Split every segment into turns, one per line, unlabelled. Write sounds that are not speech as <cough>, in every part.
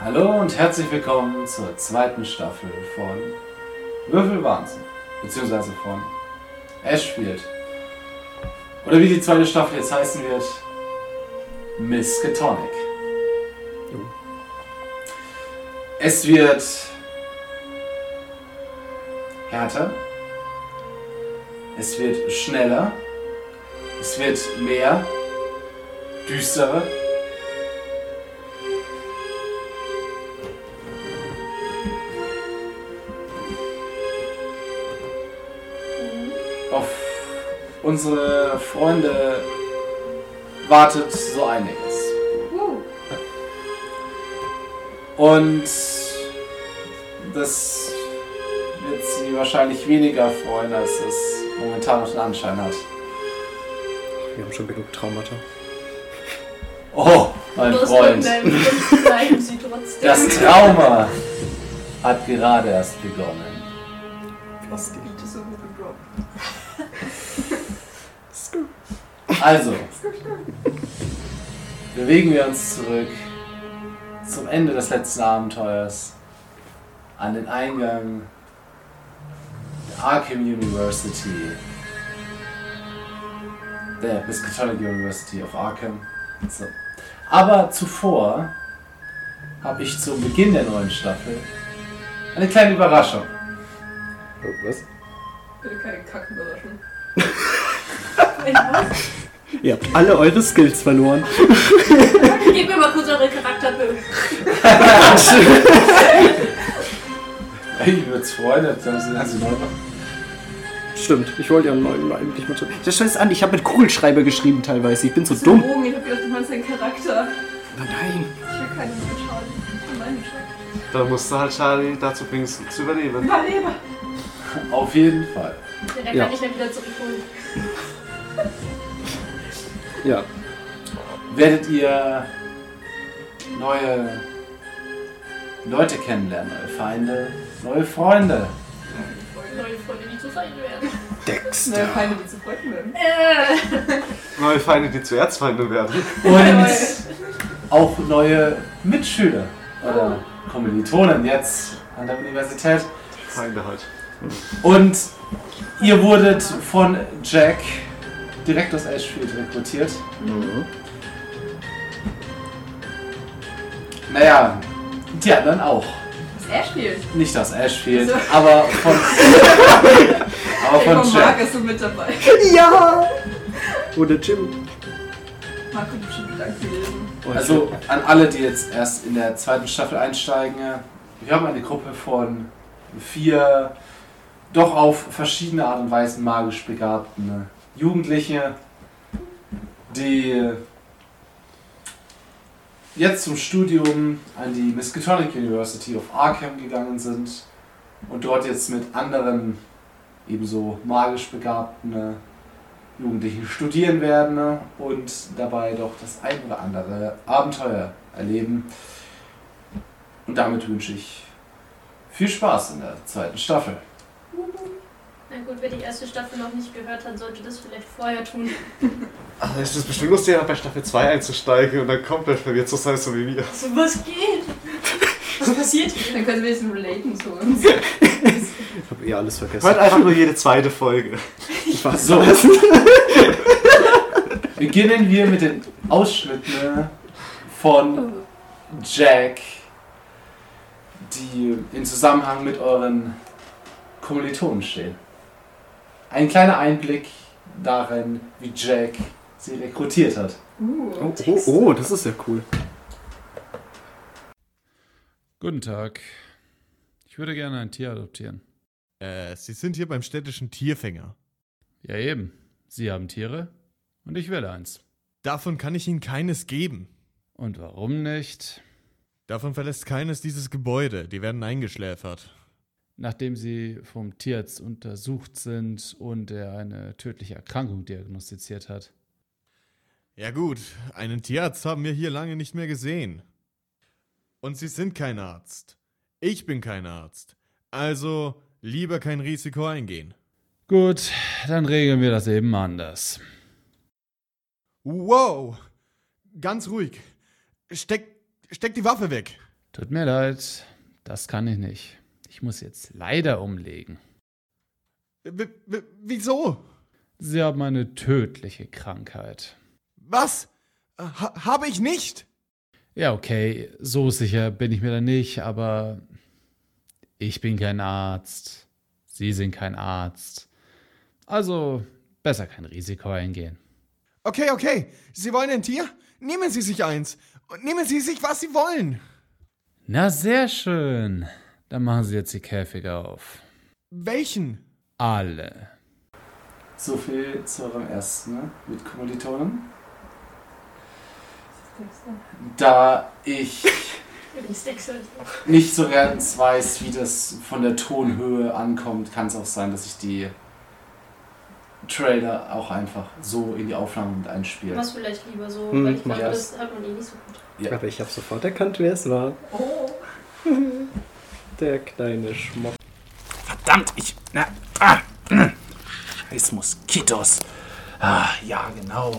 Hallo und herzlich willkommen zur zweiten Staffel von Würfelwahnsinn, beziehungsweise von Ashfield. Oder wie die zweite Staffel jetzt heißen wird, Miskatonic.
Jo.
Es wird härter, es wird schneller, es wird mehr, düsterer. Auf unsere Freunde wartet so einiges.
Uh,
Und das wird sie wahrscheinlich weniger freuen, als es momentan noch den Anschein hat.
Wir haben schon genug Traumata.
Oh, mein
bloß
Freund.
mit einem Grund bleiben sie trotzdem.
Das Trauma hat gerade erst begonnen.
Das Gebiet ist so gut gedroppt.
Also, bewegen wir uns zurück zum Ende des letzten Abenteuers an den Eingang der Arkham University, der Miskatonic University of Arkham. So. Aber zuvor habe ich zu Beginn der neuen Staffel eine kleine Überraschung.
Oh, was?
Bitte keine Kacken überraschen. Ich weiß.
Ihr habt alle eure Skills verloren.
Gebt mir mal kurz eure Charakterbilder.
Ich würde es freuen, dass sie dass sie neu machen.
Stimmt, ich wollte ja einen neuen eigentlich mal zu. Das scheiß an, ich habe mit Kugelschreiber geschrieben teilweise. Ich bin so
Das ist
dumm.
Drogen. Ich hab gedacht, du meinst deinen Charakter.
Nein.
Ich will keinen Schaden. Nein, Schaden.
Da musst du halt Charlie dazu bringen, es zu überleben.
Überlebe.
Auf jeden Fall.
Ja, dann
Ja.
kann ich ja wieder zurückholen.
Ja.
werdet ihr neue Leute kennenlernen, neue Feinde, neue Freunde.
Neue Freunde, die zu sein werden.
Neue
Dexter.
Feinde, die zu Freunden werden.
Äh,
Neue Feinde, die zu Erzfeinde werden.
Und auch neue Mitschüler oder Kommilitonen jetzt an der Universität.
Feinde halt.
Und ihr wurdet von Jack direkt aus Ashfield rekrutiert.
Mhm.
Naja, die anderen auch.
Was er spielt.
Nicht aus Ashfield,
Also-
aber
<laughs>
von, aber
Von
von
Marc
Jack.
ist so mit dabei.
Ja! Oder Jim.
Marco, du schon Gedanken gelesen.
Oh,
Also an alle, die jetzt erst in der zweiten Staffel einsteigen, äh, wir haben eine Gruppe von vier doch auf verschiedene Art und Weise magisch begabten äh, Jugendliche, die äh, jetzt zum Studium an die Miskatonic University of Arkham gegangen sind und dort jetzt mit anderen ebenso magisch begabten äh, Jugendlichen studieren werden ne, und dabei doch das ein oder andere Abenteuer erleben. Und damit wünsche ich viel Spaß in der zweiten Staffel.
na gut, wer die erste Staffel noch nicht gehört hat, sollte das vielleicht vorher tun. <laughs>
Also es ist bestimmt lustig, bei Staffel 2 einzusteigen und dann komplett verwirrt zu sein, so wie wir.
So, was geht? Was passiert hier?
Dann können wir jetzt relaten zu uns.
Ich habe eh alles vergessen.
Hört einfach nur jede zweite Folge.
Was?
So. Beginnen wir mit den Ausschnitten von Jack, die in Zusammenhang mit euren Kommilitonen stehen. Ein kleiner Einblick darin, wie Jack sie rekrutiert hat.
Uh.
Oh, oh, oh, das ist ja cool.
Guten Tag. Ich würde gerne ein Tier adoptieren.
Äh, Sie sind hier beim städtischen Tierfänger.
Ja, eben. Sie haben Tiere und ich will eins.
Davon kann ich Ihnen keines geben.
Und warum nicht?
Davon verlässt keines dieses Gebäude. Die werden eingeschläfert.
Nachdem sie vom Tierarzt untersucht sind und er eine tödliche Erkrankung diagnostiziert hat.
Ja gut, einen Tierarzt haben wir hier lange nicht mehr gesehen. Und Sie sind kein Arzt. Ich bin kein Arzt. Also lieber kein Risiko eingehen.
Gut, dann regeln wir das eben anders.
Wow! Ganz ruhig. Steck, steck die Waffe weg.
Tut mir leid, das kann ich nicht. Ich muss jetzt leider umlegen.
W w- wieso?
Sie haben eine tödliche Krankheit.
Was? Ha habe ich nicht?
Ja, okay, so sicher bin ich mir da nicht, aber ich bin kein Arzt. Sie sind kein Arzt. Also besser kein Risiko eingehen.
Okay, okay. Sie wollen ein Tier? Nehmen Sie sich eins. Und nehmen Sie sich, was Sie wollen.
Na, sehr schön. Dann machen Sie jetzt die Käfige auf.
Welchen?
Alle.
So viel zu eurem ersten ne? mit Kommilitonen. Da ich
Mit den Stacks halt.
nicht so ganz weiß, wie das von der Tonhöhe ankommt, kann es auch sein, dass ich die Trailer auch einfach so in die Aufnahme mit einspiele.
Was vielleicht lieber so,
Hm,
weil ich glaube,
ja.
das hat man eh nicht so gut.
Ja.
Aber ich habe sofort erkannt, wer es war.
Oh.
Der kleine Schmock.
Verdammt, ich. Na, ah, mm. scheiß Moskitos. Ah, ja, genau.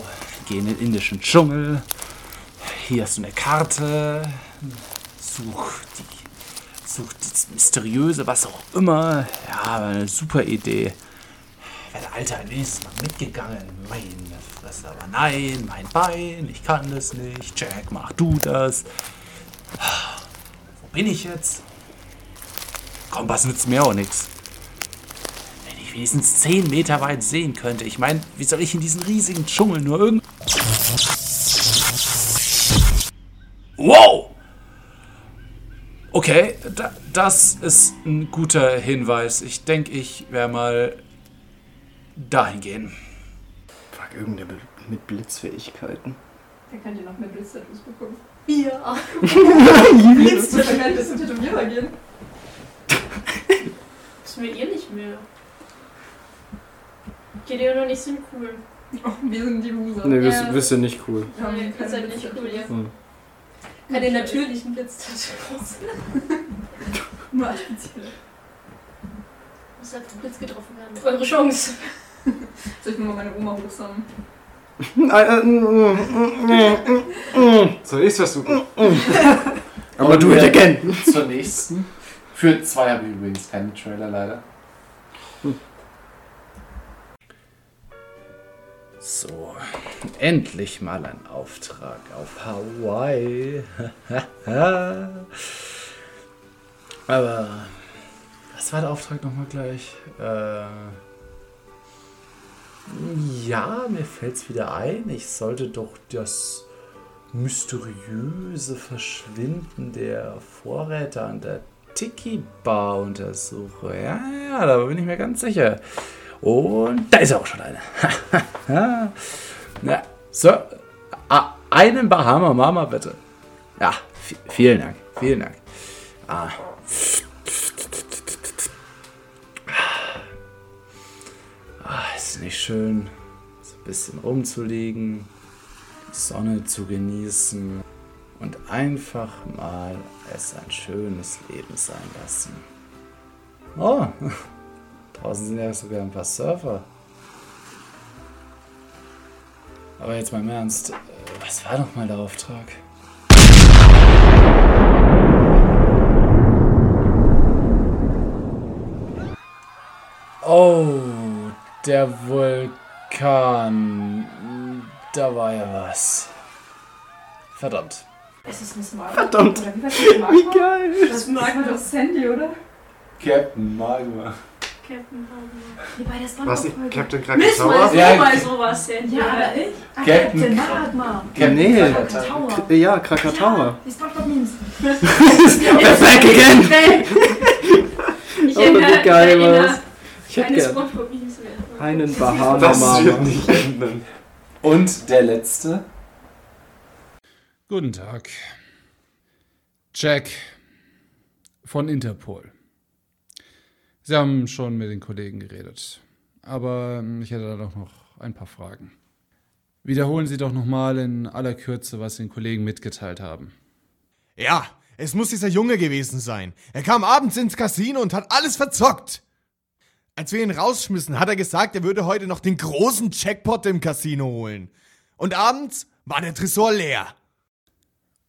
Wir gehen in den indischen Dschungel. Hier ist eine Karte. Such die. Such das Mysteriöse, was auch immer. Ja, war eine super Idee. Wäre der Alter am wenigstens mal mitgegangen. Meine Fresse, aber nein, mein Bein, ich kann das nicht. Jack, mach du das. Ah, Wo bin ich jetzt? Kompass nützt mir auch nichts. Wenn ich wenigstens 10 Meter weit sehen könnte. Ich meine, wie soll ich in diesen riesigen Dschungel nur irgend... Wow! Okay, da, das ist ein guter Hinweis. Ich denke, ich werde mal dahin gehen.
Fuck, irgendeine Bl- mit Blitzfähigkeiten.
Dann könnt ihr noch mehr Blitz-Tattoos bekommen.
Ja.
Blitz, dann könnt ihr zum Tätowierer gehen.
Das will ihr nicht mehr. Gideon und ich sind cool.
Oh, wir sind die Loser.
Nee, wir,
Ja.
wir sind nicht cool.
Wir haben
Nee, ihr
keine
seid nicht cool,
Blitz-Tattoos.
ja.
Hm.
Keine natürlichen Blitz-Tattoos.
<laughs> Nur artifiziell.
Muss halt vom Blitz getroffen werden. Eure Chance.
Soll ich mir mal meine Oma hochsammeln?
Äh,
Soll ich's versuchen?
Aber du it again.
Zur nächsten. Für zwei habe ich übrigens keine Trailer leider.
So, endlich mal ein Auftrag auf Hawaii. <laughs> Aber was war der Auftrag nochmal gleich? Äh, ja, mir fällt's wieder ein. Ich sollte doch das mysteriöse Verschwinden der Vorräte an der Tiki-Bar untersuchen. Ja, ja, da bin ich mir ganz sicher. Und da ist auch schon eine. Na, so, a- einen Bahama Mama bitte. Ja, vi- vielen Dank, vielen Dank. Ah. Ah, ist nicht schön, so ein bisschen rumzuliegen, Sonne zu genießen und einfach mal es ein schönes Leben sein lassen. Oh, <laughs> draußen sind ja sogar ein paar Surfer. Aber jetzt mal im Ernst, äh, was war doch mal der Auftrag? Oh, der Vulkan. Da war ja was. Verdammt.
Es ist Miss Marvel.
Verdammt.
Oder wie heißt die Marvel?
Wie geil.
Das ist Marvel, das ist Sandy, oder?
Captain Magma.
Captain Marvel. Nee, bei der
Was ich
Spongebob-Folge.
Captain
Miss mal
Krakatoa?
so,
Ja,
mal
ich-
sowas, denn.
ich. Ah, Captain
Captain-
Magma.
Captain
Nee.
Magma.
Tower.
Ja, Krakatawa.
Die Spongebob-Memes.
We're back again.
Ich
Oh, wie
erinnere,
geil
ich erinnere
war's. Ich hätte
eine
gern
Spongebob-Memes mehr.
einen Bahama
Das wird
Mama.
nicht ändern.
Und der letzte.
Guten Tag. Jack von Interpol. Sie haben schon mit den Kollegen geredet, aber ähm, ich hätte da doch noch ein paar Fragen. Wiederholen Sie doch nochmal in aller Kürze, was Sie den Kollegen mitgeteilt haben.
Ja, es muss dieser Junge gewesen sein. Er kam abends ins Casino und hat alles verzockt. Als wir ihn rausschmissen, hat er gesagt, er würde heute noch den großen Jackpot im Casino holen. Und abends war der Tresor leer.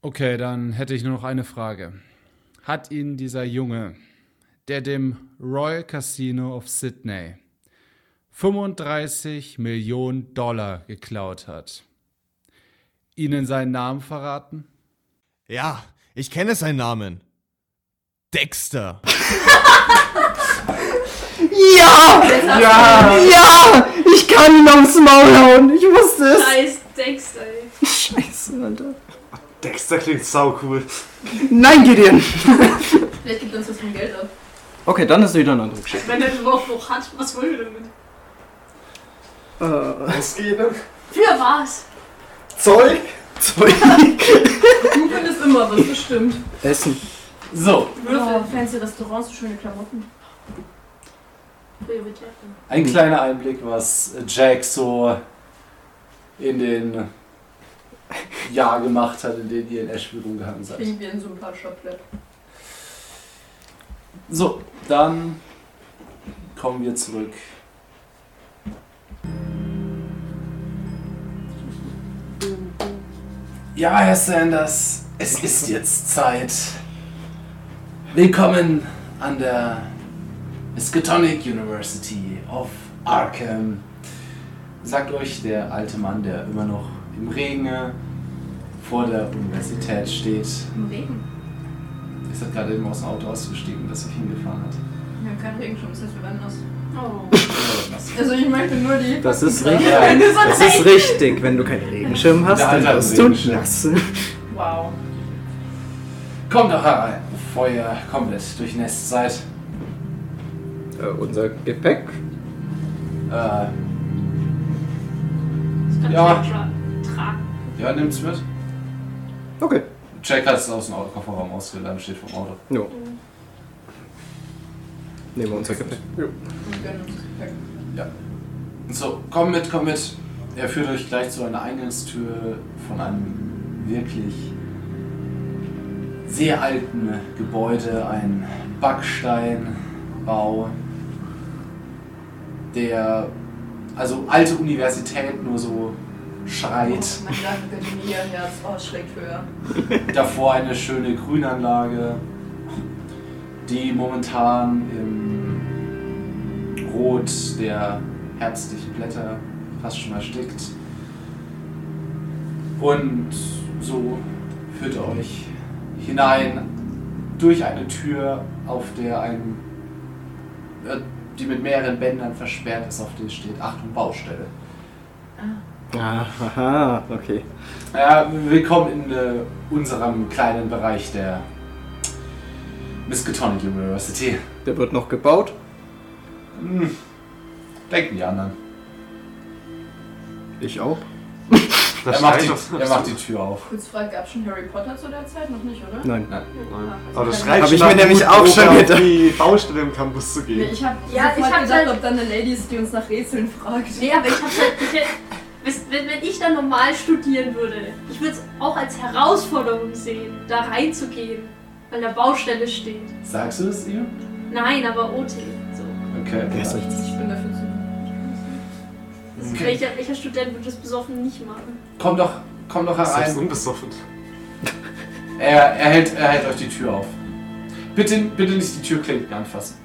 Okay, dann hätte ich nur noch eine Frage. hat ihn dieser Junge, der dem Royal Casino of Sydney 35 Millionen Dollar geklaut hat, Ihnen seinen Namen verraten?
Ja, ich kenne seinen Namen. Dexter.
Ja! Ich kann ihn aufs Maul hauen! Ich wusste es!
Scheiß Dexter, ey.
Scheiße, Alter.
Dexter klingt sau cool.
Nein, Gideon!
Vielleicht gibt uns das vom Geld ab.
Okay, dann ist wieder eine andere Geschichte.
Wenn der Wurf hoch hat, was wollen wir damit?
Äh,
Ausgeben?
Für was?
Zeug?
Du findest immer was, bestimmt.
Essen.
So,
Genau.
Oh, fancy Restaurants, schöne Klamotten.
Prioritäten.
ein
Mhm.
kleiner Einblick, was Jack so in den Jahr gemacht hat, in denen ihr in Ashby rumgehangen seid.
Kriegen wir in so ein paar Shoplet.
So, dann kommen wir zurück. Ja, Herr Sanders, es ist jetzt Zeit. Willkommen an der Miskatonic University of Arkham. Sagt euch der alte Mann, der immer noch im Regen vor der Universität steht.
Im Regen.
Ist hat gerade eben aus dem Auto ausgestiegen, das euch hingefahren hat.
Wir haben keinen Regenschirm, das heißt, wir werden aus.
<laughs> Oh.
Also ich möchte nur die.
Das ist
Ja.
richtig.
<laughs>
Das ist richtig. Wenn du keinen Regenschirm hast,
Ja,
dann
Alter,
hast du
Regenschirm.
nass.
Wow.
Kommt doch herein, bevor ihr komplett durchnässt seid.
Äh, unser Gepäck.
Äh,
Das kann
Ja.
ich nicht tra tragen.
ja, nimmt's mit.
Okay.
Jack hat es aus dem Auto- Kofferraum ausgeladen, steht vom Auto.
Jo. Nehmen wir unser Gepäck. Jo.
Wir gönnen uns das Gepäck.
So, komm mit, komm mit. Er führt euch gleich zu einer Eingangstür von einem wirklich sehr alten Gebäude, ein Backsteinbau, der also alte Universität nur so schreit.
Oh, Mein Gedankenkönig, ihr Herz oh, schlägt höher.
Davor eine schöne Grünanlage, die momentan im Rot der herbstlichen Blätter fast schon erstickt. Und so führt er euch hinein durch eine Tür, auf der ein, äh, die mit mehreren Bändern versperrt ist, auf der steht Achtung Baustelle.
Aha, okay.
Ja, willkommen in äh, unserem kleinen Bereich der Miskatonic University.
Der wird noch gebaut.
Hm. Denken die anderen.
Ich auch.
Er macht, die, er macht die Tür auf.
Kurz Frage, gab es schon Harry Potter zu der Zeit? Noch nicht, oder?
Nein.
Ah,
Ach,
Aber das
also
schreit
Hab ich
schon
mir
nach
nämlich
guten
auch schon
Grund, auf
gedacht.
die Baustelle im Campus zu
Nee,
gehen.
ich hab
Ja,
sofort
ich hab
gedacht,
halt-
ob da eine Lady ist, die uns nach Rätseln fragt.
Nee, aber ich hab's halt nicht. Wisst- Wenn, wenn ich dann normal studieren würde, ich würde es auch als Herausforderung sehen, da reinzugehen, an der Baustelle steht.
Sagst du es ihm?
Nein, aber OT. So.
Okay.
Der ist echt-
Ich bin dafür zu.
Das,
Okay.
welcher, welcher Student würde das besoffen nicht machen?
Komm doch, komm doch
Selbst
herein.
unbesoffen.
Er, er, hält, er hält euch die Tür auf. Bitte, bitte nicht die Türklinken anfassen.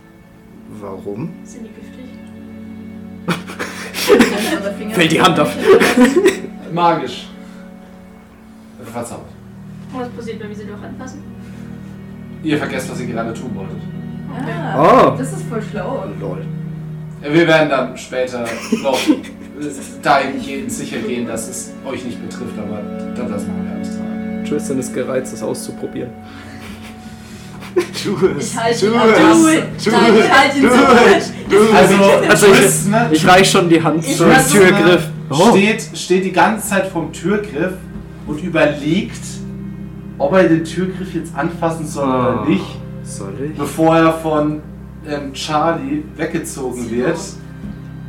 Warum?
Sind die giftig? <laughs>
Fällt die Hand auf.
Magisch. Verzaubert.
Was passiert, wenn wir sie doch anfassen?
Ihr vergesst, was ihr gerade tun wolltet.
Ah,
Oh.
Das ist voll schlau.
Lol.
Äh, Wir werden dann später noch dahingehend sicher gehen, dass es euch nicht betrifft, aber dann lassen wir alles dran.
Tristan ist gereizt, das auszuprobieren.
Tu es.
Ich halte ihn
tu
auf.
es.
Du it. Nein, ich halte ihn
Du
so.
es. Du es.
Also, ne?
Also ich- Ich reich schon die Hand zum
weiß,
Türgriff. Oh.
ne, steht, steht die ganze Zeit vom Türgriff und überlegt, ob er den Türgriff jetzt anfassen soll oder
Ah.
nicht,
Soll ich?
bevor er von ähm, Charlie weggezogen wird,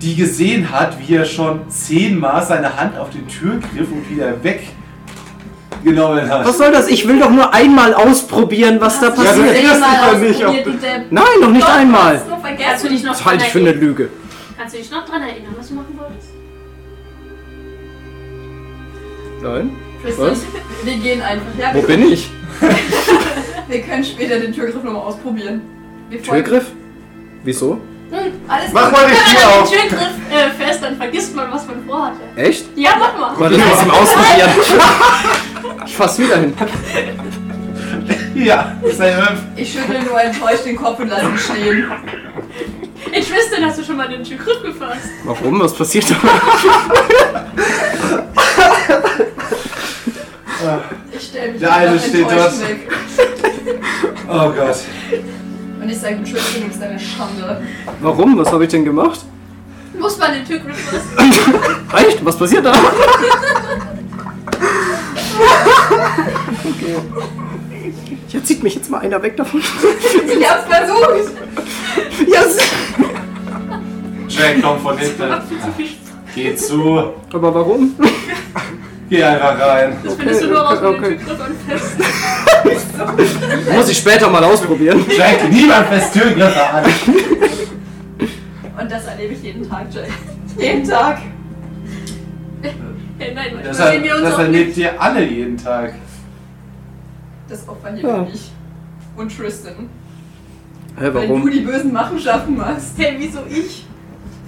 die gesehen hat, wie er schon zehnmal seine Hand auf den Türgriff und wieder weggenommen hat.
Was soll das? Ich will doch nur einmal ausprobieren, was da
Ja, du
passiert.
erinnerst dich doch
Mal
nicht,
ausprobiert,
ob-
du Depp.
Nein, noch nicht
Hast
einmal.
du
Kannst du
vergessen?
dich noch
Das halte ich für
dran
eine
erinnern?
Lüge.
Kannst du dich noch dran erinnern, was du machen wolltest?
Nein?
Tristan,
Was?
<laughs>
Wir gehen einfach. Ja,
Wo bin ich?
Wir können später den Türgriff nochmal ausprobieren. Wir folgen-
Türgriff? Wieso?
Hm,
Alles
Mach
gut.
mal die Tür
wenn man
auf!
den Türgriff äh, fest, dann vergisst man, was man vorhatte.
Echt?
Ja, mach mal.
Gott, das muss im Ausprobieren. Ich fass wieder hin.
Ja, dasselbe.
Ich schüttle nur enttäuscht den Kopf und lasse ihn stehen.
Ich wüsste, dass du schon mal den Türgriff gefasst.
Warum? Was passiert da?
Ich stelle mich
Der eine
also
einfach
steht
enttäuscht
dort.
weg.
Oh Gott.
Und ich sage, Entschuldigung, ist eine Schande.
Warum? Was habe ich denn gemacht?
Muss man den Türgriff fassen?
Echt? Was passiert da? Okay. Jetzt zieht mich jetzt mal einer weg davon.
Ich hab's versucht.
Yes!
Jack kommt von hinten.
Viel zu viel Spaß.
Geh zu.
Aber warum?
Geh einfach rein.
Das findest du nur raus, wenn du
okay.
den Türgriff anfasst.
Muss ich später mal ausprobieren.
Jack, niemand fest Türgriffe an.
Und das erlebe ich jeden Tag, Jack. Jeden Tag.
<laughs> Hey, nein, manchmal
Das,
sehen wir uns
das
auch nicht.
erlebt ihr alle jeden Tag.
Das Opfer hier
Ja.
bin ich. Und Tristan.
Hä,
Wenn du
warum?
die bösen Machenschaften machst.
Hey, wieso ich?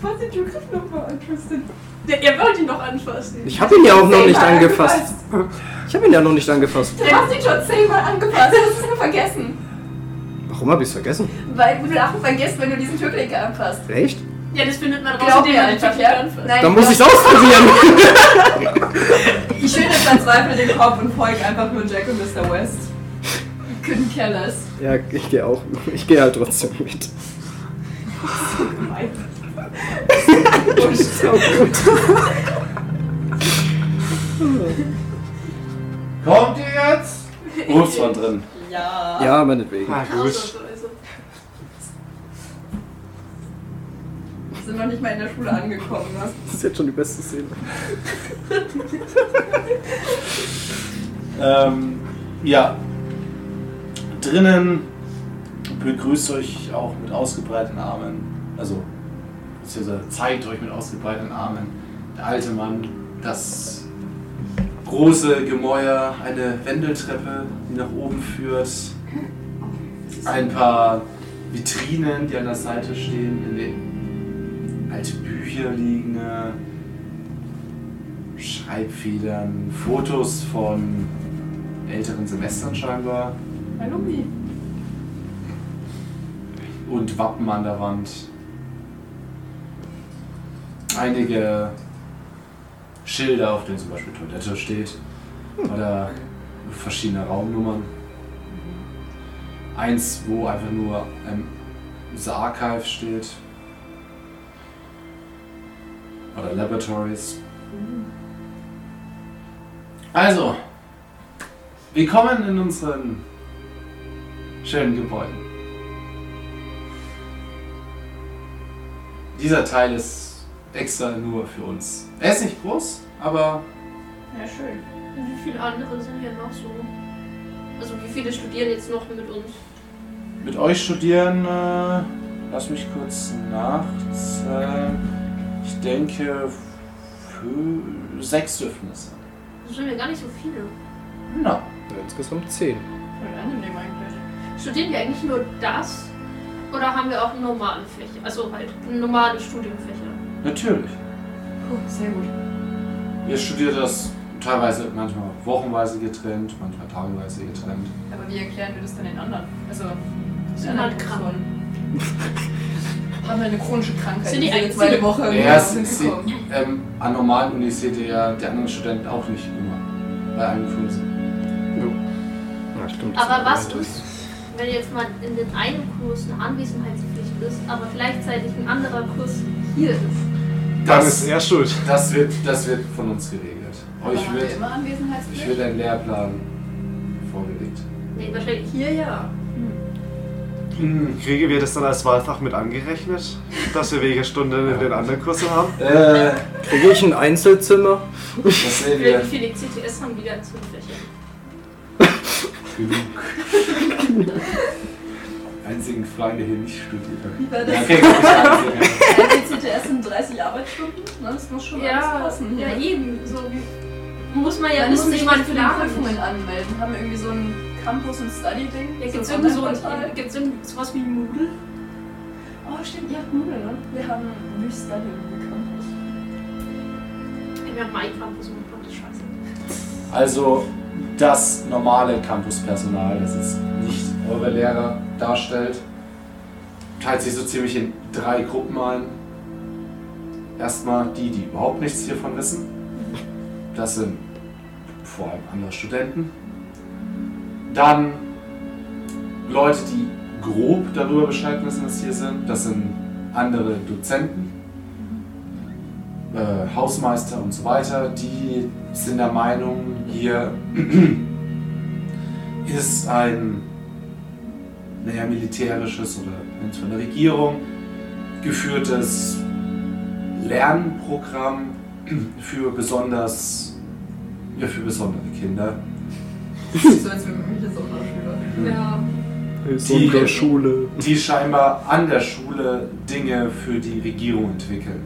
Was den Türgriff nochmal an, Tristan?
Der, ihr wollt ihn doch anfassen.
Ich habe ihn ja auch noch nicht
Zehnmal
angefasst. Ich habe ihn ja noch nicht angefasst.
Du hast ihn schon zehnmal angefasst. Das ist nur vergessen.
Warum habe ich es vergessen?
Weil du Sachen vergisst, wenn du diesen Türklinker anfasst.
Echt?
Ja, das findet man raus,
Glaub
indem
mir
man den
einfach,
Türgriff
ja?
anfasst.
Nein,
Dann muss
glaub-
ich es ausprobieren.
Ich schüttel verzweifelt den Kopf und folge einfach nur Jack und Mr. West. Couldn't care less.
Ja, ich gehe auch. Ich gehe halt trotzdem mit.
Gemein.
Ist auch gut.
Kommt ihr
<laughs>
jetzt? Ruf's von drin.
Ja.
Ja, meinetwegen.
Ah, gut.
Ausnahmsweise.
Wir sind noch nicht mal in der Schule angekommen. Ne?
Das ist jetzt schon die beste Szene.
Ähm, ja. Drinnen begrüßt euch auch mit ausgebreiteten Armen. Also, beziehungsweise zeigt euch mit ausgebreiteten Armen. Der alte Mann, das große Gemäuer, eine Wendeltreppe, die nach oben führt. Ein paar Vitrinen, die an der Seite stehen, in denen alte Bücher liegen. äh, Schreibfedern, Fotos von älteren Semestern scheinbar
Halloumi.
und Wappen an der Wand. Einige Schilder, auf denen zum Beispiel Toilette steht oder verschiedene Raumnummern. Eins, wo einfach nur ähm, The Archive steht oder Laboratories. Also, willkommen in unseren schönen Gebäuden. Dieser Teil ist extra nur für uns. Er ist nicht groß, aber
Ja, schön.
Wie viele andere sind hier noch so? Also wie viele studieren jetzt noch mit uns?
mit euch studieren, äh, lass mich kurz nachzählen. Ich denke, fü- sechs dürften es sein.
Das sind ja gar nicht so viele.
Na,
Insgesamt 10.
Voll angenehm eigentlich.
Studieren wir eigentlich nur das? Oder haben wir auch eine normale Fläche? Also halt eine normale Studienfläche.
natürlich.
Oh, sehr gut.
Ihr studiert das teilweise, manchmal wochenweise getrennt, manchmal tageweise getrennt.
Aber wie erklären wir das dann den anderen? Also, die
Sind
anderen
halt krank.
sollen- Haben wir eine chronische Krankheit?
Sind die eigentlich-
zweite Woche
Ja, es,
sind
es,
gekommen.
ähm, an normalen Unis seht ihr ja die anderen Studenten auch nicht immer bei einem Kurs.
Ja, stimmt. das
Aber
war
was
gemeint.
ist, wenn jetzt mal in den einen Kurs eine Anwesenheitspflicht ist, aber gleichzeitig ein anderer Kurs hier ist?
Dann ist er schuld.
Das wird, das wird von uns geregelt.
Aber
Euch
haben wir
wird,
immer
euch
Anwesenheitspflicht?
wird ein Lehrplan vorgelegt.
Nee, wahrscheinlich hier ja.
Kriegen wir das dann als Wahlfach mit angerechnet? Dass wir weniger Stunden in den anderen Kursen haben?
Äh,
Kriege ich ein Einzelzimmer?
das sehen
Wie
wir.
viele CTS haben wieder zur Fläche?
<laughs>
Genug. Einzigen Frage hier nicht studiert. habe.
<laughs> Wie war
Ja,
das?
okay, gut, ich hab's
Ein CTS sind 30 Arbeitsstunden? Ne? Das muss schon alles passen.
ja,
hier.
eben. So wie, muss man ja
Dann muss
wissen,
ich
wie
mal
man
für die
plant.
Prüfungen anmelden. Haben wir irgendwie so einen Campus- und Study-Ding?
Ja, gibt's
So
irgend so
Online-Portal?
ein, gibt's irgend sowas wie Moodle?
Oh, stimmt, ihr habt Moodle, ne? Wir haben nicht Study im Campus. <laughs>
Wir haben Minecraft, wo so ein Podcast scheiße.
Also das normale Campuspersonal, das jetzt nicht eure Lehrer darstellt, teilt sich so ziemlich in drei Gruppen ein. Erstmal die, die überhaupt nichts hiervon wissen. Das sind vor allem andere Studenten. Dann Leute, die grob darüber Bescheid wissen, dass hier sind. Das sind andere Dozenten äh, Hausmeister und so weiter, die sind der Meinung, hier <clears throat> ist ein naja, militärisches oder eins von der Regierung geführtes Lernprogramm für besonders ja, für besondere Kinder.
So als wären wir jetzt Sonderschüler.
Ja.
Die-
So der Schule.
die scheinbar an der Schule Dinge für die Regierung entwickeln.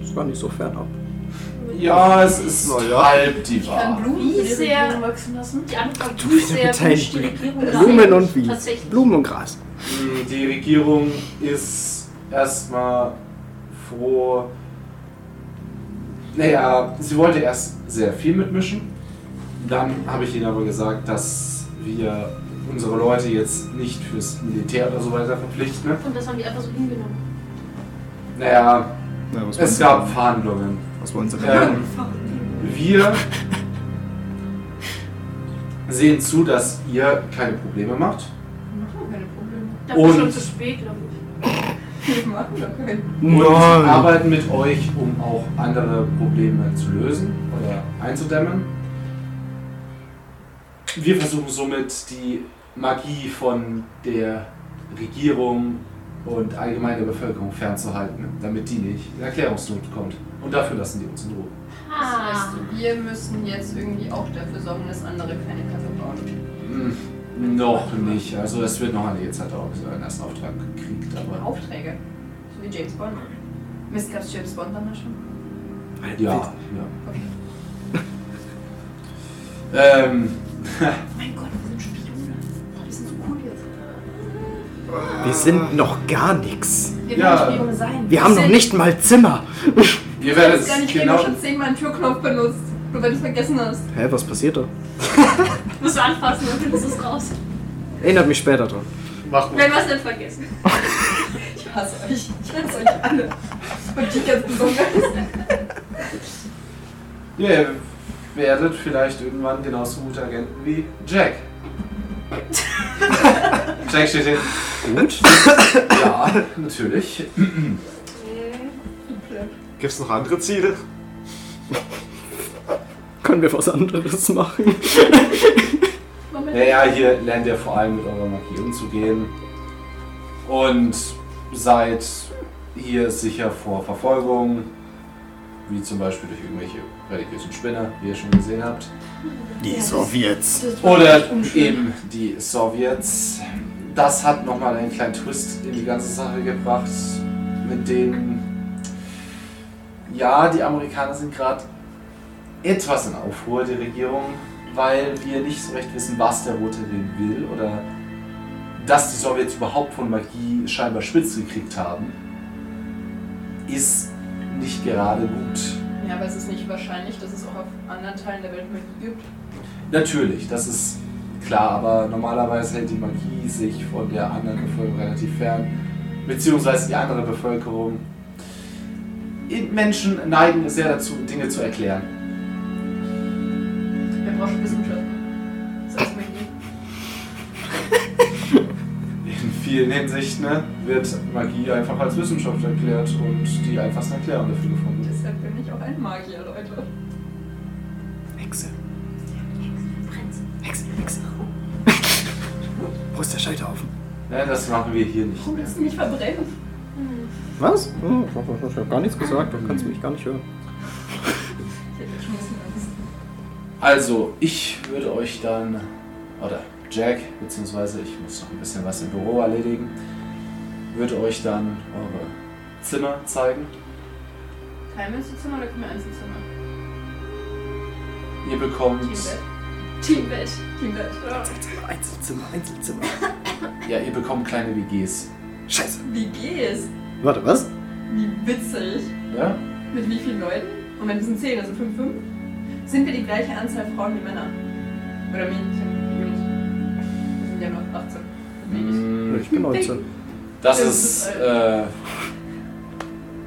Das war nicht so fern ab.
Ja, es ist
Na ja.
halb die
Ich kann
Wahrheit.
Blumen
Wie
in die
sehr-
Regierung wachsen lassen.
Die Antwort
Du,
ist sehr
bitte
wünscht die
ein-
Regierung
Blumen
rein.
und wie?
Tatsächlich.
Blumen und Gras.
Hm, Die Regierung ist erstmal froh. Naja, sie wollte erst sehr viel mitmischen. Dann habe ich ihnen aber gesagt, dass wir unsere Leute jetzt nicht fürs Militär oder so weiter verpflichten.
Und das haben die einfach so hingenommen.
Naja,
Na, was,
es gab Verhandlungen.
was wollen sie denn?
Ähm, wir sehen zu, dass ihr keine Probleme macht.
Machen wir keine Probleme. <laughs>
Da war schon
Und-
zu spät, glaube ich.
Wir machen da keine.
und arbeiten mit euch, um auch andere Probleme zu lösen oder einzudämmen. Wir versuchen somit die Magie von der Regierung und allgemeiner Bevölkerung fernzuhalten, damit die nicht in Erklärungsnot kommt. Und dafür lassen die uns in Ruhe.
Das
Ah.
heißt, wir müssen jetzt irgendwie auch dafür sorgen, dass andere keine Kacke bauen.
Hm, noch nicht. Also es wird noch einige Zeit dauern, bis wir einen ersten Auftrag gekriegt, aber
Aufträge. So wie James Bond. Mist, gab's James Bond dann da schon?
ja. ja. <laughs> Ähm,
Mein Gott, wir sind Spione. Oh, wir sind so cool jetzt.
Wir sind noch gar nichts.
Wir
Ja.
werden Spione sein.
Wir haben noch
sind-
nicht mal Zimmer.
ihr
Ich
werdet
weiß gar nicht, genau.
genau
schon zehnmal einen Türknopf benutzt. Nur weil du es vergessen hast.
Hä, was passiert da?
Musst du anfassen, dann findest du
<laughs>
es raus.
Erinnert mich später dran.
Mach mal.
Wenn wir es nicht vergessen.
Ich hasse euch. Ich hasse euch alle. Und die ganz besonders.
Ja, ihr werdet vielleicht irgendwann genauso gute Agenten wie
<laughs>
Jack. Jack steht hin.
Gut.
Ja, natürlich.
Gibt's noch andere Ziele?
Können wir was anderes machen?
Naja, hier lernt ihr vor allem mit eurer Magie umzugehen. Und seid hier sicher vor Verfolgung. Wie zum Beispiel durch irgendwelche religiösen Spinner, wie ihr schon gesehen habt.
Die Sowjets.
Oder eben die Sowjets. Das hat nochmal einen kleinen Twist in die ganze Sache gebracht, mit denen. Ja, die Amerikaner sind gerade etwas in Aufruhr, die Regierung, weil wir nicht so recht wissen, was der Rote Ring will oder dass die Sowjets überhaupt von Magie scheinbar spitz gekriegt haben, ist nicht gerade gut.
Ja, aber es ist nicht wahrscheinlich, dass es auch auf anderen Teilen der Welt Magie gibt.
Natürlich, das ist klar, aber normalerweise hält die Magie sich von der anderen Bevölkerung relativ fern. Beziehungsweise die andere Bevölkerung. Menschen neigen sehr dazu, Dinge zu erklären.
Wir brauchen Wissenschaft. Das heißt Magie.
In vielen Hinsichten ne, wird Magie einfach als Wissenschaft erklärt und die einfachsten Erklärungen dafür gefunden.
Deshalb bin ich halt auch ein Magier, Leute.
Hexe. Hexe, Hexe. Wo ist der Scheiterhaufen?
Ne, das machen wir hier nicht
Warum
mehr.
willst du mich verbrennen?
Was? Oh, ich habe gar nichts gesagt, dann kannst du mich gar nicht hören.
Ich hätte jetzt schon ein bisschen Angst.
Also, ich würde euch dann, oder Jack, beziehungsweise ich muss noch ein bisschen was im Büro erledigen, würde euch dann eure Zimmer zeigen.
Teilen wir uns die Zimmer oder können wir eins im Zimmer?
Ihr bekommt
Teambett.
Tibet.
Tibet.
Einzelzimmer, Einzelzimmer.
Ja, ihr bekommt kleine WGs.
Scheiße.
Wie geht's?
Warte, was?
Wie witzig.
Ja?
Mit wie vielen Leuten? Und wenn wir sind 10, also 5, 5, sind wir die gleiche Anzahl Frauen wie Männer. Oder Mädchen, wie Jungs. Wir sind ja noch 18. Wenig.
Mm,
Ich bin 19.
Das
Das
ist.
ist alt.
Äh,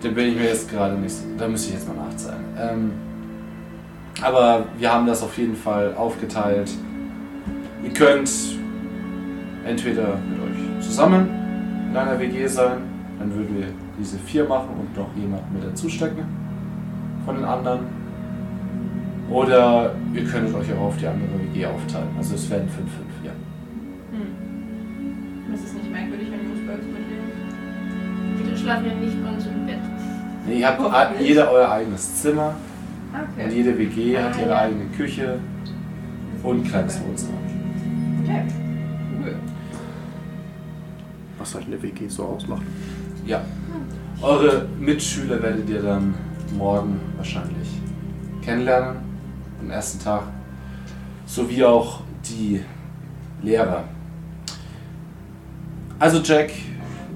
da bin ich mir jetzt gerade nicht. Da müsste ich jetzt mal nachzahlen. Ähm, aber wir haben das auf jeden Fall aufgeteilt. Ihr könnt entweder mit euch zusammen in einer WG sein, dann würden wir diese vier machen und noch jemanden mit dazu stecken von den anderen. Oder ihr könntet euch auch auf die andere WG aufteilen. Also es wären 5-5, ja.
Hm. Das ist nicht merkwürdig, wenn Jungs mitleben.
Wir schlafen ja nicht bei uns im Bett.
Nee, ihr habt a-
Hoffentlich.
jeder euer eigenes Zimmer. Und
Okay.
jede WG hat
Ah,
ihre
ja.
eigene Küche und kleines Wohnzimmer.
Okay. Cool.
Was halt eine WG so ausmacht.
Ja. Eure Mitschüler werdet ihr dann morgen wahrscheinlich kennenlernen, am ersten Tag. Sowie auch die Lehrer. Also Jack,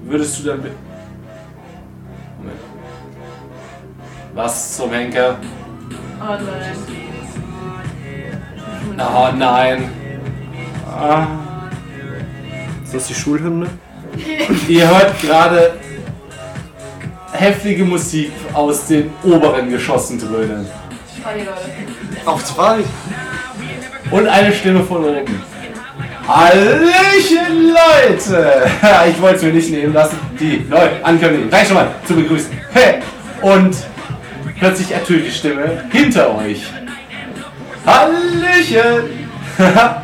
würdest du dann mit... Moment. Was zum Henker?
Oh nein.
Oh nein. Ah.
Ist das die Schulhymne?
Ihr hört gerade heftige Musik aus den oberen Geschossen dröhnen.
Sorry, Leute.
Auf zwei!
Und eine Stimme von oben. Hallöchen, Leute! <laughs> Ha, Ich wollte es mir nicht nehmen lassen, die neue Ankündigung gleich schon mal zu begrüßen. Hey! Und plötzlich ertönt die Stimme hinter euch. Hallöchen! <laughs>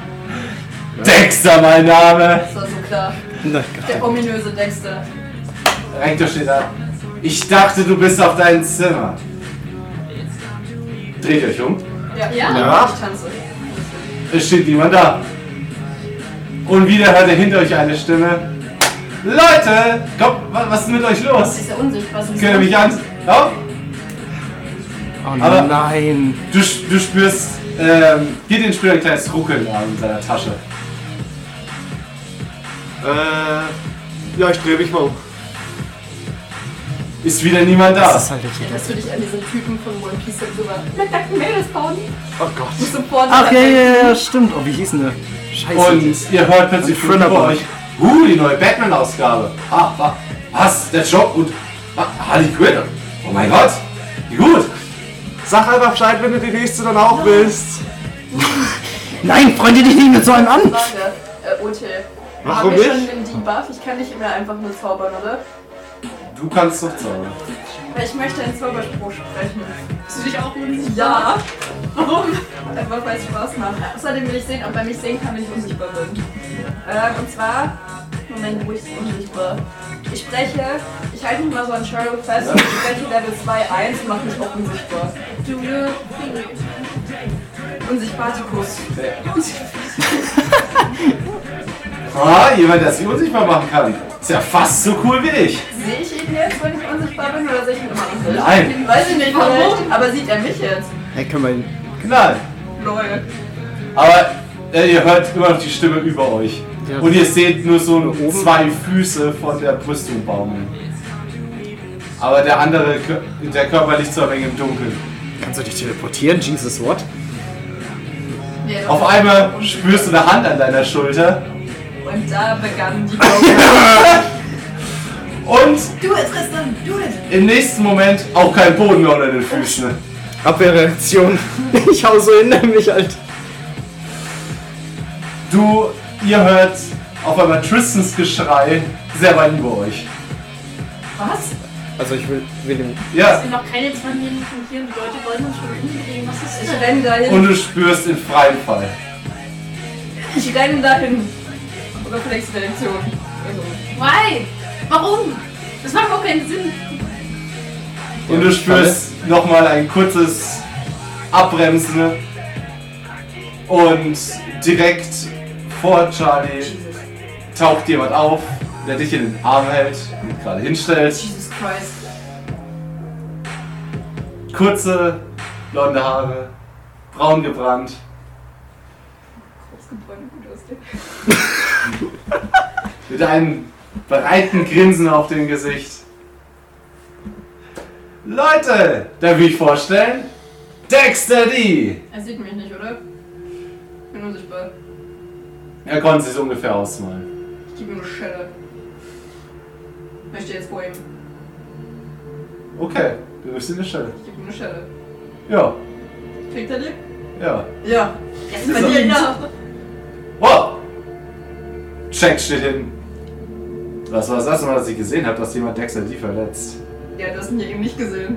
Dexter, mein Name!
Das war so klar.
Na,
Der ominöse Dexter.
Rektor steht da. Ich dachte, du bist auf deinem Zimmer. Dreht euch um.
Ja,
Ja.
ich tanze.
Es steht niemand da. Und wieder hört ihr hinter euch eine Stimme. Leute, kommt, wa- was ist mit euch
Das
los?
ist ja unsichtbar. sonst-
Könnt ihr mich an? Komm.
Oh
Aber-
nein.
Du, sch- du spürst, ähm, geht den Spieler ein kleines Ruckeln an in seiner Tasche.
Äh. Ja, ich drehe mich mal um.
Ist wieder niemand
Das
da.
ist halt der Titel.
Dass du dich an diesen Typen von One Piece drüber. Mit nackten Mädels bauen.
Oh Gott.
Sofort.
Ach ja, ja, ja, stimmt. Oh, wie hieß denn der? Scheiße.
Und ihr hört plötzlich
Und
von über
Thrillerband.
euch, uh, die neue Batman-Ausgabe. Ah, wa, was, der Job und wa, Harley Quinn. Oh mein Gott, wie gut.
Sag einfach Bescheid, wenn du die nächste dann auch willst.
Nein, freunde dich nicht mit so einem an.
War der, äh, OT.
Warum
Haben wir schon
nicht?
den Debuff? Ich kann nicht mehr einfach nur zaubern, oder?
Du kannst doch zaubern.
Weil ich möchte einen Zauberspruch sprechen.
Bist du dich auch unsicher?
Ja. Warum? Einfach weil es Spaß macht. Außerdem will ich sehen, ob er mich sehen kann, wenn ich unsichtbar bin. Ähm, und zwar, Moment, wo ist unsichtbar? Ich spreche, ich halte mich mal so an Sherlock fest und ich spreche Level 2-1 und mache mich auch unsichtbar.
Du, äh, du.
Unsichtbatikus.
Ah, jemand, der sich unsichtbar machen kann. Ist ja fast so cool wie ich.
Sehe ich ihn jetzt, wenn ich unsichtbar bin, oder sehe ich ihn immer noch nicht?
Nein.
Weiß ich nicht, warum? Aber sieht er mich jetzt?
Hey, können wir ihn.
Knall.
Lol.
Aber äh, ihr hört immer noch die Stimme über euch.
Ja.
Und ihr seht nur so
Oben.
zwei Füße von der Brüstung baumeln. Aber der andere, Kö- der Körper liegt so ein wenig im Dunkeln.
Kannst du dich teleportieren? Jesus, what?
Ja,
Auf einmal spürst du eine Hand an deiner Schulter
Und da begann
<laughs>
die Kaufmann.
und
Du es, Tristan, du es!
im nächsten Moment auch kein Boden mehr unter den Füßen.
Abwehrreaktion. <laughs> Ich hau so hinter mich halt.
Du, ihr hört auf einmal Tristans Geschrei sehr weit über euch.
Was?
Also ich will, will ihn.
Ja,
Wir sind noch keine 20 Minuten hier und die Leute wollen uns schon umdrehen. Was ist
Ich
das?
renne dahin.
und du spürst den freien Fall.
Ich renne dahin. Reflexreaktion. Also,
Why? Warum? Das macht auch keinen Sinn.
Und du spürst nochmal ein kurzes Abbremsen. Und direkt vor Charlie taucht jemand auf, der dich in den Arm hält und gerade hinstellt.
Jesus Christ.
Kurze blonde Haare, braun gebrannt.
gebräune gut aus dir.
Mit einem breiten Grinsen auf dem Gesicht. Leute, darf ich vorstellen? Dexter D!
Er sieht mich nicht, oder? Ich bin unsichtbar.
Er konnte sich ungefähr ausmalen.
Ich gebe ihm eine Schelle. Ich stehe jetzt vor ihm.
Okay, du bist in der Stelle.
Ich gebe ihm eine Schelle.
Ja,
Kriegt er die?
ja.
Ja. Jetzt
So.
verdient. Ja.
Wow! Check steht hin. Das war das erste Mal, dass ich gesehen habe, dass jemand Dexter D verletzt.
ja, du hast ihn ja eben nicht gesehen.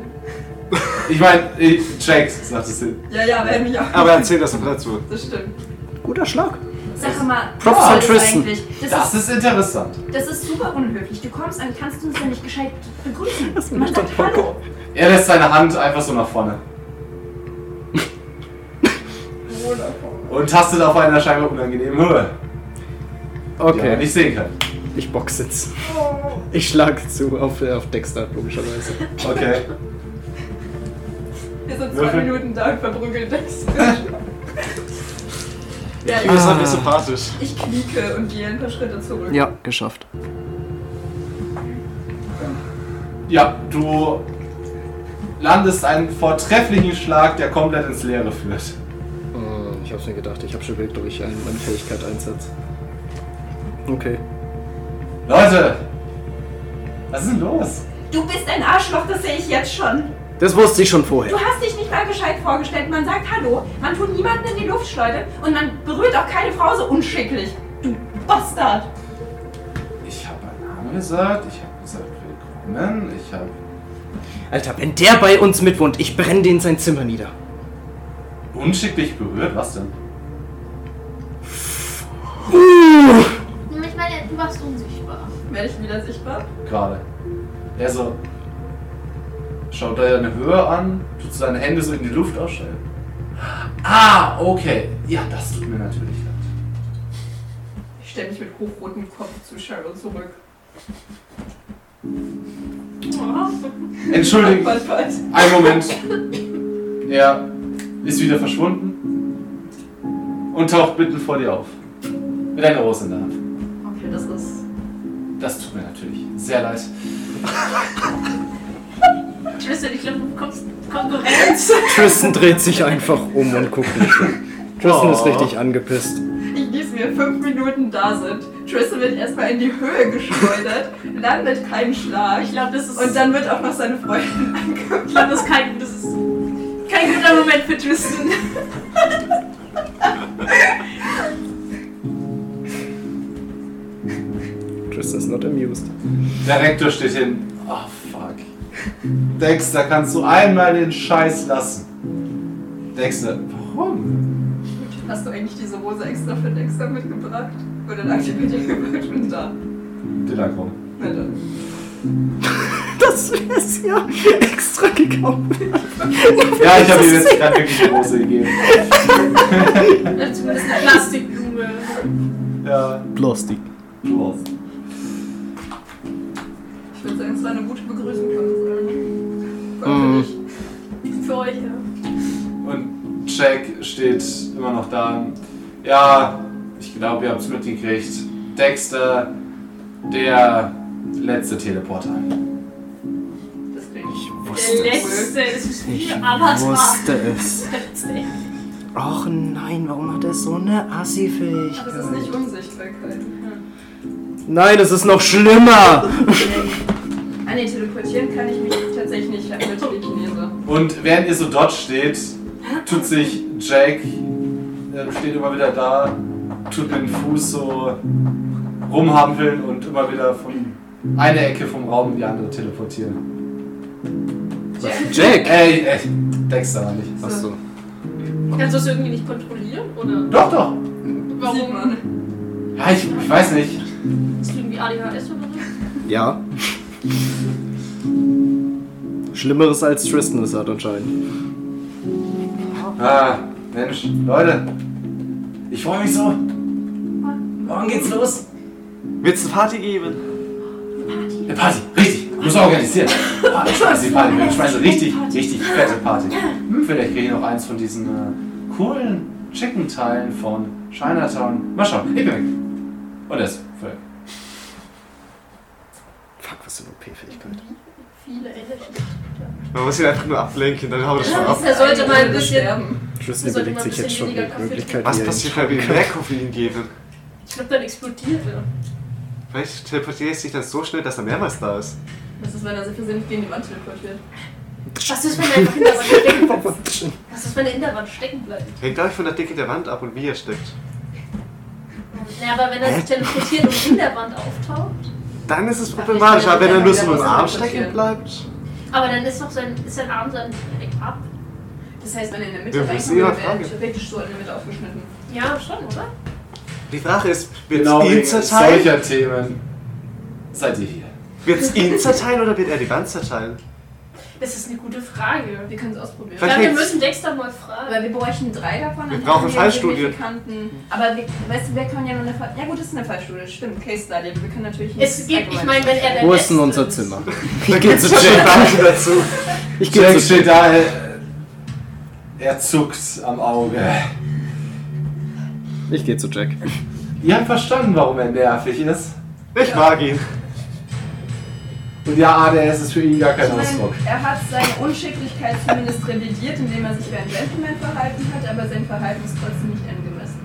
Ich meine, ich- Check, sagt es hin.
Ja, ja, aber er hat mich auch.
Aber erzähl, dass er verletzt wird.
Das stimmt.
Guter Schlag.
Sag mal,
Props
was
an
soll das
Tristan.
eigentlich? Das,
Das
ist,
ist interessant.
das ist super unhöflich. Du kommst an, kannst du uns ja nicht gescheit begrüßen.
Das
Man
macht doch
sagt Hallo.
Er lässt seine Hand einfach so nach vorne. Und tastet auf einer scheinbar unangenehmen Höhe, die er
Okay,
nicht sehen kann.
ich box jetzt. Ich schlag zu auf, auf Dexter, logischerweise.
Okay.
Wir sind zwei
Würfel.
Minuten da und verprügeln das. <laughs> ja,
Ihm ist
ich,
halt nicht sympathisch.
ich knieke und gehe ein paar Schritte zurück.
Also- Ja, geschafft.
Ja, du landest einen vortrefflichen Schlag, der komplett ins Leere führt.
Äh, Ich hab's mir gedacht, ich hab schon wild durch einen meine Fähigkeit einsatz. Okay.
Leute! Was ist denn los?
Du bist ein Arschloch, das sehe ich jetzt schon.
Das wusste ich schon
Du
vorher.
hast dich nicht mal gescheit vorgestellt. Man sagt Hallo, man tut niemanden in die Luft schleudern und man berührt auch keine Frau so unschicklich. Du Bastard!
Ich habe einen Namen gesagt, ich habe gesagt willkommen, ich habe.
Alter, wenn der bei uns mitwohnt, ich brenne den sein Zimmer nieder.
Unschicklich berührt, was denn?
Ich meine, du warst unsichtbar.
Werde ich wieder sichtbar?
Gerade. Also, Er so. Schaut euch eine Höhe an, tut seine Hände so in die Luft ausstellen. Ah, okay. Ja, das tut mir natürlich leid.
Ich stelle mich mit hochrotem Kopf zu Cheryl zurück.
Entschuldigung.
Bald, bald.
Ein Moment. Er ist wieder verschwunden und taucht mitten vor dir auf. Mit einer Rose in der Hand.
Okay, das ist.
Das tut mir natürlich sehr leid.
Tristan, ich glaube, du bekommst Konkurrenz.
Tristan dreht sich einfach um und guckt nicht. mehr. Tristan ist
Oh.
richtig angepisst.
Ich ließ mir fünf Minuten da sind. Tristan wird erstmal in die Höhe geschleudert, <laughs> landet kein Schlag.
Ich glaube, das ist.
Und dann wird auch noch seine Freundin angeguckt.
ich glaube, das ist kein gutes. Das ist kein guter Moment für Tristan.
Tristan ist not amused.
Der Rektor steht hin. Oh fuck. Dexter, kannst du einmal den Scheiß lassen? Dexter, warum?
Hast du eigentlich diese Rose extra für Dexter mitgebracht? Oder lag die mit dir gewünscht und da?
Dillangon.
Na dann.
Das ist ja extra gekauft.
Ja, ich habe ihm jetzt gerade wirklich die Rose gegeben.
Also Zumindest eine Plastikblume.
Ja,
Plastik.
du warst.
Ich würde sagen, es war eine gute Begrüßung, kann man sagen. Vor
Mm.
allem für dich.
Für euch, ja.
Und Jack steht immer noch da. Ja, ich glaube, ihr habt es mitgekriegt. Dexter, der letzte Teleporter.
Das klingt.
Ich
Der
wusste es.
letzte, das ist wie
Ich
ein Avatar.
wusste es.
Der letzte.
Och nein, warum hat er so eine
Aber
Assi-Fähigkeit?
Das ist nicht Unsichtbarkeit.
Hm. Nein, es ist noch schlimmer.
<laughs> Ah ne, teleportieren kann ich mich tatsächlich nicht. Ich habe eine Telekinese.
Und während ihr so dort steht, tut sich Jake, äh, steht immer wieder da, tut mit dem Fuß so rumhampeln und immer wieder von einer Ecke vom Raum in die andere teleportieren.
Jack.
Ey, ey, Dexter war nicht.
Achso.
Kannst du das irgendwie nicht kontrollieren? Oder
Doch, doch.
Sieht
warum?
man.
Ja, ich, ich weiß nicht.
Ist das irgendwie ADHS oder so?
Ja. Schlimmeres als Tristan es hat anscheinend.
Ah, Mensch, Leute. Ich freue mich so. Morgen geht's los.
Wird's eine Party geben?
Eine Party, richtig. Muss organisieren. Ah, Ich schmeiß die Party. Ich schmeiße richtig, richtig fette Party. Hm, vielleicht kriege ich noch eins von diesen äh, coolen schicken Teilen von Chinatown. Mal schauen, ich bin weg. Und er ist weg.
Fuck, was für eine OP-Fähigkeit.
Viele Energie.
Man muss ihn einfach nur ablenken, dann haut er schon ab.
Er sollte mal ein bisschen.
Tristan
sollte
überlegt
mal ein
sich jetzt
bisschen
schon die
weniger Kaffee
Möglichkeit,
Was
wie er ihn
passiert, wenn wir ihm
schlagen
mehr
kann.
Koffein geben?
Ich glaube, dann explodiert er.
Vielleicht teleportiert sich das so schnell, dass er mehrmals da ist.
Das ist, wenn er sich versehentlich gegen die Wand teleportiert.
Was ist, wenn er einfach in der Wand stecken bleibt? Was ist, wenn er in der Wand stecken bleibt?
Hängt, glaube ich, von der Dicke der Wand ab und wie er steckt.
Ja, aber wenn er sich teleportiert und in der Wand auftaucht.
Dann ist es problematisch, aber wenn er nur so mit dem Arm stecken bleibt.
Aber dann ist doch sein, ist sein Arm dann direkt ab.
Das heißt, wenn er in der
Wir
Mitte
müssen
reinkommt, wäre
ihre
er
Frage.
theoretisch so in der Mitte aufgeschnitten.
Ja, schon, oder?
Die Frage ist, wird
Genau
ihn
wegen
zerteilen?
solcher Themen seid ihr hier.
Wird es ihn zerteilen oder wird er die Wand zerteilen?
Das ist eine gute Frage.
Wir können es ausprobieren.
Ich glaube, wir
Vielleicht-
müssen Dexter mal fragen.
Aber wir bräuchten drei davon.
Wir
dann
brauchen
haben
Fallstudie.
signifikanten- Aber wir, weißt du, wer kann ja nur eine Fall. Ja, gut, das ist eine Fallstudie, stimmt. Case Study. Wir können natürlich nicht.
Es gibt, ich meine, wenn er der
Wo ist denn
Beste
unser
ist.
Zimmer?
Dann geht es schon dazu.
Ich gehe
Jack
zu
steht da, äh, er zuckt am Auge.
Ich gehe zu Jack.
Ihr habt verstanden, warum er nervig ist.
Ich mag ihn.
Und ja, ADS ist für ihn gar kein
Ich meine,
Ausdruck.
er hat seine Unschicklichkeit zumindest revidiert, indem er sich wie ein Gentleman verhalten hat, aber sein Verhalten ist trotzdem nicht <laughs> angemessen.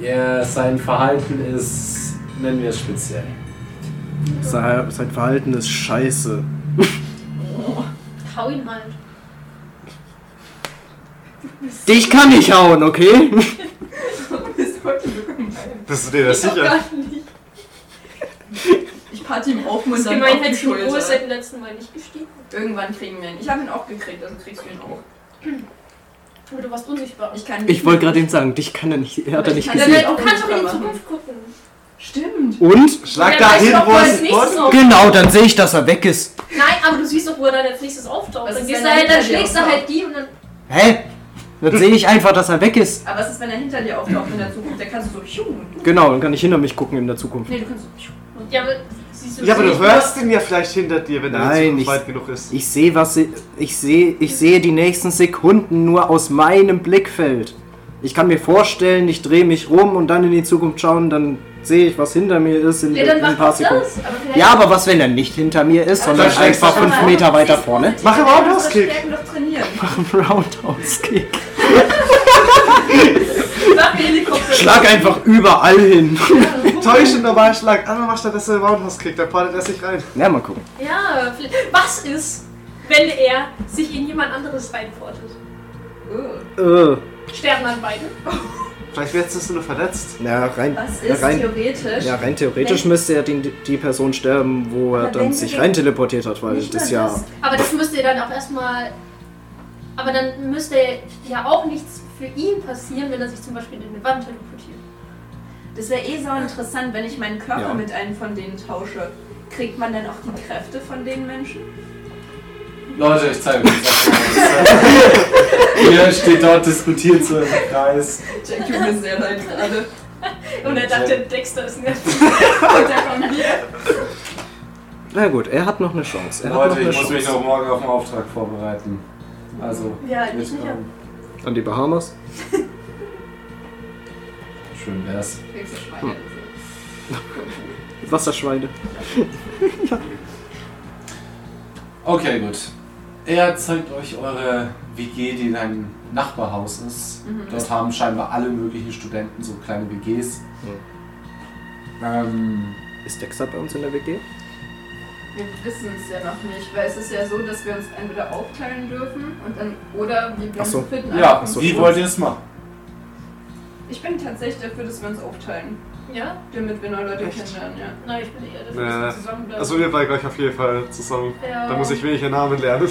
Ja, sein Verhalten ist, nennen wir es speziell.
Sein sein Verhalten ist scheiße.
Hau ihn halt.
Dich kann ich hauen, okay?
Bis heute bekommen wir-
Bist du dir das
Doch
sicher?
gar nicht.
Ich patte ihm auf und
Das
dann auf die
Gemeinheitsniveau ist
Schulter.
seit dem letzten Mal nicht gestiegen.
Irgendwann kriegen wir ihn. Ich habe ihn auch gekriegt, also kriegst du ihn auch.
Aber du warst unsichtbar.
Ich kann
Ich wollte gerade eben sagen, dich kann er nicht, er hat er nicht
Ich kann
Ja,
gesehen.
er
du halt kannst
auch
doch in die
unsichtbar
Zukunft gucken.
Stimmt.
Und?
Schlag
Ja,
da
weißt du
hin,
doch,
wo
wo
es
als nächstes
ist.
auf-
Genau, dann sehe ich, dass er weg ist.
Nein, aber du siehst doch, wo er dann als nächstes auftaucht.
Was
Dann,
ist, wenn
gehst du
er
halt, dann
hinter dir
schlägst du
auftaucht?
halt die und dann.
Hä? Dann sehe ich einfach, dass er weg ist.
Aber was ist, wenn er hinter dir auftaucht in der Zukunft? Der kannst du so. Schuh.
Genau, dann kann ich hinter mich gucken in der Zukunft.
Nee, du kannst so. schuh.
Ja, aber siehst du
Ja, aber du
nicht
hörst ihn ja vielleicht hinter dir, wenn er
Nein,
nicht
ich-
weit genug ist.
Ich sehe, was ich, ich sehe, ich sehe die nächsten Sekunden nur aus meinem Blickfeld. Ich kann mir vorstellen, ich drehe mich rum und dann in die Zukunft schauen, dann sehe ich, was hinter mir ist in,
Ja,
in
dann
ein
mach
paar
doch
Sekunden.
das. Aber vielleicht-
Ja, aber was, wenn er nicht hinter mir ist, sondern
Dann schlägst du
einfach
aber
fünf
auch.
Meter weiter vorne?
Mach einen
Wir
Roundhouse-Kick.
werden doch trainieren.
Roundhouse-Kick.
Mach den Helikopter.
Schlag einfach überall hin.
Täusch ihn normal Schlag an und mach stattdessen einen Roundhouse-Kick. Dann portet er sich rein.
Na, mal gucken.
Ja, vielleicht. Was ist, wenn er sich in jemand anderes reinportet?
Oh.
Äh,
Sterben dann beide?
Vielleicht wirst du nur verletzt.
na, rein,
Was
na,
ist
rein,
theoretisch?
ja, rein theoretisch müsste ja die, die Person sterben, wo er
Aber
dann
wenn
sich
sie-
rein teleportiert hat, weil
Nicht
das
nur
ja...
das.
Aber das müsste ja dann auch erstmal. Aber dann müsste ja auch nichts für ihn passieren, wenn er sich zum Beispiel in eine Wand teleportiert.
Das wäre eh so interessant, wenn ich meinen Körper
Ja.
mit einem von denen tausche. Kriegt man dann auch die Kräfte von den Menschen?
Leute, ich zeige euch das. Ihr steht dort, diskutiert so im Kreis.
Jack tut mir sehr leid gerade.
Und er dachte, Dexter ist ein
Und da kommen wir.
Na gut, er hat noch eine Chance. Er hat noch
Leute,
eine
ich muss mich
Chance.
noch morgen auf den Auftrag vorbereiten. Also,
Ja, ich
jetzt
nicht,
kommen.
An die Bahamas?
Schön wär's.
Kriegst du
Hm.
Schweine.
Wasserschweine.
Okay, gut. Er zeigt euch eure WG, die in einem Nachbarhaus ist.
Mhm.
Dort haben scheinbar alle möglichen Studenten so kleine WGs. Ähm,
Ist Dexter bei uns in der WG?
Wir wissen es ja noch nicht, weil es ist ja so, dass wir uns entweder aufteilen dürfen und dann oder wir bleiben
Ach so.
zu vierten
ja,
einfach.
so,
wie
schön.
wollt ihr es machen?
Ich bin tatsächlich dafür, dass wir uns aufteilen,
Ja?
damit wir neue Leute
Echt?
kennenlernen, ja.
Nein, ich bin eher dafür,
Äh,
dass wir zusammenbleiben.
Also wir beide gleich auf jeden Fall zusammen.
Ja.
Da muss ich weniger Namen lernen.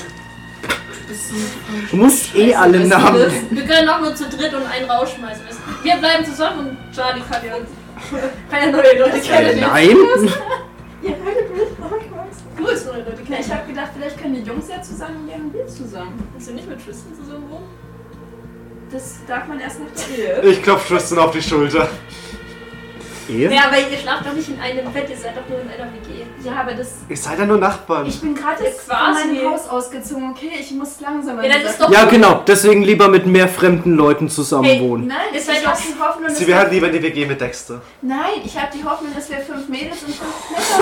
Du musst eh alle Namen.
Wir können auch nur zu dritt und einen rausschmeißen. weißt du? Wir bleiben zusammen und Charlie kann ja, kann ja neue Leute
Äh,
kennenlernen. <laughs>
nein?
Ihr haltet mich noch
Grüß neue Leute
Ich
kennenlernen.
habe gedacht, vielleicht können die Jungs ja zusammen gehen und wir zusammen.
Willst du nicht mit Tristan zusammen wohnen?
Das darf man erst nach der Ehe.
Ich klopf Tristan auf die Schulter.
Ehe?
Ja, aber ihr schlaft doch nicht in einem Bett, ihr seid doch nur in einer WG.
Ja, aber das.
Ihr seid ja nur Nachbarn.
Ich bin gerade
Jetzt
jetzt von
quasi.
meinem Haus ausgezogen, okay? Ich muss langsam.
Ja, dann ist doch.
Ja, genau. Deswegen lieber mit mehr fremden Leuten
Hey,
zusammenwohnen.
Nein,
Ist
ich
halt
hab
auch-
die Hoffnung, dass
Sie
wir...
wären lieber in die WG mit Dexter.
Nein, ich habe die Hoffnung, dass wir fünf Mädels und fünf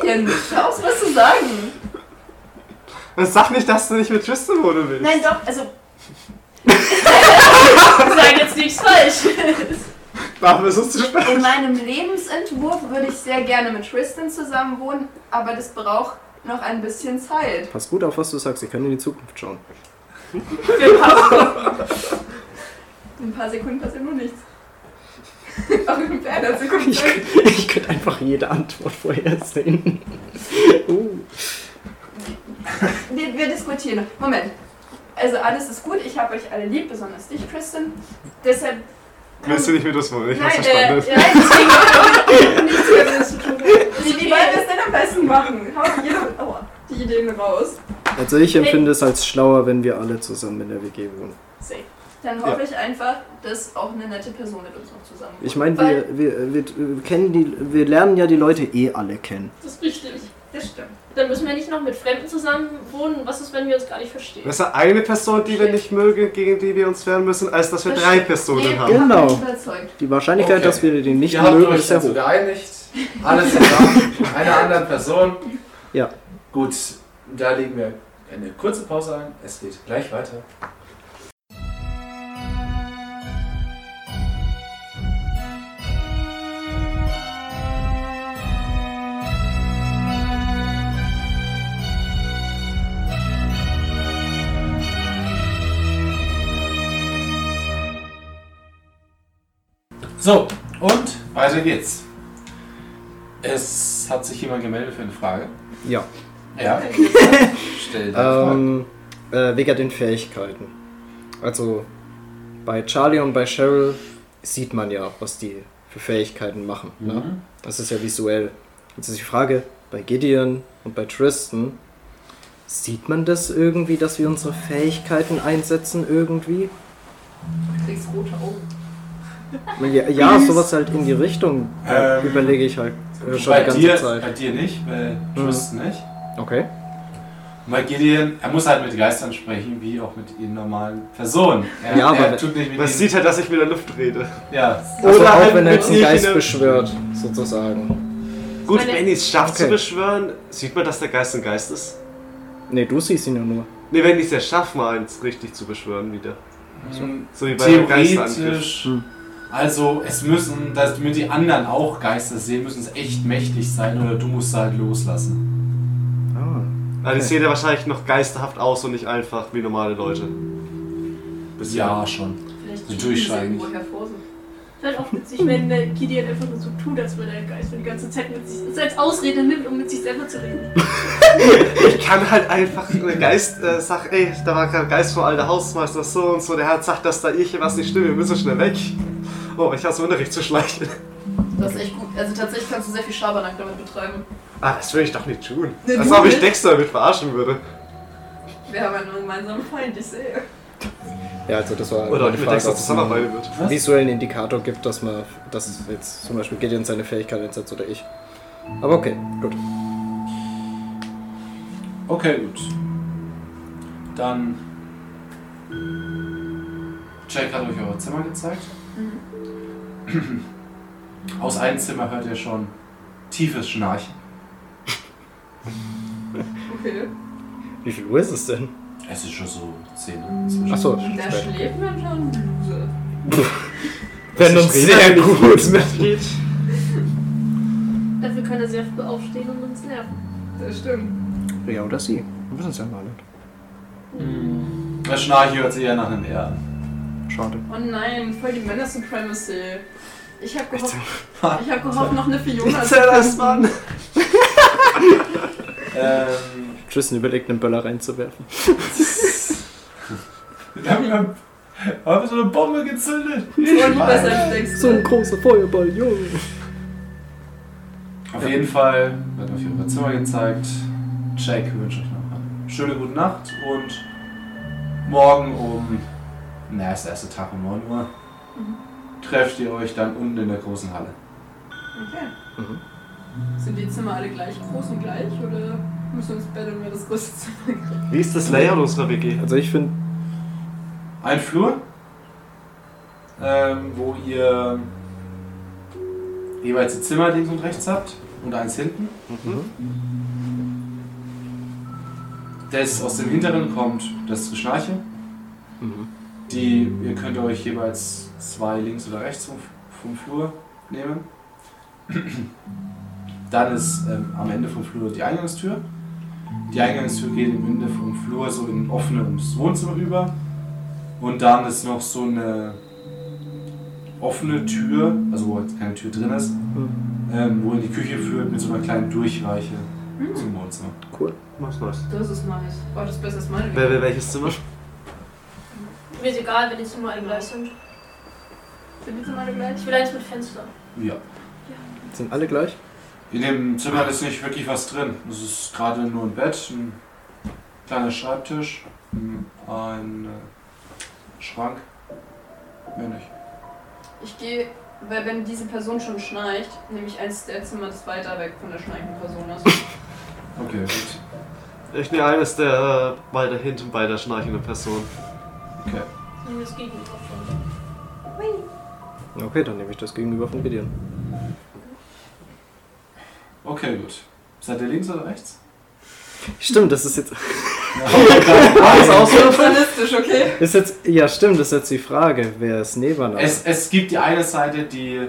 <laughs>
Gideon, hör auf, was zu sagen.
Sag nicht, dass du nicht mit Tristan wohnen willst.
Nein, doch, also
Sag jetzt nichts falsch.
Warum ist es zu spät?
in meinem Lebensentwurf würde ich sehr gerne mit Tristan zusammen wohnen, aber das braucht noch ein bisschen
<laughs>
Zeit.
Pass gut auf, was du sagst. Ich kann in die
<laughs>
Zukunft schauen.
In ein paar Sekunden passiert nur nichts. <laughs> Auch in einer Sekunde.
Ich, ich könnte einfach jede Antwort
<laughs>
vorhersehen. Uh.
Wir, wir diskutieren noch. Moment. Also alles ist gut, ich habe euch alle lieb, besonders dich, Tristan. Deshalb...
Willst du nicht mit uns wollen? Ich hab's
Nein,
verstanden.
<laughs>
äh, nein, deswegen nichts mehr mit uns zu tun. haben. Wie, wie wollen wir es denn am besten machen? Hau jeder, aua, oh, die Ideen raus.
Also ich empfinde es als schlauer, wenn wir alle zusammen in der WG wohnen.
Safe. Dann hoffe ich einfach, dass auch eine nette Person mit uns noch zusammen wohnt.
Ich meine,
Weil-
wir, wir, wir, wir kennen die, wir lernen ja die Leute eh alle kennen.
Das ist richtig.
Das stimmt.
Dann müssen wir nicht noch mit Fremden zusammen wohnen. Was ist, wenn wir uns gar nicht verstehen?
Besser eine Person, die wir nicht mögen, gegen die wir uns wehren müssen, als dass wir
Das
drei
stimmt.
Personen
Nee,
haben.
ich hab mich
Genau.
Überzeugt.
Die Wahrscheinlichkeit,
Okay.
dass wir den nicht
Ihr habt
mögen,
euch
ist sehr
dazu
hoch.
geeinigt. Alle zusammen,
<laughs>
einer anderen Person.
Ja.
Gut, da legen wir eine kurze Pause ein. Es geht gleich weiter. So, und weiter geht's. Es hat sich jemand gemeldet für eine Frage.
Ja.
Ja. Stell deine
Ähm, äh, wegen den Fähigkeiten. Also bei Charlie und bei Cheryl sieht man ja, was die für Fähigkeiten machen.
Frage.
Ne? Das ist ja visuell. Jetzt ist die Frage, bei Gideon und bei Tristan, sieht man das irgendwie, dass wir unsere Fähigkeiten einsetzen irgendwie?
Du kriegst rote Augen.
Ja, ja sowas halt in die Richtung äh,
Ähm,
überlege ich halt äh, schon
bei,
die ganze
dir, bei
Zeit. Mhm.
dir nicht, bei Tristan nicht.
Okay.
Und bei Gideon, er muss halt mit Geistern sprechen, wie auch mit ihren normalen Personen. Er,
Ja,
er
aber-
tut nicht mit
Man
ihnen-
sieht halt, dass ich mit der Luft rede.
Ja,
Also
Oder
auch
halt
wenn er
mit
jetzt einen
irgendeiner-
Geist beschwört, sozusagen.
Gut,
Meine-
wenn ich es schafft zu
Okay.
beschwören, sieht man, dass der Geist ein Geist ist.
Ne, du siehst ihn ja nur.
Ne, wenn ich es ja schaffe, mal eins richtig zu beschwören wieder.
mh,
So wie bei dem Geisterangriff.
theoretisch. Also, es müssen, damit die anderen auch Geister sehen, müssen es echt mächtig sein oder du musst sie halt loslassen.
Ah.
Also ich sehe da wahrscheinlich noch geisterhaft aus und nicht einfach wie normale Leute.
Ja, schon.
Vielleicht
So
schiebt
durchschlagen.
sie irgendwo hervor, so.
Wäre auch witzig, wenn der Gideon einfach nur so tut, als würde er Geist die ganze Zeit mit sich das als Ausrede nimmt, um mit sich selber zu reden.
Ich kann halt einfach eine Geist, äh, sag, ey, da war gerade ein Geist vom alten Hausmeister, so und so, der hat sagt, dass da hier was nicht stimmt, wir müssen schnell weg. Oh, ich hasse Unterricht zu schleichen.
Das ist echt gut. Also tatsächlich kannst du sehr viel Schabernack damit betreiben.
Ah, das würde ich doch nicht tun.
Ne,
Als
du
ob ich
nicht.
Dexter damit verarschen würde.
Wir haben einen gemeinsamen Feind, ich sehe.
Ja, also das war
Oder ob
meine
ich mit
Frage,
Dexter
ob es
zusammenarbeiten würde.
einen visuellen Indikator gibt, dass man, dass jetzt zum Beispiel Gideon seine Fähigkeit einsetzt oder ich. Aber okay, gut.
Okay, gut. Dann. Jack hat euch euer Zimmer gezeigt. Aus einem Zimmer hört ihr schon tiefes Schnarchen.
Okay.
Wie viel Uhr ist es denn?
Es ist schon so 10 Uhr inzwischen.
Achso,
Da schläft man schon Bluse.
wenn uns sehr gut.
Dafür kann er sehr früh aufstehen und uns nerven.
Das stimmt.
Ja, oder sie. Wir wissen es ja mal nicht.
Das Schnarchen hört sich ja nach einem R an.
Schade.
Oh nein, voll die Männer Supremacy. Ich hab gehofft, ich hab gehofft noch eine Fiona zu
<laughs>
Das war ein
Ähm,
Tristan überlegt, einen Böller reinzuwerfen.
wir haben ja haben so eine Bombe gezündet.
finden. lieber als denkst
So ein großer Feuerball, Junge.
Auf jeden Fall wird euch euer Zimmer gezeigt. Jack wünsche euch noch eine schöne gute Nacht und morgen um. Na, ist der erste Tag um 9 Uhr. trefft ihr euch dann unten in der großen Halle.
Okay.
Mhm.
Sind die Zimmer alle gleich groß und gleich oder müssen wir uns betteln, wer das größte Zimmer kriegt?
Wie ist das Layout unserer WG?
Also ich finde,
Ein Flur, ähm, wo ihr jeweils die Zimmer links und rechts habt und eins hinten. Das aus dem hinteren kommt das Geschnarche. Die, ihr könnt euch jeweils zwei links oder rechts vom, vom Flur nehmen. Dann ist ähm, am Ende vom Flur die Eingangstür. Die Eingangstür geht am Ende vom Flur so in ein offenes Wohnzimmer über. Und dann ist noch so eine offene Tür, also wo jetzt keine Tür drin ist, ähm, wo in die Küche führt mit so einer kleinen Durchreiche zum Wohnzimmer.
Was nice.
Das ist nice. Oh, das ist besser als meine
Wer will welches Zimmer?
Mir ist egal, wenn die Zimmer alle gleich sind.
Sind die Zimmer alle gleich?
Ich will eins mit Fenster.
Ja.
sind alle gleich.
In dem Zimmer ist nicht wirklich was drin. Es ist gerade nur ein Bett, ein kleiner Schreibtisch, ein äh, Schrank. Mehr nicht.
Ich gehe, weil wenn diese Person schon schnarcht, nehme ich eins der Zimmer, das weiter weg von der schnarchenden Person ist.
Okay, gut.
Ich nehme eines der äh, weiter hinten bei der schnarchenden Person.
Okay.
Und das Gegenüber von.
Okay, dann nehme ich das gegenüber von Gideon.
Okay, gut. Seid ihr links oder rechts?
Stimmt, das ist jetzt.
<laughs> Alles
Realistisch, okay?
Ist jetzt ja, stimmt, das ist jetzt die Frage. Wer ist Nebana?
Es, es gibt die eine Seite, die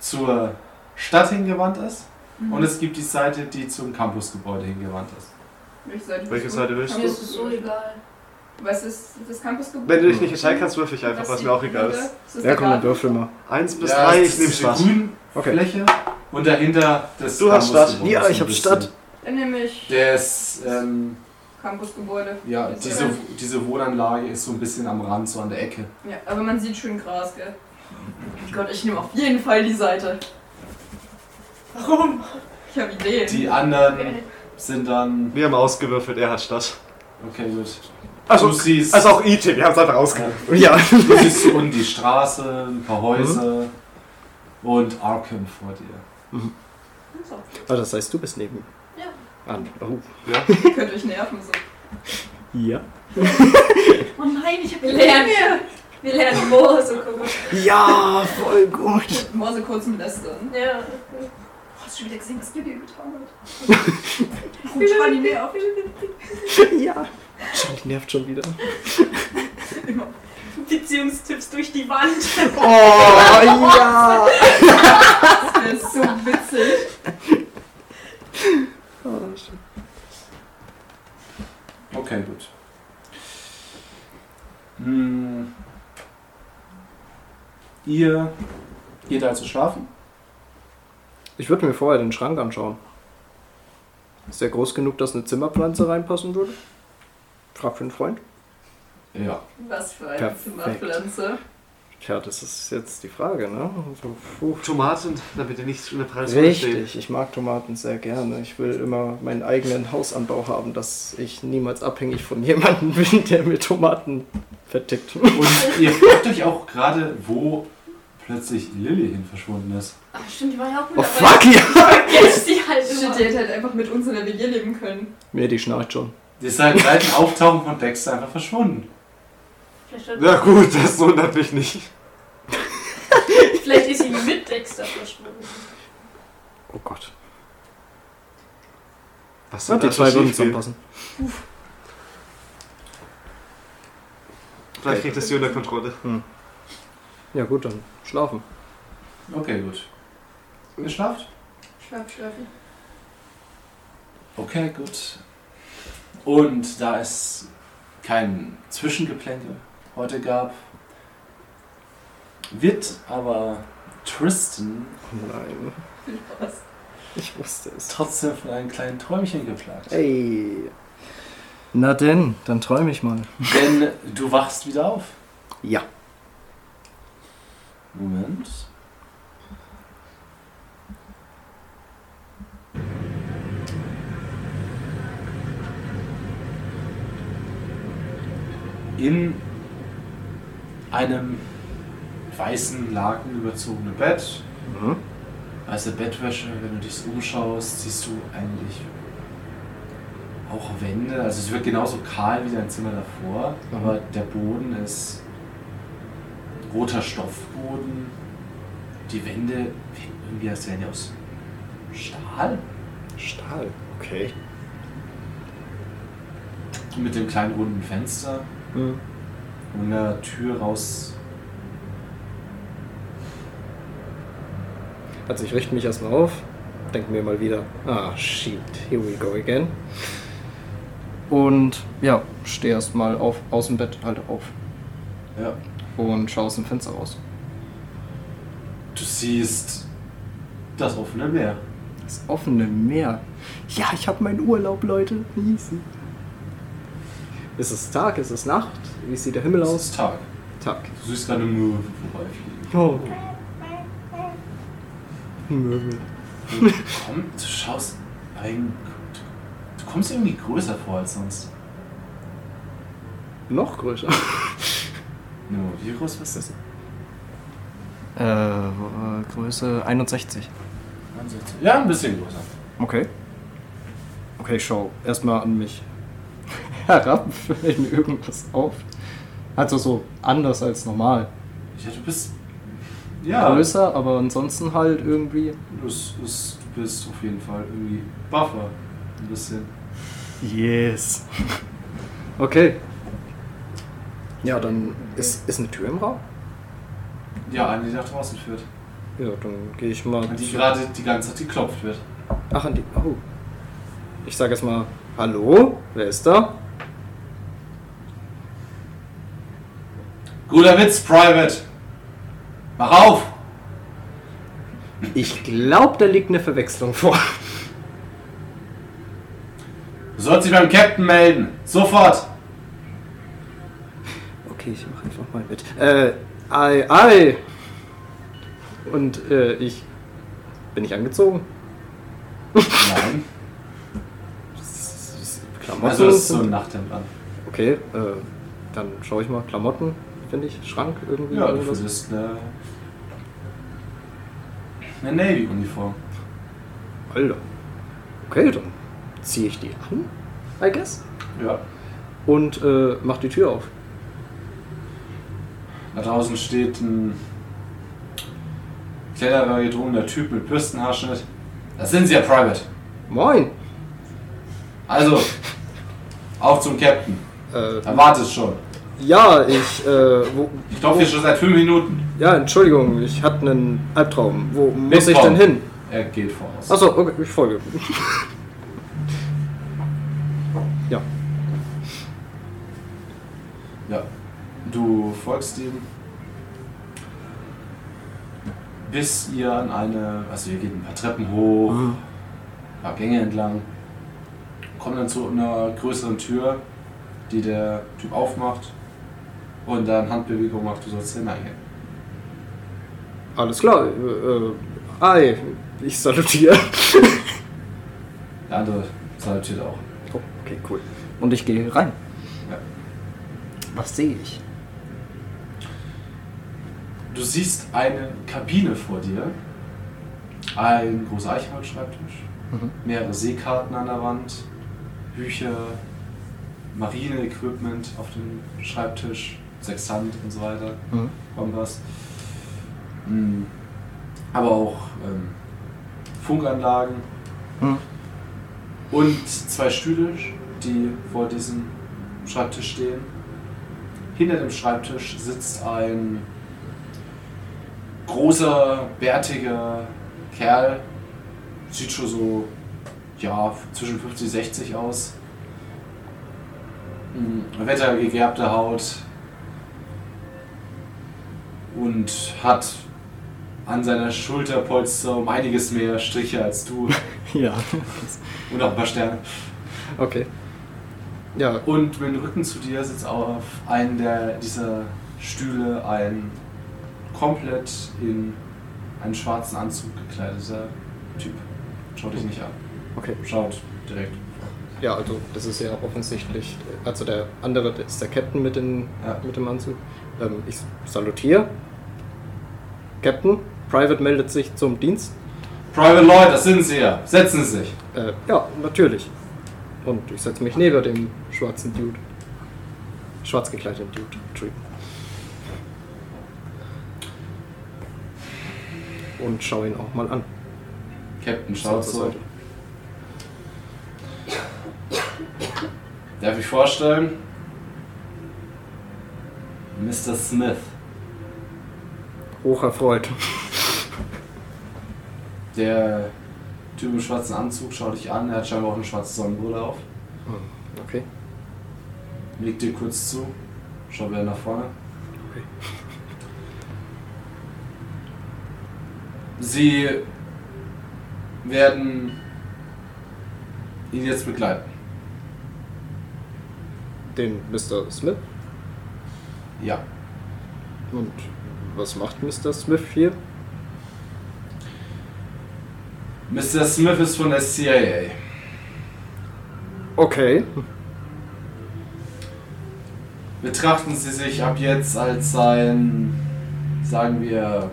zur Stadt hingewandt ist. Und es gibt die Seite, die zum Campusgebäude hingewandt ist.
Welche Seite?
Welche
bist
Seite willst
du?
Mir ist es so egal.
Was ist das Campusgebäude?
Wenn du dich nicht entscheiden kannst, würfel ich einfach,
Das
was
ist
mir auch
die
egal
Brücke.
ist.
Das ist
ja,
der
komm, dann
Garten.
würfel mal.
Eins bis
Ja,
drei,
es
ich nehme
ist die
Stadt.
grüne
Okay.
Fläche und dahinter das
Du hast Stadt.
Campusgebäude
Ja,
so ein
ich hab
bisschen.
Stadt.
Dann nehme ich
Das, ähm,
Campusgebäude.
ja,
Ist
diese,
okay.
diese Wohnanlage ist so ein bisschen am Rand, so an der Ecke.
Ja, aber man sieht schön Gras, gell? Oh Gott, ich nehme auf jeden Fall die Seite. Warum? Ich habe Ideen.
Die anderen sind dann.
Wir haben ausgewürfelt, er hat Stadt.
Okay, gut.
Also,
du siehst. äh,
also auch IT, wir haben es einfach ausgewürfelt.
Ja.
Du siehst so unten die Straße, ein paar Häuser und Arkham vor dir.
So,
Ah, das heißt, du bist neben ihm.
Ja.
An. Oh.
ihr könnt euch nerven. So.
Ja.
Oh nein, ich hab gelernt. Wir lernen Moore so gucken.
Ja, voll gut.
Morse kurz mit
<laughs>
Lästern.
Ja.
Hast du schon wieder gesehen, was Bibi getan hat?
<laughs>
Ruf Spani mehr auf.
Ja. Charlie nervt schon wieder.
Beziehungstipps durch die Wand.
Oh, ja.
Das wäre so witzig.
Okay, gut. Hm. Ihr geht also schlafen?
Ich würde mir vorher den Schrank anschauen. Ist der groß genug, dass eine Zimmerpflanze reinpassen würde? Frag für einen Freund.
Ja.
Was für eine
Perfekt.
Zimmerpflanze.
Tja, das ist jetzt die Frage, ne? Also, puh.
Tomaten, damit die nicht in der Preisgruppe stehen.
Richtig, ich mag Tomaten sehr gerne. Ich will immer meinen eigenen Hausanbau haben, dass ich niemals abhängig von jemandem <laughs> bin, der mir Tomaten vertickt.
Und ihr fragt euch auch gerade, wo plötzlich Lilly hin verschwunden ist.
Ach Ah, stimmt, die war ja auch mit
Oh
dabei.
fuck ja!
Vergiss die halt
Shit,
immer.
die hätte halt einfach mit uns in der WG leben können.
Nee, die schnarcht schon.
Ihr seid seit dem Auftauchen von Dexter einfach verschwunden.
Vielleicht, hat-
Na gut, das wundert mich nicht.
vielleicht ist sie mit Dexter verschwunden.
Oh Gott.
Was
Ja,
soll
die
da
zwei
schon
würden
schiefgehen?
zusammenpassen.
Vielleicht kriegt das die unter Kontrolle.
Ja gut, dann schlafen.
Okay, gut. Ihr schlaft?
Schlaf, schlafen.
Okay, gut. Und da es kein Zwischengeplänkel heute gab, wird aber Tristan
Oh Nein,
Viel Spaß.
ich wusste es.
trotzdem von einem kleinen Träumchen geplagt.
Ey. Na denn, dann träume ich mal.
Denn du wachst wieder auf.
Ja.
Moment. In einem weißen Laken überzogene Bett,
Mhm.
weiße Bettwäsche. Wenn du dich so umschaust, siehst du eigentlich auch Wände. Also es wird genauso kahl wie dein Zimmer davor,
Mhm.
aber der Boden ist roter Stoffboden. Die Wände wirken irgendwie, als wären die aus Stahl.
Stahl. Okay.
Mit dem kleinen runden Fenster
Hm.
und einer Tür raus.
Also ich richte mich erstmal auf, denke mir mal wieder, ah shit, here we go again. Und ja, stehe erstmal auf, aus dem Bett halt auf
Ja.
und schaue aus dem Fenster raus.
Du siehst das offene Meer.
Das offene Meer. Ja, ich habe meinen Urlaub, Leute. Easy. Ist es Tag? Ist es Nacht? Wie sieht der Himmel
Es
aus?
ist Tag.
Tag.
Du siehst gerade eine Möwe vorbeifliegen.
Oh. Möbel.
Komm, du schaust ein. Du kommst irgendwie größer vor als sonst.
Noch größer.
Nur, wie groß bist du?
Äh, Größe 61.
Ja, ein bisschen größer.
Okay. Okay, ich schau erstmal an mich <laughs> herab, fällt mir irgendwas auf. Also so anders als normal.
Ja, du bist. Ja, du,
Größer, aber ansonsten halt irgendwie.
bist- bist- du bist auf jeden Fall irgendwie buffer. Ein bisschen.
Yes. <laughs> Okay. Ja, dann ist, ist eine Tür im Raum?
Ja, eine, die nach draußen führt.
Ja, dann gehe ich mal.
An die
zu-
gerade die ganze Zeit geklopft wird.
Ach, an die. Oh. Ich sage erstmal, hallo, wer ist da?
Guter Witz, Private! Mach auf!
Ich glaube, da liegt eine Verwechslung vor. <laughs>
Du sollst dich beim Captain melden! Sofort!
Okay, ich mache einfach mal mit. Äh, ei, ei. Und äh, ich. Bin ich angezogen?
Nein.
Klamotten.
Also, das ist so
sind-
ein Nachthemd an.
okay, äh, dann schaue ich mal. Klamotten, finde ich. Schrank irgendwie.
Ja, du
irgendwas.
findest eine, eine Navy-Uniform.
Alter. Okay, dann ziehe ich die an, I guess.
Ja.
Und äh, mach die Tür auf.
Da draußen steht ein kleinerer gedrungener Typ mit Bürstenhaarschnitt. Das sind sie ja Private.
Moin!
Also, auf zum Captain.
Äh,
Da wartet schon.
ja, ich, äh, wo,
Ich glaube hier schon seit fünf Minuten.
ja, Entschuldigung, ich hatte einen Albtraum. Wo muss ich
Albtraum.
denn hin?
Er geht voraus.
Achso, okay, ich folge. ja.
Ja. Du folgst ihm. Bis ihr an eine. Also ihr geht ein paar Treppen hoch, ein paar Gänge entlang, kommt dann zu einer größeren Tür, die der Typ aufmacht und dann Handbewegung macht, du sollst hineingehen.
Alles klar, äh, ei, ich salutiere.
Der andere salutiert auch.
Oh, okay, cool. Und ich gehe rein.
Ja.
Was sehe ich?
Du siehst eine Kabine vor dir, ein großer Eichholzschreibtisch,
Mhm.
mehrere Seekarten an der Wand, Bücher, Marine-Equipment auf dem Schreibtisch, Sextant und so weiter,
Mhm.
Kompass. Mm, Aber auch ähm, Funkanlagen
Mhm.
und zwei Stühle, die vor diesem Schreibtisch stehen. Hinter dem Schreibtisch sitzt ein großer, bärtiger Kerl. Sieht schon so, ja, zwischen 50 und 60 aus. Mm, Wettergegerbte Haut. Und hat an seiner Schulterpolster um einiges mehr Striche als du.
Ja.
Und auch ein paar Sterne.
Okay. Ja,
Und mit dem Rücken zu dir sitzt auf einem der, dieser Stühle ein komplett in einen schwarzen Anzug gekleideter Typ. Schaut dich nicht an.
okay.
Schaut direkt.
Ja, also das ist ja offensichtlich. Also der andere das ist der Captain mit, den,
Ja.
mit dem Anzug. Ähm, ich salutiere Captain, Private meldet sich zum Dienst.
Private Lloyd, das sind Sie ja. Setzen Sie sich.
Äh, ja, natürlich. Und ich setze mich neben dem schwarzen Dude. Schwarz gekleideten Dude. Entschuldigung. Und schaue ihn auch mal an.
Captain schaut
Zur
so.
Seite.
Darf ich vorstellen? Mr. Smith.
Hocherfreut.
Der Typ im schwarzen Anzug schaut dich an. Er hat scheinbar auch eine schwarze Sonnenbrille auf.
Okay.
Nickt dir kurz zu. Schaut wieder nach vorne.
Okay.
<laughs> Sie werden ihn jetzt begleiten.
Den Mr. Smith.
Ja.
Und was macht Mr. Smith hier?
Mr. Smith ist von der CIA.
Okay.
Betrachten Sie sich ab jetzt als sein, sagen wir,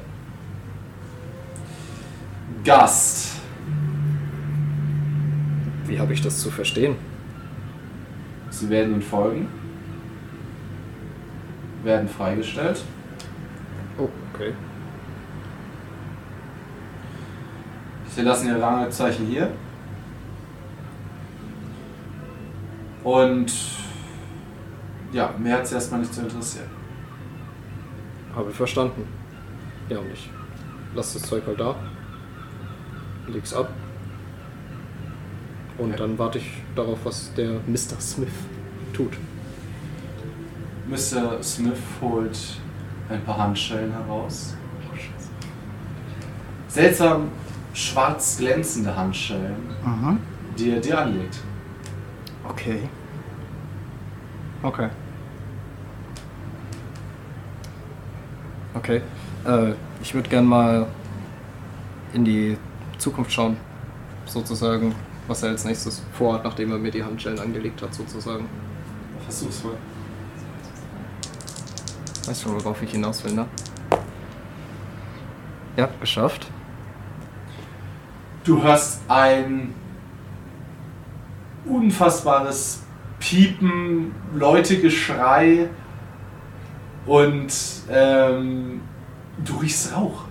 Gast.
Wie habe ich das zu verstehen?
Sie werden ihm folgen, werden freigestellt.
Oh, okay.
Sie lassen ihr Rangabzeichen hier. Und ja, mehr hat es erstmal nicht zu interessieren.
Habe verstanden. Ja, und ich lass das Zeug halt da. Leg's ab. Und dann warte ich darauf, was der Mr. Smith tut.
Mr. Smith holt ein paar Handschellen heraus. Seltsam schwarz glänzende Handschellen,
Mhm.
die er dir anlegt.
Okay. Okay.
Okay. Äh, ich würde gern mal in die Zukunft schauen. Sozusagen, was er als nächstes vorhat, nachdem er mir die Handschellen angelegt hat, sozusagen.
Versuch's mal.
Weißt du, worauf ich hinaus will, ne? Ja, geschafft.
Du hörst ein unfassbares Piepen, Leutegeschrei und ähm, du riechst Rauch.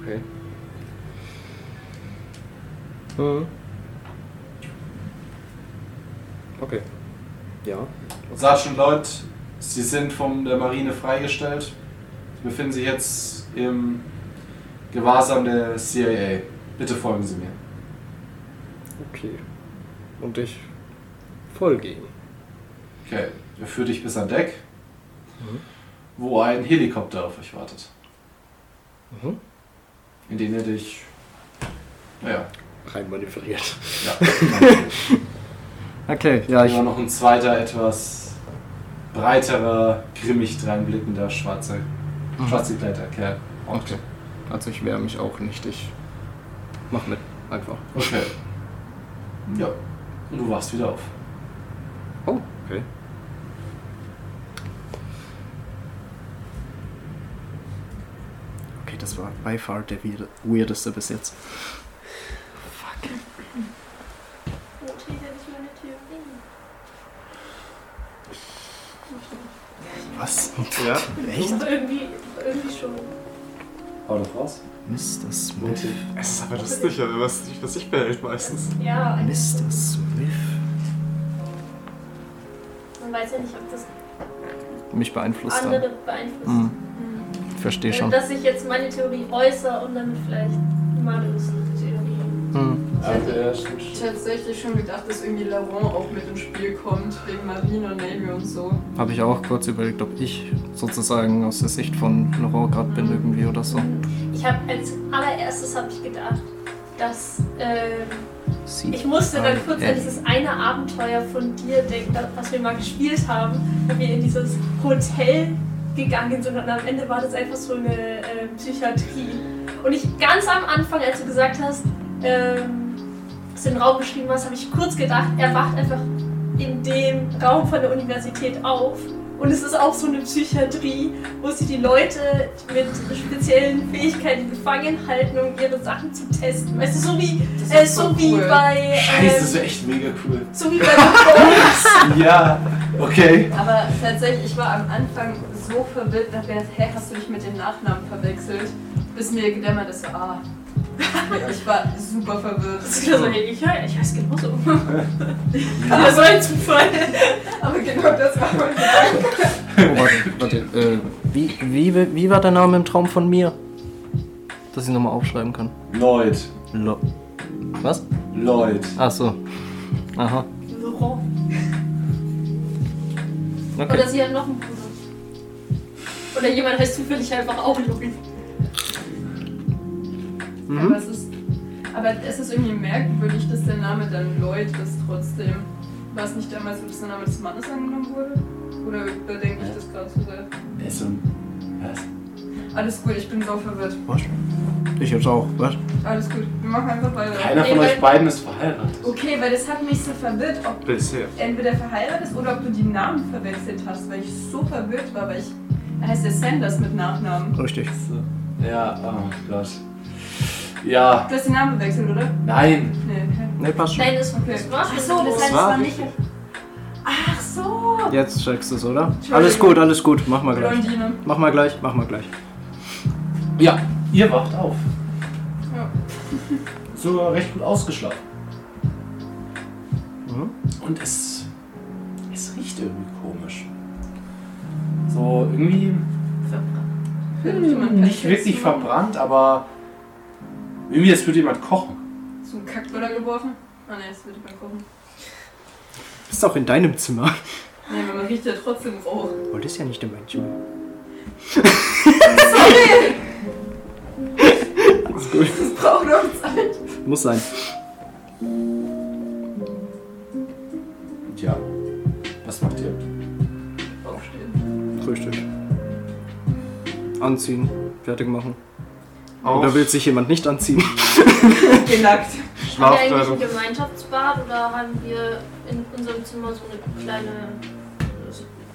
Okay. Mhm. Okay. Ja.
Sergeant Lloyd, Sie sind von der Marine freigestellt. Sie befinden sich jetzt im Gewahrsam der CIA. Bitte folgen Sie mir.
Okay. Und ich folge ihm.
Okay, er führt dich bis an Deck, wo ein Helikopter auf euch wartet,
Mhm.
in den er dich. Naja,
Reinmanövriert. <laughs>
ja. genau.
Okay, ja, ich.
Immer noch ein zweiter, etwas breiterer, grimmig dreinblickender, schwarzer, schwarz gekleideter Kerl.
Mhm. Okay. Also ich wehre mich auch nicht. Ich mach mit. Einfach.
Okay. Ja. Und du wachst wieder auf.
Oh, okay. Okay, das war by far der weirde- weirdeste bis jetzt. Was?
Ja?
Echt? Irgendwie, irgendwie schon.
Hau doch raus.
Mr. Smith.
Es ist aber lustiger, wenn man es nicht für sich behält meistens.
Ja,
Mr. Smith.
man weiß ja nicht, ob das
Mich beeinflusst hat.
andere beeinflusst.
Mhm. Verstehe
Also,
schon.
Dass ich jetzt meine Theorie äußere und damit vielleicht Manus Theorie.
Hm.
Mhm.
Ich hätte tatsächlich schon gedacht, dass irgendwie Laurent auch mit ins Spiel kommt, wegen Marine und Navy und so.
Habe ich auch kurz überlegt, ob ich sozusagen aus der Sicht von Laurent gerade bin irgendwie oder so.
Ich habe als allererstes habe ich gedacht, dass ähm,
Sie.
ich musste dann
Ah,
kurz
ja.
an dieses eine Abenteuer von dir denken, das- was wir mal gespielt haben, wenn wir in dieses Hotel gegangen sind und am Ende war das einfach so eine äh, Psychiatrie. Und ich ganz am Anfang, als du gesagt hast, ähm, dass du den Raum beschrieben hast, habe ich kurz gedacht, er wacht einfach in dem Raum von der Universität auf Und es ist auch so eine Psychiatrie, wo sie die Leute mit speziellen Fähigkeiten gefangen halten, um ihre Sachen zu testen. Weißt du, so wie,
Das
äh,
ist
so
voll
wie
cool.
bei.
Scheiße,
ähm,
das wäre echt mega cool.
so wie
<laughs>
bei Bones.
Ja, okay.
Aber tatsächlich, ich war am Anfang so verwirrt, da hab ich gedacht, hä, hast du dich mit dem Nachnamen verwechselt? Bis mir gedämmert ist, ah. Ich war super verwirrt.
Das ist wieder so, ich, ich weiß
<laughs>
genauso. Das war ein Zufall.
Aber genau das war mein
Oh, warte, warte. Äh, wie, wie, wie war der Name im Traum von mir? Dass ich nochmal aufschreiben kann.
Lloyd.
Lo Was?
Lloyd.
Ach so. Aha.
Laurent.
Okay.
Oder sie hat noch einen Bruder. Oder jemand heißt zufällig einfach auch Louis.
Aber, es ist, aber es ist irgendwie merkwürdig, dass der Name dann Lloyd ist trotzdem. War es nicht damals so, dass der Name des Mannes angenommen wurde? Oder überdenke ich das gerade zu sehr?
Ist so ein. Was?
Alles gut, ich bin so verwirrt.
Ich jetzt auch. Was?
Alles gut, wir machen einfach weiter.
Keiner von
Nee,
euch beiden ist verheiratet.
Okay, weil das hat mich so verwirrt, ob
Bisher.
entweder verheiratet ist oder ob du die Namen verwechselt hast, weil ich so verwirrt war, weil ich. Da heißt der Sanders mit Nachnamen.
Richtig.
Ja, oh Gott. Ja,
Du hast den Namen gewechselt, oder?
nein.
Nee, okay.
Ne, passt schon.
Nein, das war okay.
Ach so, das heißt, es war nicht. Ach so!
Jetzt checkst du es, oder? Alles gut, alles gut. Mach mal gleich.
Blondine.
Mach mal gleich, mach mal gleich.
Ja, ihr wacht auf.
Ja.
<laughs> So recht gut ausgeschlafen.
Mhm.
Und es. Es riecht irgendwie komisch. So, irgendwie.
Hm, Jemand
Nicht
perfekt
wirklich
zu machen.
verbrannt, aber. Irgendwie, als würde jemand kochen.
So ein Kackböller geworfen? Ah ne, das würde ich mal gucken.
Bist auch in deinem Zimmer.
Ne, aber man riecht ja trotzdem Rauch. <laughs>
Wolltest ja nicht in mein Zimmer. Alles gut.
Das braucht uns alle.
Muss sein.
Tja, was macht ihr?
Aufstehen.
Frühstück. Anziehen. Fertig machen.
Auf.
Oder will sich jemand nicht anziehen?
Genackt.
Haben wir eigentlich ein
Schlafkleidung.
Gemeinschaftsbad oder haben wir in unserem Zimmer so eine kleine.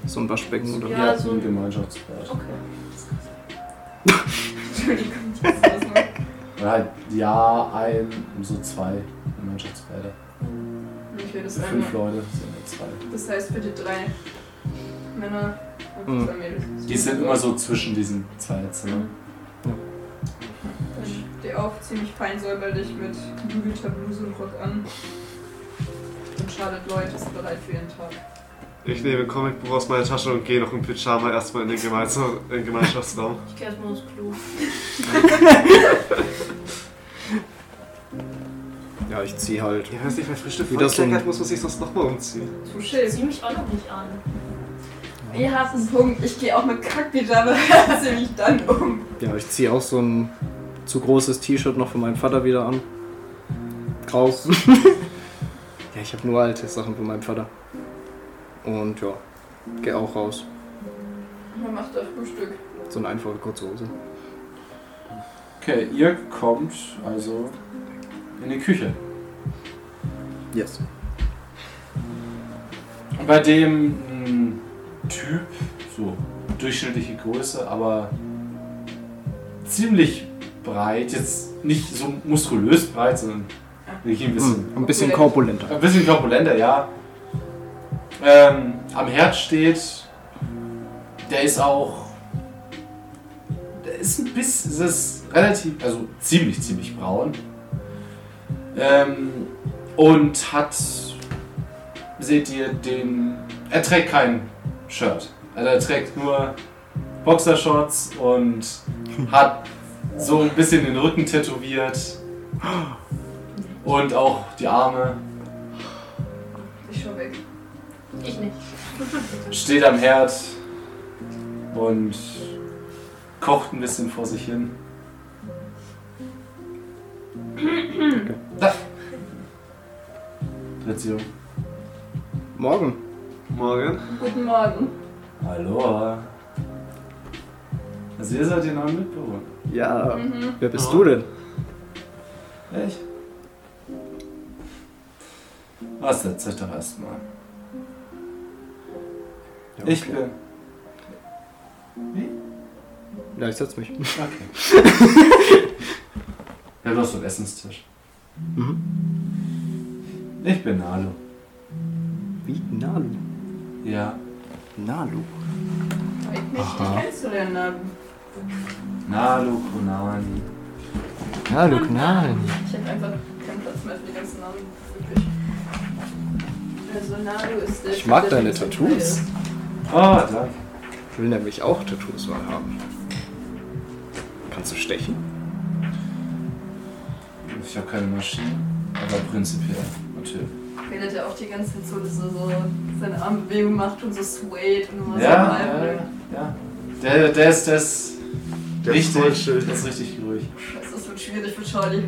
So ein Waschbecken oder
Ja, so
Ein
ein.
Gemeinschaftsbad.
Okay.
Entschuldigung, ich muss das machen.
Oder halt, ja, ein, so zwei Gemeinschaftsbäder.
Okay, das
Für
ist einmal.
fünf Leute sind ja zwei.
Das heißt für die drei Männer und
Mhm.
zwei Mädels.
Die sind immer so zwischen diesen zwei Zimmern.
Ich stehe auf, ziemlich fein säuberlich mit gebügelter Bluse und Rock an. Und Charlotte Lloyd ist bereit für ihren Tag.
Ich nehme ein Comicbuch aus meiner Tasche und gehe noch im Pyjama erstmal in den, Gemeinsam in den Gemeinschaftsraum.
Ich geh erstmal ins Klo.
Ja, ich zieh halt.
Ja, weiß nicht, weil Frühstück
Wie das so ein-
vollkleckert, muss man sich sonst nochmal umziehen.
Touché.
Zieh mich auch noch nicht an.
Ihr habt einen Punkt. Ich gehe auch mit Kackpyjama <laughs> ziemlich dann um.
Ja, ich zieh auch so ein zu großes T-Shirt noch von meinem Vater wieder an. Grau. <laughs> ja, ich habe nur alte Sachen von meinem Vater. Und ja, geh auch raus.
Man macht das Frühstück.
So eine einfache kurze Hose.
Okay, ihr kommt also in die Küche.
Yes.
Und bei dem m, Typ, so durchschnittliche Größe, aber ziemlich breit, jetzt nicht so muskulös breit, sondern wirklich ein bisschen,
Hm, Ein bisschen korpulenter.
ein bisschen korpulenter, ja. Ähm, am Herd steht, der ist auch, der ist ein bisschen, das ist relativ, also ziemlich, ziemlich braun. Ähm, und hat, seht ihr, den. Er trägt kein Shirt. Also er trägt nur Boxershorts und hat so ein bisschen den Rücken tätowiert. Und auch die Arme.
Ich schau weg.
Ich nicht.
Steht am Herd und kocht ein bisschen vor sich hin. Da. Beziehung.
Morgen.
Morgen.
Guten Morgen.
Hallo. Also ihr seid ihr noch im Mitbewohner.
Ja.
Mhm.
Wer bist du denn?
Echt? Was setzt euch doch erstmal.
Ja,
Ich bin
Ja, ich setz mich. <laughs>
Okay. ja, du hast so einen Essenstisch.
Mhm.
Ich bin Nalu.
Wie? Nalu.
Ja.
Nalu.
Zeig mich, dich kennst du denn? ähm,
Nalu Konani.
Nalu, Knall.
Ich hab einfach keinen Platz mehr für die ganzen Namen. Wirklich. Also, Naru ist der.
Ich mag
der-
deine
der-
Tattoos.
Oh, danke.
Ich will nämlich auch Tattoos mal haben. Kannst du stechen?
Ich habe keine Maschine. Aber prinzipiell, natürlich.
Redet ja auch die ganze Zeit so, dass er so seine Armbewegung macht und so swayed und immer so
Ja, ja,
halb.
ja. Der, der ist, der ist
Der ist voll
richtig,
schön.
der ist richtig ruhig.
Das ist- wird schwierig für Charlie.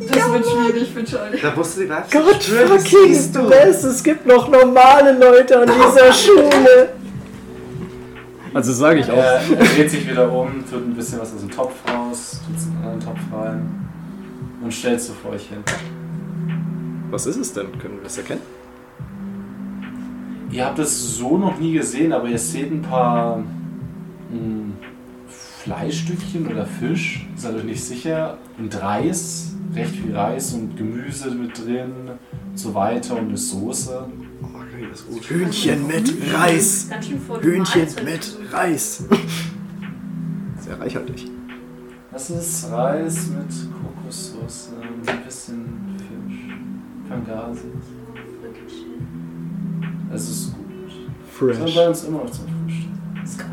Das wird schwierig für Charlie.
Da musst du die Live
Gott fucking
du.
bless, es gibt noch normale Leute an <laughs> dieser Schule. Also sage ich
Er,
auch.
er dreht sich wieder um, tut ein bisschen was aus dem Topf raus, tut es in einen anderen Topf rein und stellt es so vor euch hin.
Was ist es denn? Können wir das erkennen?
Ihr habt es so noch nie gesehen, aber ihr seht ein paar mh, Fleischstückchen oder Fisch, seid euch nicht sicher. Und Reis, recht viel Reis und Gemüse mit drin, und so weiter und eine Soße.
Oh, okay, das ist gut.
Hühnchen mit Reis.
Ganz schön voll
Hühnchen
Mahlzeit.
mit Reis. Sehr reichhaltig.
Das ist Reis mit Kokossoße und ein bisschen Fisch. Pangasi. Das ist gut. Sind bei
Fresh.
uns immer noch zum Frühstück.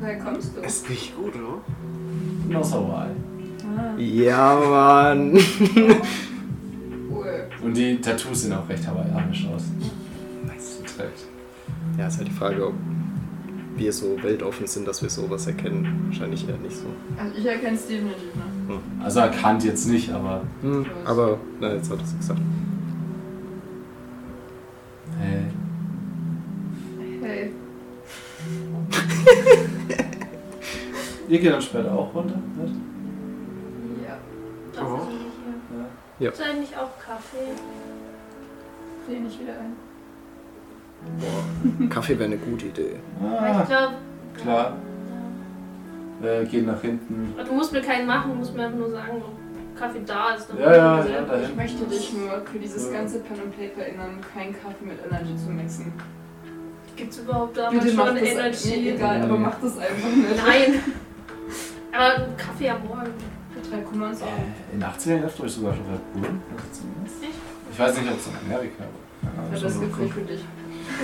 Woher kommst du?
Ist nicht gut, oder?
Und aus Hawaii.
Ja, Mann.
Cool.
Und die Tattoos sehen auch recht hawaiianisch aus. Nice. Direkt.
Ja, ist halt die Frage, ob wir so weltoffen sind, dass wir sowas erkennen. Wahrscheinlich eher nicht so.
Also ich erkenne Steven nicht mehr.
Also erkannt jetzt nicht, aber
Hm, aber, na, jetzt hat er es gesagt.
hey.
Hey.
<laughs> Ihr geht dann später auch runter, ne?
Ja.
Oh.
Ja.
Ist eigentlich auch Kaffee?
Dreh nicht wieder ein.
Boah, Kaffee wäre eine gute Idee.
Weil
Ah,
ich glaube.
klar. Wir gehen nach hinten.
Du musst mir keinen machen, du musst mir einfach nur sagen, ob Kaffee da ist.
Ja, ja, ja, da
Ich
hinten.
möchte dich nur für dieses ganze Pen and Paper erinnern, keinen Kaffee mit Energy zu mixen.
Gibt es überhaupt damals
Bitte mach
schon
das Nee,
Energy?
egal, aber mach das einfach nicht.
Nein. <laughs> Aber Kaffee am Morgen.
Mit drei Kummers auch.
Äh, In den 80ern gab es sogar schon Red Bull. Also zumindest. Ich weiß nicht, ob es in Amerika
Aber
aber.
das gibt's nicht für dich.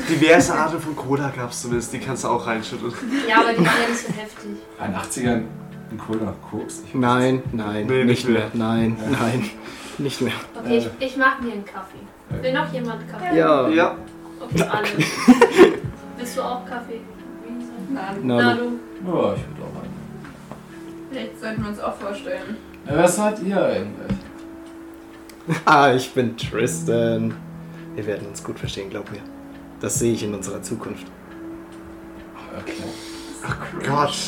Diverse Arten von Cola gab es zumindest, die kannst du auch reinschütteln.
Ja, aber die waren ja nicht so heftig.
In den 80ern ein Cola Koks. Ich
Nein, nein,
Nee,
nicht
nicht
mehr.
mehr.
Nein, nein, nicht mehr.
Okay, ich, ich mach mir einen Kaffee. Will noch jemand Kaffee?
Ja,
Ja,
Okay, alle. Willst du auch Kaffee?
Nein.
Na, du.
du.
Ja, ich würde auch einen.
Vielleicht sollten wir uns auch vorstellen.
Ja, wer seid ihr eigentlich?
Ah, ich bin Tristan. Wir werden uns gut verstehen, glaub mir. Das sehe ich in unserer Zukunft.
Okay.
Gott.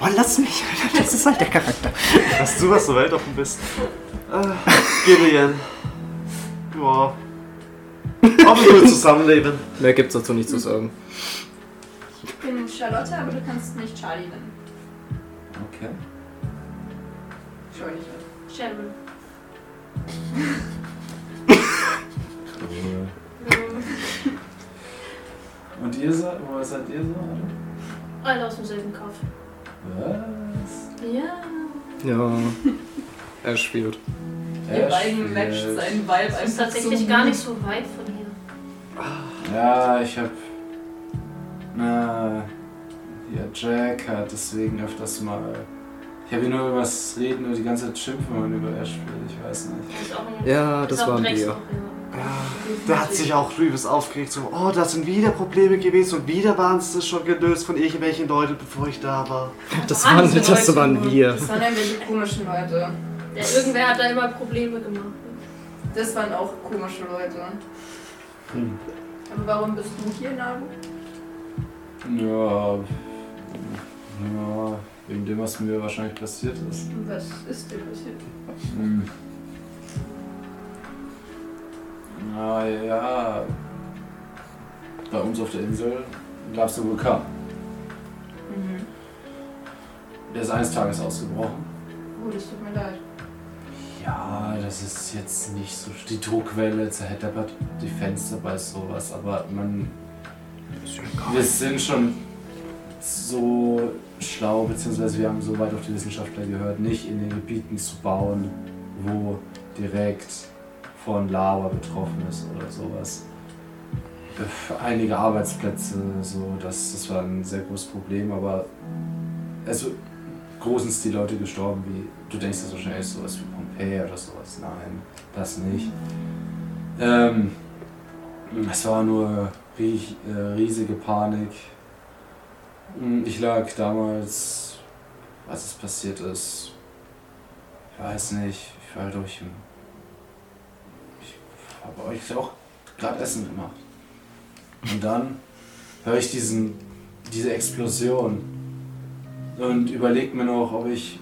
Oh, lass mich, Alter, das ist halt der Charakter.
Dass du was so weltoffen bist. Äh, Gideon. Ja. Ob wir wohl zusammenleben.
Mehr gibt's dazu nicht zu sagen.
Ich bin Charlotte, aber du kannst mich Charlie nennen.
Okay.
Schau dich an.
Sharon.
Cool. Und ihr seid, wo seid ihr so? alle?
Alle aus dem selben Kaffee.
Was?
Ja.
Ja, er spielt.
Ihr
Er
beiden
spielt.
matcht seinen Vibe einfach
Das ist tatsächlich
so
gar
gut.
nicht so weit von hier.
Ja, ich hab. Na. Ja, Jack hat deswegen öfters mal. Ich habe ihn nur über das Reden und die ganze Zeit schimpfen und über er spielt, ich weiß nicht.
Das ist auch ein,
Ja,
das
das
ist auch
waren
ein
wir.
Drecksloch, ja.
Der hat sich auch übelst aufgeregt. So, oh, da sind wieder Probleme gewesen und wieder waren es schon gelöst von irgendwelchen Leuten, bevor ich da war.
Das
waren
waren,
diese
das
Leute
waren
nur.
wir.
Das waren irgendwelche komischen Leute.
Ja, irgendwer hat da immer Probleme gemacht.
Das waren auch komische Leute.
Hm.
Aber warum bist du hier, Naru?
Ja. Ja. Wegen dem, was mir wahrscheinlich passiert ist.
Was ist dir passiert?
Hm. Na ja.
Mhm.
Bei uns auf der Insel gab es einen Vulkan. ist eines Tages ausgebrochen.
Oh, das tut mir leid.
Ja, das ist jetzt nicht so. Die Druckwelle zerhäppert die Fenster bei sowas, aber man. Wir sind schon so schlau, beziehungsweise wir haben so weit auf die Wissenschaftler gehört, nicht in den Gebieten zu bauen, wo direkt von Lava betroffen ist oder sowas. Äh, Einige Arbeitsplätze, so, das, das war ein sehr großes Problem, aber also großens die Leute gestorben, wie du denkst das wahrscheinlich sowas wie Pompeii oder sowas. Nein, das nicht. Ähm, es war nur rie- äh, riesige Panik. Mm, Ich lag damals, als es passiert ist, ich weiß nicht, ich war halt durch. im- Ich habe euch auch gerade Essen gemacht. Und dann höre ich diesen, diese Explosion und überleg mir noch, ob ich,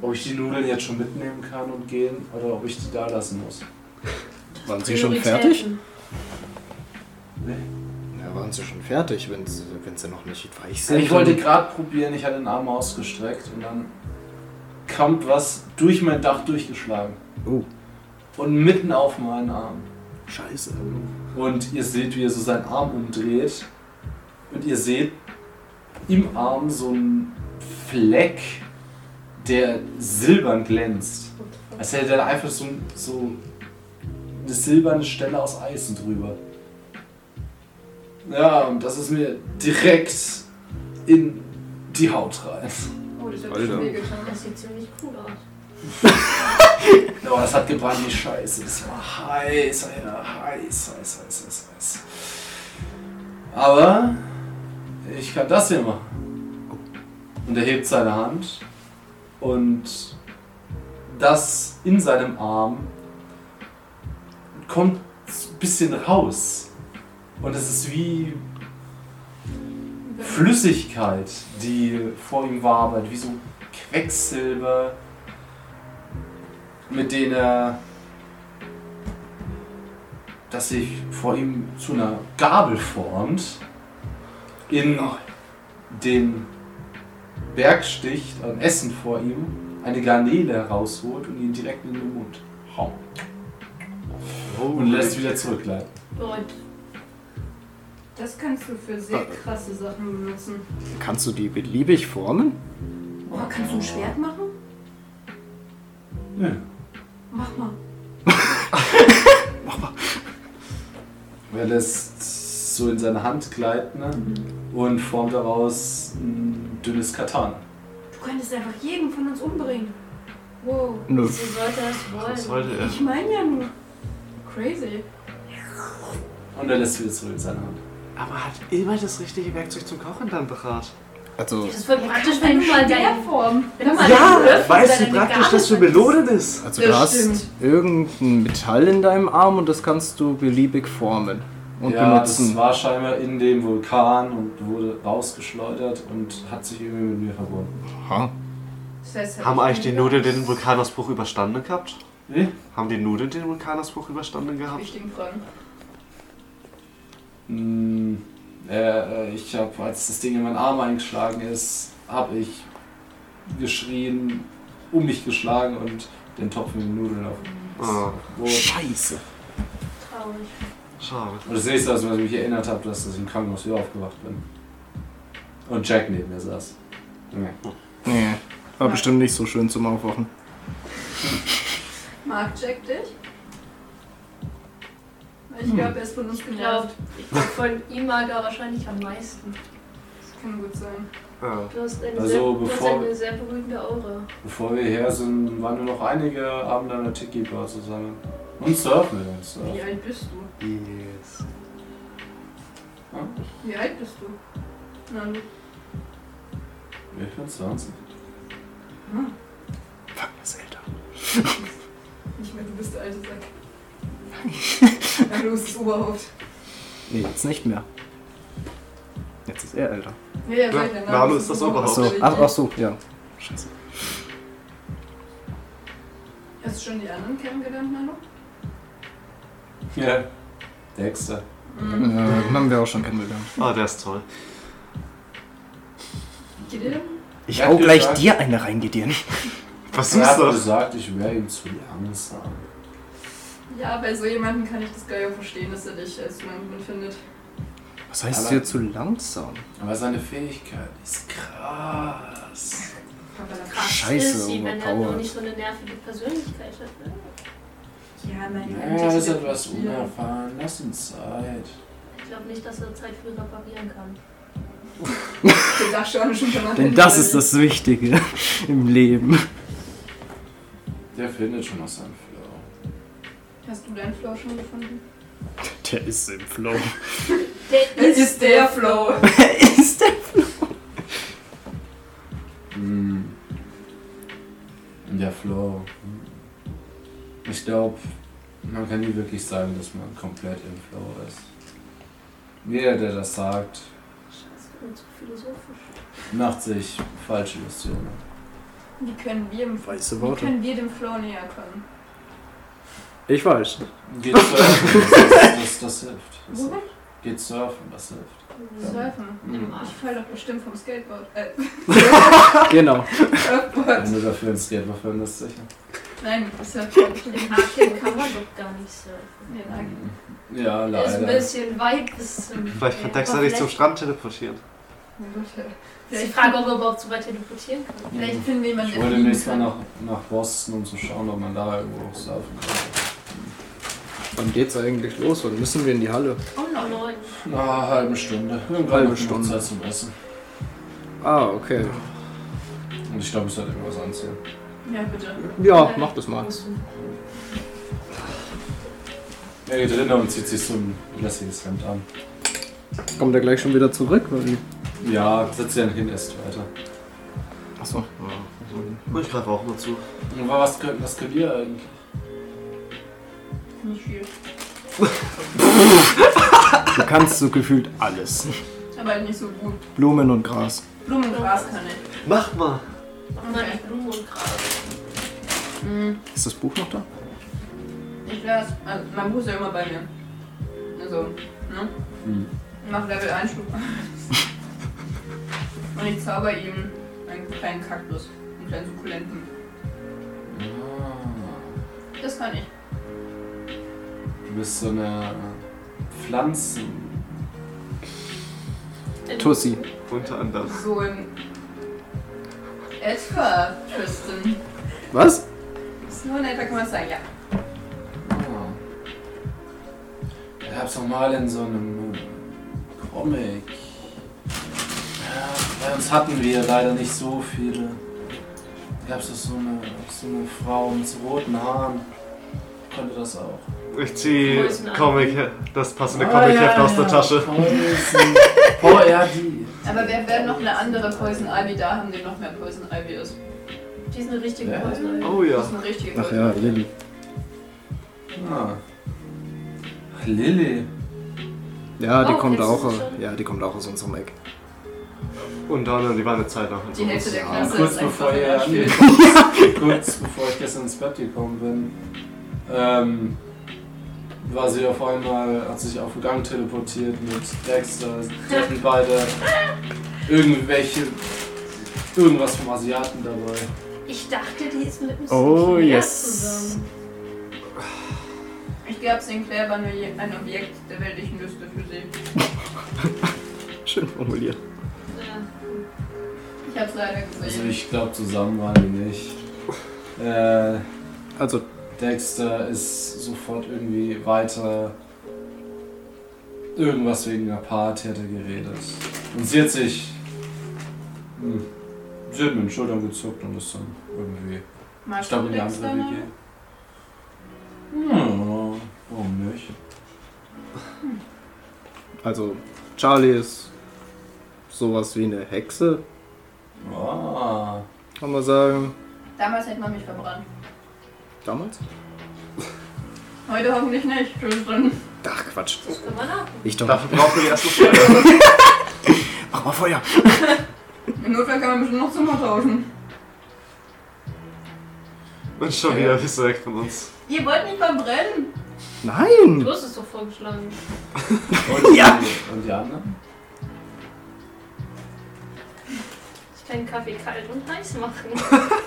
ob ich die Nudeln jetzt schon mitnehmen kann und gehen oder ob ich die da lassen muss.
Waren sie schon fertig? Ja, waren sie schon fertig, wenn sie, wenn sie noch nicht weich sind?
Ich wollte gerade probieren, ich hatte den Arm ausgestreckt und dann kommt was durch mein Dach durchgeschlagen.
Oh.
Und mitten auf meinen Arm.
Scheiße.
Und ihr seht, wie er so seinen Arm umdreht. Und ihr seht im Arm so einen Fleck, der silbern glänzt. Als hätte er einfach so, so eine silberne Stelle aus Eisen drüber. Ja, und das ist mir direkt in die Haut rein. <laughs>
Oh, das hat schon wehgetan.
Das sieht ziemlich cool aus.
Oh, das hat gebrannt wie Scheiße. Das war heiß, Alter. Heiß, heiß, heiß, heiß, heiß. Aber ich kann das hier machen. Und er hebt seine Hand und das in seinem Arm kommt ein bisschen raus. Und es ist wie Flüssigkeit, die vor ihm wabert, wie so Quecksilber mit denen er, dass sich vor ihm zu einer Gabel formt, in den Berg sticht, an Essen vor ihm, eine Garnele herausholt und ihn direkt in den Mund. haut. Und lässt wieder zurückleiten.
Leute,
Das kannst du für sehr
Ah.
krasse Sachen benutzen.
Kannst du die beliebig formen?
Oh, kannst du ein Schwert machen?
Nö.
Mach mal.
Er lässt so in seine Hand gleiten ne?
Mhm.
und formt daraus ein dünnes Katan.
Du könntest einfach jeden von uns umbringen. Wow.
Nö.
sie sollte das wollen.
Was sollte er?
Ich meine ja nur. Crazy.
Und er lässt wieder zurück in seine Hand.
Aber hat immer das richtige Werkzeug zum Kochen dann parat.
Also,
Das ist voll praktisch, wenn du mal dein.
Form.
Wenn du mal deinen
Ja,
Löffel
weißt
oder
du
deine
praktisch,
Gabel
dass du
vergisst.
belohnt ist?
also
Das
du hast
stimmt.
irgendein Metall in deinem Arm und das kannst du beliebig formen und
ja, das
benutzen.
war scheinbar in dem Vulkan und wurde rausgeschleudert und hat sich irgendwie mit mir verbunden.
Aha.
Das heißt,
Haben eigentlich die Nudeln den Vulkanausbruch überstanden gehabt?
Wie?
Haben die Nudeln den Vulkanausbruch überstanden gehabt?
Wichtigen Fragen.
Mm, äh, äh, ich habe, als das Ding in meinen Arm eingeschlagen ist, habe ich geschrien, um mich geschlagen und den Topf mit den Nudeln auf.
Ah,
Und
Scheiße.
Traurig.
schade.
das nächste, was ich mich erinnert habe, dass ich im Krankenhaus wieder aufgewacht bin. Und Jack neben mir saß.
Nee. War bestimmt nicht so schön zum Aufwachen.
Mag Jack dich? Ich glaube, er ist von uns
Ich
genervt.
glaube, ich glaub, von ihm mag er wahrscheinlich am meisten.
Das kann gut sein.
Ah.
Du hast eine,
Also,
sehr, du hast
bevor-
eine sehr beruhigende Aura.
Bevor wir her sind, waren wir noch einige Abende an der Tiki-Bar zusammen. Und surfen wir uns.
Wie alt bist du?
Yes.
Wie alt bist du? Na, du.
Ich bin 20.
Hm,
Fuck, das ist älter.
nicht mehr, du bist der alte Sack. Na, du bist das Oberhaupt.
Nee, jetzt nicht mehr. Jetzt ist er älter.
Ja, ja,
Ja,
sag ich ja,
Nalo
du
ist
bist
das Oberhaupt.
Achso, ach, ach so, ja. Scheiße.
Hast du schon die anderen kennengelernt, Nalo?
Ja. Dexter.
Mhm.
Äh, haben wir auch schon kennengelernt.
Ah, der ist toll.
Gideon?
Ich
Wer
hau
hat
gleich
gesagt?
dir eine reingedieren.
Was
Er
ist
hat
das?
gesagt, ich wäre ihm zu langsam.
Ja, bei so jemandem kann ich das gar nicht verstehen, dass er dich als jemanden findet.
Was heißt
Aber-
hier zu langsam?
Aber seine Fähigkeit ist krass.
Scheiße,
ist sie, wenn er
overpowered.
nur nicht so eine nervige Persönlichkeit hat. Ne?
Ja, mein
Ja, er ist etwas unerfahren. Lass ihn Zeit.
Ich glaube nicht, dass er Zeit viel reparieren kann.
Ich dachte schon, schon danach
Denn
hätte
das
ich-
ist das Wichtige im Leben.
Der findet schon noch seinen Flow.
Hast du deinen Flow schon gefunden?
<laughs> Der ist im Flow.
Der
Es ist der Flow.
ist der?
Hm. Der Flow. Hm. Ich glaube, man kann nie wirklich sagen, dass man komplett im Flow ist. Jeder, der das sagt,
Scheiße, ich bin zu philosophisch.
macht sich falsche Illusionen.
Wie können wir, im,
Weiße
wie
Worte.
können wir dem Flow näher kommen?
Ich weiß. <laughs>
Geht surfen, das, das, das hilft. Das,
Womit?
geht surfen, das hilft.
Surfen.
Mhm.
Ich falle doch bestimmt vom Skateboard. Äh, <laughs>
Genau.
Surfboard.
Wenn du dafür ein Skateboard findest, sicher.
Nein,
<laughs>
Surfboard.
In Haken kann man doch gar nicht surfen.
Nee, danke.
Ja,
Der ist ein
leider.
bisschen weit bis zum.
Vielleicht kann
Ja,
Dexter
aber
dich zum
vielleicht-
Strand teleportieren.
Na gut, ja.
Ist die
Vielleicht,
Frage, ob er überhaupt so weit teleportieren kann.
vielleicht finden wir jemanden,
Ich
der
wollte
fliegen
nächstes Mal
kann.
nach, nach Boston, um zu schauen, ob man da irgendwo auch surfen kann.
Wann geht's eigentlich los? Wann müssen wir in die Halle?
Um noch neun.
Na, eine halbe Stunde. Irgendwann
Halbe
hat man
Stunde.
Zeit zum Essen.
Ah, okay.
Und ich glaube, ich sollte irgendwas anziehen.
Ja, bitte.
Ja, mach das mal.
Er geht drinnen und zieht sich so ein lässiges Hemd an.
Kommt er gleich schon wieder zurück? Weil...
Ja, setzt sich dann hin, esst weiter.
Achso.
Ich greife auch mal zu.
Aber was könnt, was könnt ihr eigentlich?
Nicht viel.
<laughs> Du kannst so gefühlt alles.
Aber halt nicht so gut.
Blumen und Gras.
Blumengras kann ich.
Mach mal!
Mach mal die Blumen und Gras.
Mhm.
Ist das Buch noch da?
Ich wär's. Also, mein Buch ist ja immer bei mir. Also, ne?
Hm.
Mach Level 1 Schub. <laughs> Und ich zauber ihm einen kleinen Kaktus. Einen kleinen Sukkulenten.
Ah,
Das kann ich.
du bist so eine Pflanzen.
Tussi.
Unter anderem.
So in. Etwa, Tristan.
Was?
Ist nur in etwa kann man sagen, ja.
Ah. Ich hab's noch mal in so einem Comic. Ja, bei uns hatten wir leider nicht so viele. Da gab's doch so eine, so eine Frau mit so roten Haaren. Konnte das auch.
Ich zieh
Poison an.
Comic, das passende
Ah,
Comic-Heft aus der Tasche.
Poison. Oh, ja, die.
Aber wir werden noch eine andere Poison Ivy da haben, die noch mehr Poison Ivy ist.
Die ist eine richtige
Ja.
Poison.
Oh
Das
ja.
ist eine richtige
Ach
Poison.
ja, Lilly.
Ah. Ach, Lilly.
Ja, die
Oh,
kommt
kennst du
auch.
sie schon?
Ja, die kommt auch aus unserem Eck.
Und dann, die war eine Zeit lang.
Die Hälfte der
Ja,
Klasse
Ah, kurz
ist
bevor
einfach
ihr
ja,
<laughs>
schön.
kurz bevor ich gestern ins Bett gekommen bin, ähm, war sie auf einmal, hat sich auf den Gang teleportiert mit Dexter. Die hatten beide irgendwelche, irgendwas vom Asiaten dabei.
Ich dachte, die ist mit dem
Oh,
Sinclair
yes.
zusammen.
Ich glaube, Sinclair war nur je- ein Objekt der weltlichen Lüste für sie.
Schön formuliert.
Ja.
Ich hab's leider
Also
gesehen.
ich glaube, zusammen waren die nicht. Äh,
Also,
Dexter ist sofort irgendwie weiter. Irgendwas wegen einer Party hat er geredet. Und sie hat sich. Hm, sie hat mit den Schultern gezuckt und ist dann irgendwie. Ich
Magst
glaube,
du
in die andere
Dexter
WG.
noch?
Hm, warum nicht?
also Charlie ist sowas wie eine Hexe,
Ah,
kann man sagen.
Damals hätte man mich verbrannt.
Damals?
Heute hoffentlich nicht. Tristan.
Ach Quatsch.
Das kann man auch.
Ich doch.
Dafür brauchen wir erstmal Feuer.
Mach mal Feuer.
Im Notfall kann man bestimmt noch Zimmer tauschen.
Und schon wieder bist du weg von uns.
Ihr wollt mich verbrennen.
Nein!
Du hast es doch vorgeschlagen.
und, ja. und die anderen?
Ich
deinen Kaffee kalt und heiß machen.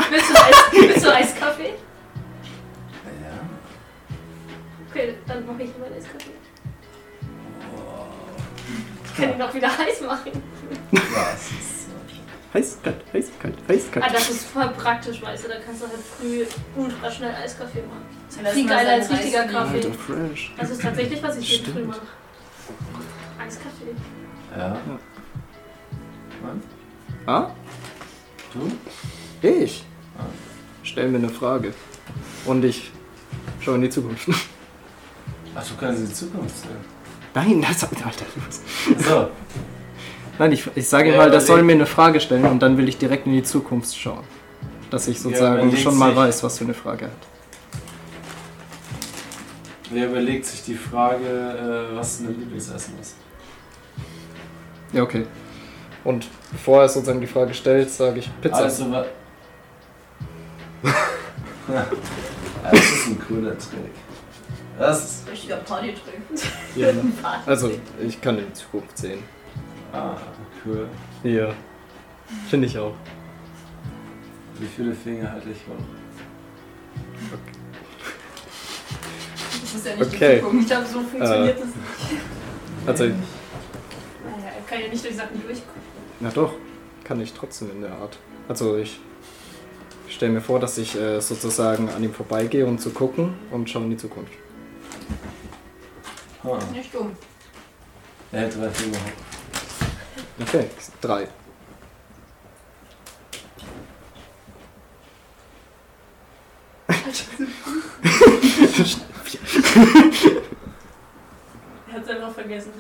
<laughs> willst, du Eis, willst du Eiskaffee?
Ja.
Okay, dann mache ich meinen Eiskaffee. Ich kann ihn auch wieder heiß machen.
Was? ist-
Heiß, kalt, heiß, kalt, heiß,
Ah,
kalt.
das ist voll praktisch, weißt du, da kannst du halt früh ultra schnell Eiskaffee machen.
Lass
Viel
mal
geiler
seinen
als richtiger
Reis
Kaffee.
Alter, fresh.
Das ist tatsächlich, was ich jeden
Stimmt.
Früh mache. Eiskaffee.
Ja.
Ah,
Du?
ich?
Ah.
Stell mir eine Frage. Und ich schaue in die Zukunft. <laughs>
Ach, du kannst in die Zukunft sehen.
Nein, das Alter. du-
So.
Nein, ich, ich sage ihm
Ja,
mal, das soll
überleg.
mir eine Frage stellen und dann will ich direkt in die Zukunft schauen. Dass ich sozusagen
überleg
schon mal
sich.
weiß, was für eine Frage er hat.
Wer überlegt sich die Frage, äh, was dein Lieblingsessen ist?
Ja, okay. Und bevor er sozusagen die Frage stellt, sage ich Pizza.
Also, wa- das ist ein cooler Trick. Das ist.
Richtiger Party-Trick.
Ja. Also, ich kann in die Zukunft sehen.
Ah, cool.
Ja. Finde ich auch.
Wie viele Finger hatte ich auch?
Das ist ja nicht
Okay. Äh.
die Zukunft. Ich glaube, so funktioniert das.
Also,
Naja, er kann ja nicht durch Sachen durchgucken.
na doch, kann ich trotzdem in der Art. Also, ich stelle mir vor, dass ich äh, sozusagen an ihm vorbeigehe, um zu gucken und schaue in die Zukunft.
Ah,
Nicht dumm.
er hätte drei Finger.
Okay, drei.
Er hat es einfach vergessen.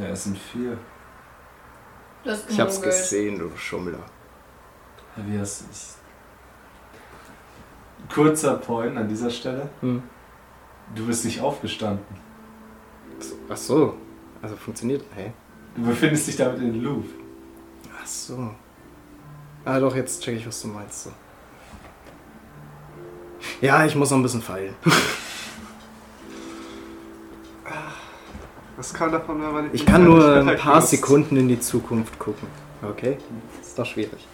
Ja, es sind vier.
Das ist
Ich hab's gesehen, du Schummler.
Ja, Wie hast du's? Kurzer Point an dieser Stelle.
Hm.
Du bist nicht aufgestanden.
Ach so. Also funktioniert. Hä?
Du befindest dich damit in Loop.
Ach so. Ah doch, jetzt check ich, was du meinst. So. Ja, ich muss noch ein bisschen feilen.
Was kann davon, wenn man
Ich kann nur ein
Perfekt
paar
benutzt?
Sekunden in die Zukunft gucken. Okay? Ist doch schwierig.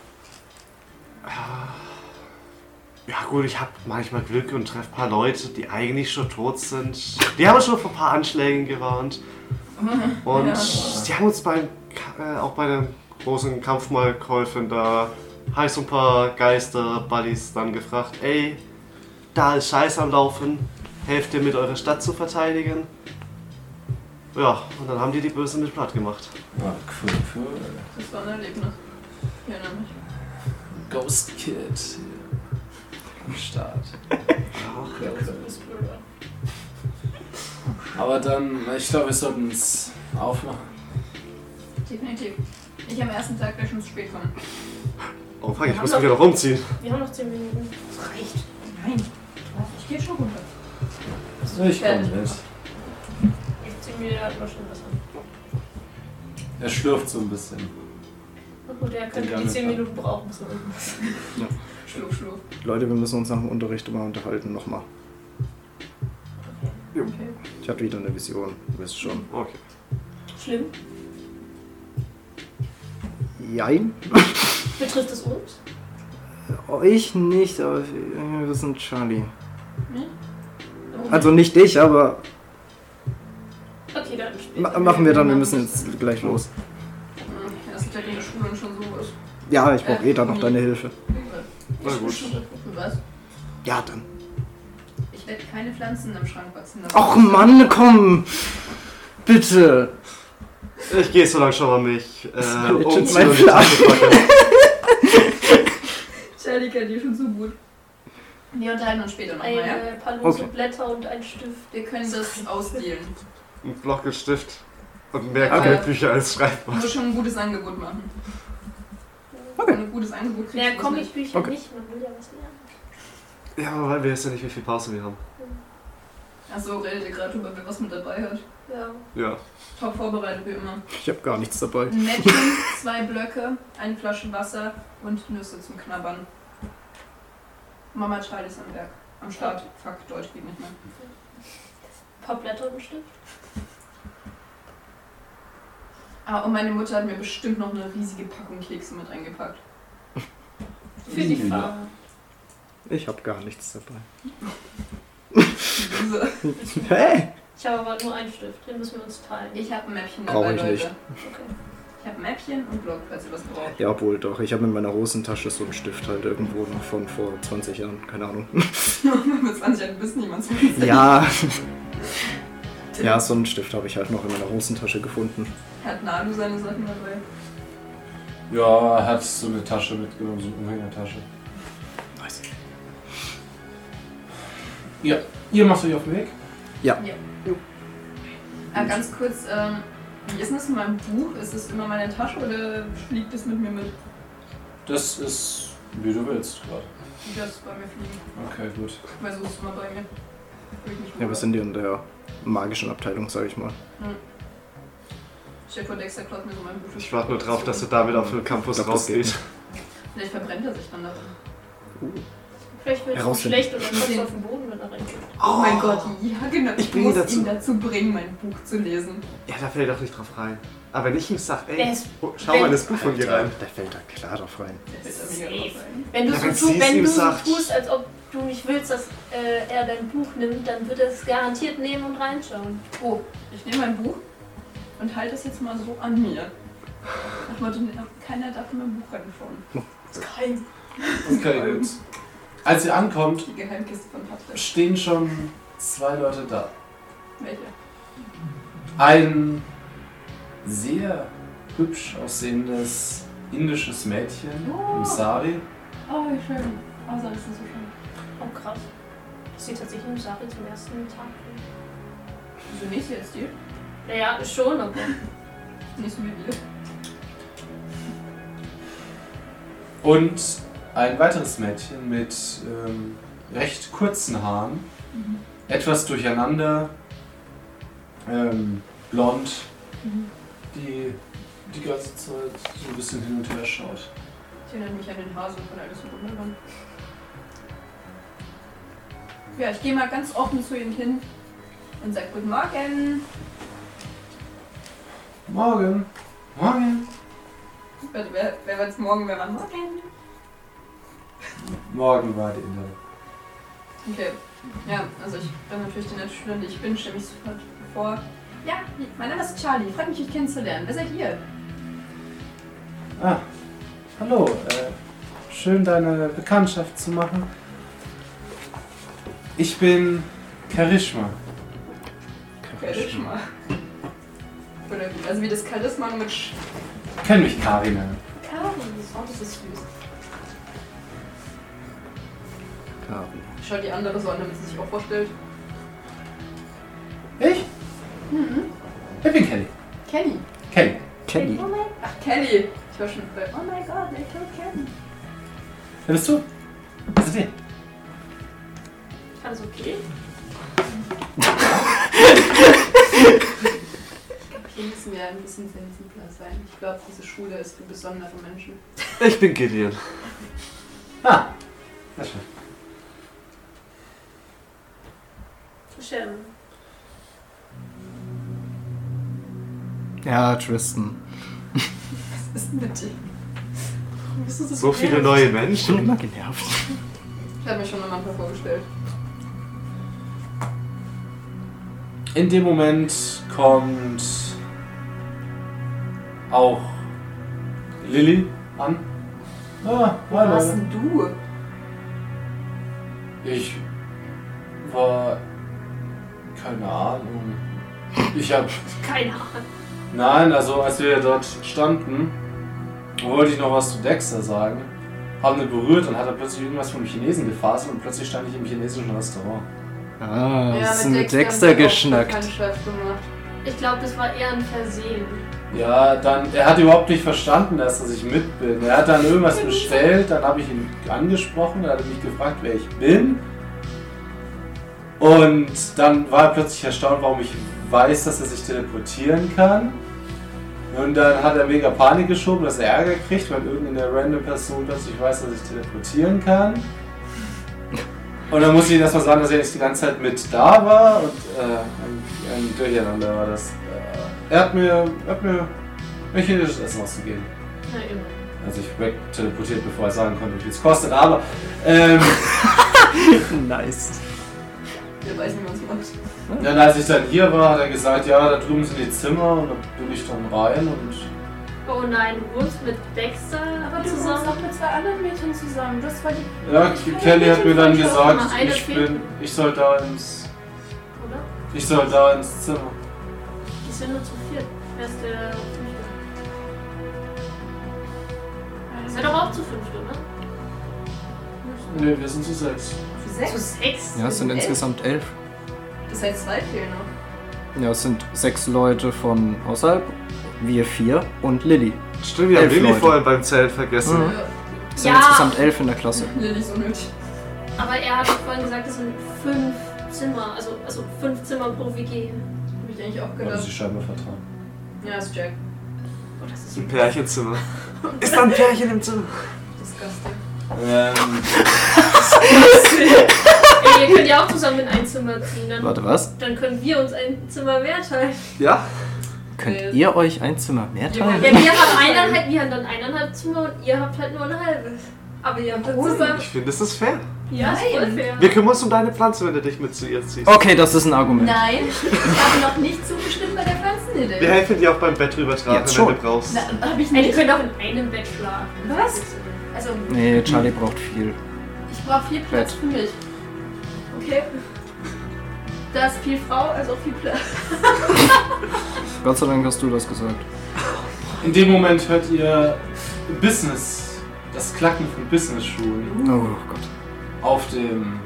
Ja gut, ich habe manchmal Glück und treffe ein paar Leute, die eigentlich schon tot sind. Die haben uns schon vor ein paar Anschlägen gewarnt. Und die haben uns beim, Ka- äh, auch bei der großen Kampf mal geholfen. Da habe ich so ein paar Geister-Buddies dann gefragt, ey, da ist Scheiß am Laufen, helft ihr mit, eure Stadt zu verteidigen? Ja, und dann haben die die Bösen mit platt gemacht.
Ah, cool, cool.
Das war ein Erlebnis. Ich erinnere mich.
Ghost Kid. hier Am Start. Ach, ja, cool. Aber dann, ich glaube, wir sollten es aufmachen.
Definitiv. Ich am ersten Tag gleich schon zu spät kommen.
Oh fuck, ich muss mich wieder rumziehen.
Wir haben noch 10 Minuten. Das reicht.
Nein. Ich gehe schon runter.
Ich komme mit.
10 Minuten hat man schon was an.
Er schlürft so ein bisschen.
Na gut, er könnte
Gerne.
die 10 Minuten brauchen. bis er unten ist. <laughs>
Schluck, schluck.
Leute, wir müssen uns nach dem Unterricht immer unterhalten. Nochmal.
Okay.
Ich hatte wieder eine Vision. Du wisst schon.
Okay.
Schlimm.
Jein?
Betrifft es uns?
Euch nicht, aber wir sind Charlie.
Warum
Also nicht ich, aber
Okay, dann später.
ma machen wir dann. Wir müssen jetzt gleich los.
nicht? Hm, Erster Tag in der Schule und schon sowas.
Ja, ich brauche eh dann noch deine Hilfe.
Na gut.
Was?
Ja, dann.
Ich werde keine Pflanzen im Schrank wachsen lassen.
Och Mann, komm! Bitte!
Ich gehe so lang schon mal mich äh,
legit
umziehen
mein
und die
Plan.
Tasche packen.
Charlie kennt die schon so gut. Wir unterhalten uns später nochmal, ja?
Eine paar lose
Okay.
Blätter und ein Stift.
Wir können das ausdealen.
Ein Block und Stift und mehr
Okay.
Kinderbücher als
Muss
Schreibwort.
schon ein gutes Angebot machen. Wenn du ein gutes Angebot kriegst,
Naja,
muss nicht.
Comicbücher
Okay.
nicht, man will ja was lernen.
Ja, aber weil wir wissen ja nicht, wie viel Pause wir haben.
Achso, redet ihr gerade drüber, wer was mit dabei hat.
Ja.
Ja.
Top vorbereitet wie immer.
Ich habe gar nichts dabei.
Ein Mädchen, zwei Blöcke, eine Flasche Wasser und Nüsse zum Knabbern. Mama Charlie ist am Werk. Am Start. Fuck, Deutsch geht nicht mehr.
Ein paar Blätter und ein Stift.
<laughs>
Ah, und meine Mutter hat mir bestimmt noch eine riesige Packung Kekse mit eingepackt. Für die Farbe.
Ich habe gar nichts dabei.
So.
Hey!
Ich habe aber nur einen Stift, den müssen wir uns teilen.
Ich habe ein Mäppchen
Brauch
dabei,
ich
Leute.
nicht.
Ich habe ein Mäppchen und Block, falls ihr was braucht.
Ja, obwohl doch. Ich habe in meiner Hosentasche so einen Stift halt irgendwo noch von vor 20 Jahren. Keine Ahnung.
Mit 20 Jahren wissen niemand so
<laughs>
viel.
Ja. ja, so einen Stift habe ich halt noch in meiner Hosentasche gefunden.
Hat Nanu halt seine Sachen dabei?
Ja, er hat so eine Tasche mitgenommen, so eine Umhängertasche.
Nice.
Ja, ihr macht euch auf den Weg.
Ah, ganz kurz, ähm, wie ist denn das mit meinem Buch? Ist es immer meine Tasche oder fliegt es mit mir mit?
Das ist, wie du willst gerade.
Wie darf es bei mir fliegen?
Okay, gut.
Weil so ist es immer bei mir. Fühl ich mich
Ja,
wohl.
wir sind hier in der magischen Abteilung, sag ich mal.
Chef von Dexter klaut mir so mein Buch.
Ich warte nur drauf, dass du damit auf den Campus
Ich glaub, das
rausgehst.
Vielleicht verbrennt er sich dann da.
Vielleicht wird es
Herausfinden.
schlecht oder kotzt auf den Boden, wenn er reinkommt.
Oh, mein Gott, ja genau.
Ich
Ich
bringe
muss
dazu-
ihn dazu bringen, mein Buch zu lesen.
Ja, da fällt er doch nicht drauf rein. Aber wenn ich ihm sag,
Wer
ey,
ist-
oh, schau mal in das Buch von dir rein.
Da fällt er klar drauf rein.
Der wird da
Safe.
mega drauf sein.
Wenn du,
Ja, wenn
so, tu,
sie's
wenn
ihm
du so
sagt.
tust, als ob du nicht willst, dass äh, er dein Buch nimmt, dann wird er es garantiert nehmen und reinschauen.
Oh, ich nehme mein Buch und halte es jetzt mal so an mir. Nach dem Motto, keiner darf in mein Buch reinschauen.
Kein.
Okay, gut. Als ihr ankommt,
Die Geheimkiste von Patrick.
stehen schon zwei Leute da.
Welche?
Ein sehr hübsch aussehendes indisches Mädchen im Sari.
Oh, wie schön. Oh, so ist das so schön.
Oh krass. Ich sehe tatsächlich nur Sache zum ersten Tag.
Wieso Also nicht jetzt die?
Naja, schon, aber.
Nicht so wie wir.
Und ein weiteres Mädchen mit ähm, recht kurzen Haaren. Etwas durcheinander. Ähm, blond. Die die ganze Zeit so ein bisschen hin und her schaut.
Ich erinnere mich an den Hasen von Alice im Wunderland. Ja, ich gehe mal ganz offen zu ihnen hin und sage Guten Morgen.
Morgen. Morgen.
Warte, wer, wer wird's morgen, wer wann morgen?
Morgen war die Innere.
Okay. Ja, also ich bin natürlich die nette Schülerin, die ich bin, stelle mich sofort vor. Ja, mein Name ist Charlie. Freut mich, euch kennenzulernen. Wer seid ihr?
Ah, hallo. Äh, schön, deine Bekanntschaft zu machen. Ich bin Karishma.
Charisma. Oder wie? Also wie das Charisma mit Sch
Kenn mich Kari nennen.
Karin. Oh, das ist süß.
Karen.
Schaut die andere so an, damit sie sich auch vorstellt.
Ich? Mhm. Ich bin Kelly.
Kelly.
Kelly.
Kelly.
Oh mein,
Ach, Kelly. Ich war schon bei...
oh mein Gott, ich kann Karin.
Wer bist du? Was ist dir?
Alles okay?
Hier müssen wir ein bisschen sensibler sein. Ich glaube, diese Schule ist für besondere Menschen.
Ich bin Gideon.
Ah, sehr schön.
Schön.
Ja, Tristan.
Was ist denn mit dir?
So viele neue Menschen.
immer genervt.
Ich habe mir schon am Anfang vorgestellt.
In dem Moment kommt auch Lilly an. Ah,
Was denn du?
Ich war. keine Ahnung. Ich hab.
Keine Ahnung.
Nein, also als wir dort standen, wollte ich noch was zu Dexter sagen. Haben ihn berührt und hat er plötzlich irgendwas vom Chinesen gefasst und plötzlich stand ich im chinesischen Restaurant.
Ah, das ist mit Dexter
haben wir auch
geschnackt.
Bekanntschaft gemacht.
Ich glaube, das war eher ein Versehen.
Ja, dann, er hat überhaupt nicht verstanden, dass, dass ich mit bin. Er hat dann irgendwas bestellt, dann habe ich ihn angesprochen, dann hat er mich gefragt, wer ich bin. Und dann war er plötzlich erstaunt, warum ich weiß, dass er sich teleportieren kann. Und dann hat er mega Panik geschoben, dass er Ärger kriegt, weil irgendeine random Person plötzlich weiß, dass ich teleportieren kann. Und dann musste ich ihm erstmal sagen, dass er nicht die ganze Zeit mit da war und äh, ein, ein Durcheinander war das. Äh, er hat mir, er hat mir ein chinesisches Essen ausgegeben.
Na, immer.
Also ich weg teleportiert, bevor er sagen konnte, wie viel es kostet, aber <laughs> ähm,
Nice.
Wir weiß nicht, was macht.
dann als ich dann hier war, hat er gesagt, ja, da drüben sind die Zimmer und da bin ich dann rein und
Oh nein, du wohnst mit Dexter
Aber du wohnst
zusammen.
auch mit zwei anderen Mädchen zusammen. Das war die.
ja, Kelly hat mir dann gesagt,
Mal eine
ich
fehlt.
bin, ich soll da ins,
Oder?
ich soll da ins Zimmer.
Die sind nur zu viert. Wer ist der Das wäre doch auch zu fünft, oder?
Nö, wir sind zu sechs.
Für sechs?
sechs?
Ja, es sind insgesamt elf.
Das heißt zwei fehlen noch.
Ja, es sind sechs Leute von außerhalb, wir vier und Lilly.
Stimmt, wir haben
Elf
Lilly
Leute.
vorhin beim Zelt vergessen.
Äh,
Mhm. Es sind
Ja.
insgesamt elf in der Klasse.
Nee, nicht so nötig.
Aber er hat doch vorhin gesagt, es sind fünf Zimmer, also, also fünf Zimmer pro WG.
Hab ich eigentlich auch
Haben
gedacht.
sie scheinbar vertrauen.
Ja, ist Jack.
Oh, das ist
Ein Pärchenzimmer. Ist da ein Pärchen im Zimmer?
Disgusting.
Ähm,
Ey, ihr könnt ja auch zusammen in ein Zimmer ziehen. Dann,
Warte, was?
dann können wir uns ein Zimmer mehr teilen.
Ja?
Könnt
Nee.
ihr euch ein Zimmer mehr teilen?
Ja, wir haben eineinhalb, wir haben dann eineinhalb Zimmer und ihr habt halt nur ein halbes. Aber ihr habt dann zusammen.
Ich finde, das ist fair.
Ja, ist voll fair.
Wir kümmern uns um deine Pflanze, wenn du dich mit zu ihr ziehst.
Okay, das ist ein Argument.
Nein, ich habe noch nicht zugestimmt bei der
Wir
Pflanzenidee.
helfen dir auch beim Bett rübertragen,
Jetzt
wenn
schon.
du brauchst.
Na, hab ich
Ey, ihr
nicht.
könnt auch in einem Bett schlafen.
Was? Also,
Nee, Charlie braucht viel.
ich brauche viel Platz für mich. Okay? Da ist viel Frau, also viel Platz.
Gott sei Dank hast du das gesagt.
in dem Moment hört ihr Business, das Klacken von Business-Schuhen.
Oh Gott.
auf dem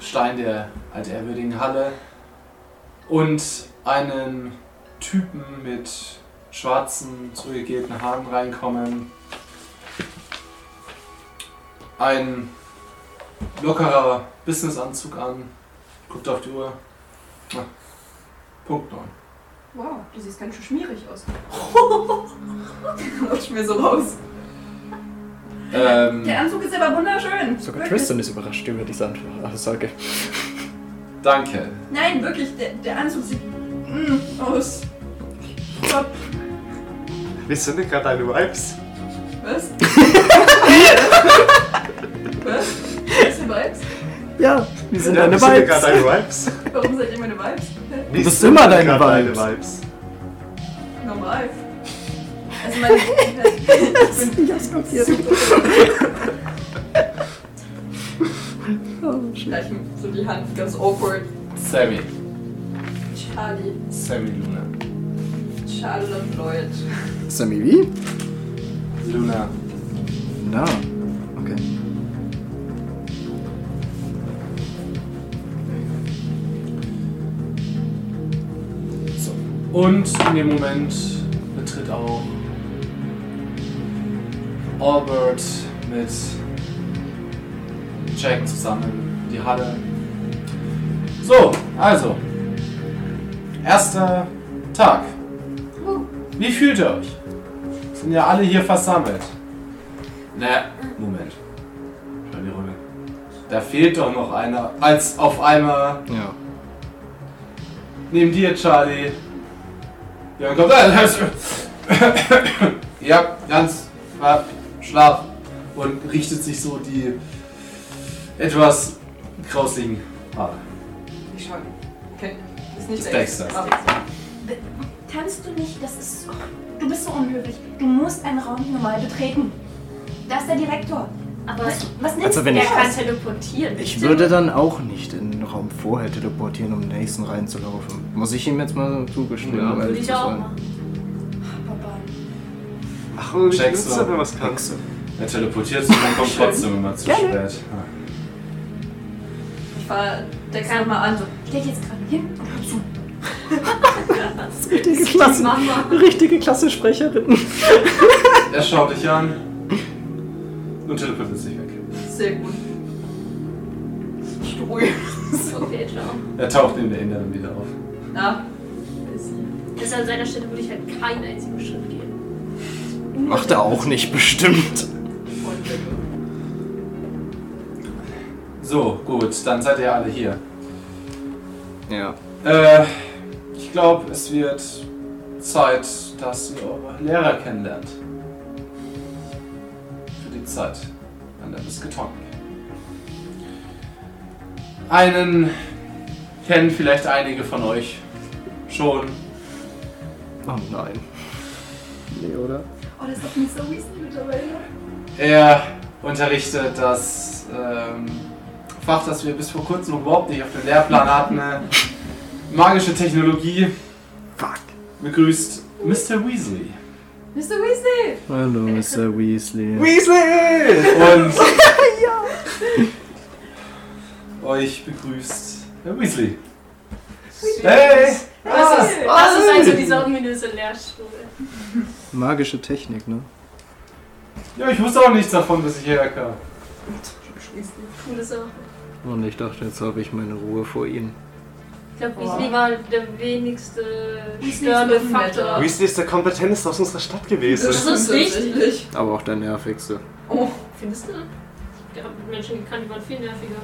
Stein der altehrwürdigen Halle und einen Typen mit schwarzen, zugegelten Haaren reinkommen. Ein lockerer Businessanzug an, guckt auf die Uhr. Na, Punkt 9.
Wow, du siehst ganz schön schmierig aus. <laughs> Rutsch mir so raus.
Ähm,
Der Anzug ist aber wunderschön.
Sogar
Wirklich.
Tristan ist überrascht über diese Antwort- Aussage.
Danke.
Nein, wirklich, der, der Anzug sieht mm, aus. Top.
Wir sind ja gerade deine Vibes.
Was? Was? Was für Vibes?
Ja, wir sind
Ja, wir
deine
sind ja
Vibes.
gerade deine Vibes.
Warum seid ihr meine Vibes? Hä?
Wir
bist
sind
immer
ja
deine
gerade
Vibes.
Normal. Also meine. ich bin gleich so die Hand ganz awkward.
Sammy.
Charlie,
Sammy Luna.
Charlie und Lloyd.
Sammy wie?
Luna.
Na, okay.
So. Und in dem Moment betritt auch Albert mit Jack zusammen die Halle. So, also. Erster Tag. Wie fühlt ihr euch? Sind ja alle hier versammelt. Na, Moment. Schau die Runde. Da fehlt doch noch einer, als auf einmal
Ja.
Neben dir, Charlie. Ja, kommt rein. <laughs> ja, ganz ja, schlaf. Und richtet sich so die etwas krausligen Haare.
Ich schau. Okay. Ist nicht
Ist
Dex.
Dexter.
Aber-
Kannst du nicht, das ist. Oh, du bist so unhöflich. Du musst einen Raum normal betreten. Da ist der Direktor.
Aber
Was, was nimmst
Also wenn
du
er
ich-
kann teleportieren.
Ich würde dann auch nicht in den Raum vorher teleportieren, um in den nächsten reinzulaufen. Muss ich ihm jetzt mal zugestimmen,
Ja.
um
Würde
ehrlich
ich
zu
auch
sein.
machen.
Papa.
Ach, und ich
Jackson.
nutze wenn was kann.
Hexe.
Er teleportiert sich und kommt trotzdem immer zu spät.
Ich fahr Dex nochmal an. So.
Stell dich jetzt gerade hin und hör zu.
Richtige Klasse,
Mach mal.
richtige Klassensprecherin.
Er schaut dich an und teleportiert sich weg.
Sehr gut. Strui.
Okay, ciao.
Er taucht in der Inneren wieder auf.
Na. ist sie.
Das ist an seiner Stelle würde ich halt keinen einzigen Schritt gehen.
Macht er auch nicht bestimmt.
Und weg.
So, gut, dann seid ihr alle hier.
Ja.
Äh, ich glaube, es wird Zeit, dass ihr eure Lehrer kennenlernt. Zeit an der Biskuitonk. Einen kennen vielleicht einige von euch schon.
Oh nein. Nee, oder?
Oh, das ist doch nicht so Weasley mittlerweile.
Er unterrichtet das ähm, Fach, das wir bis vor kurzem noch überhaupt nicht auf dem Lehrplan hatten. äh, Magische Technologie.
Fuck.
Begrüßt Mr. Weasley.
Mr. Weasley!
Hallo, Mr. Weasley.
Weasley!
Und euch begrüßt Herr Weasley. Hey!
Das ist, das ist also dieser ominöse Lehrstuhl.
Magische Technik, ne?
Ja, ich wusste auch nichts davon, bis ich hierher kam.
Coole Sache.
Und ich dachte, jetzt habe ich meine Ruhe vor ihnen.
Ich glaube, Weasley war der wenigste
störende
störende
Faktor.
Faktor.
Weasley ist der kompetenteste aus unserer Stadt gewesen.
Das ist nicht-
richtig.
Aber auch der nervigste.
Oh,
Findest du? Ich habe Menschen gekannt, die waren viel nerviger.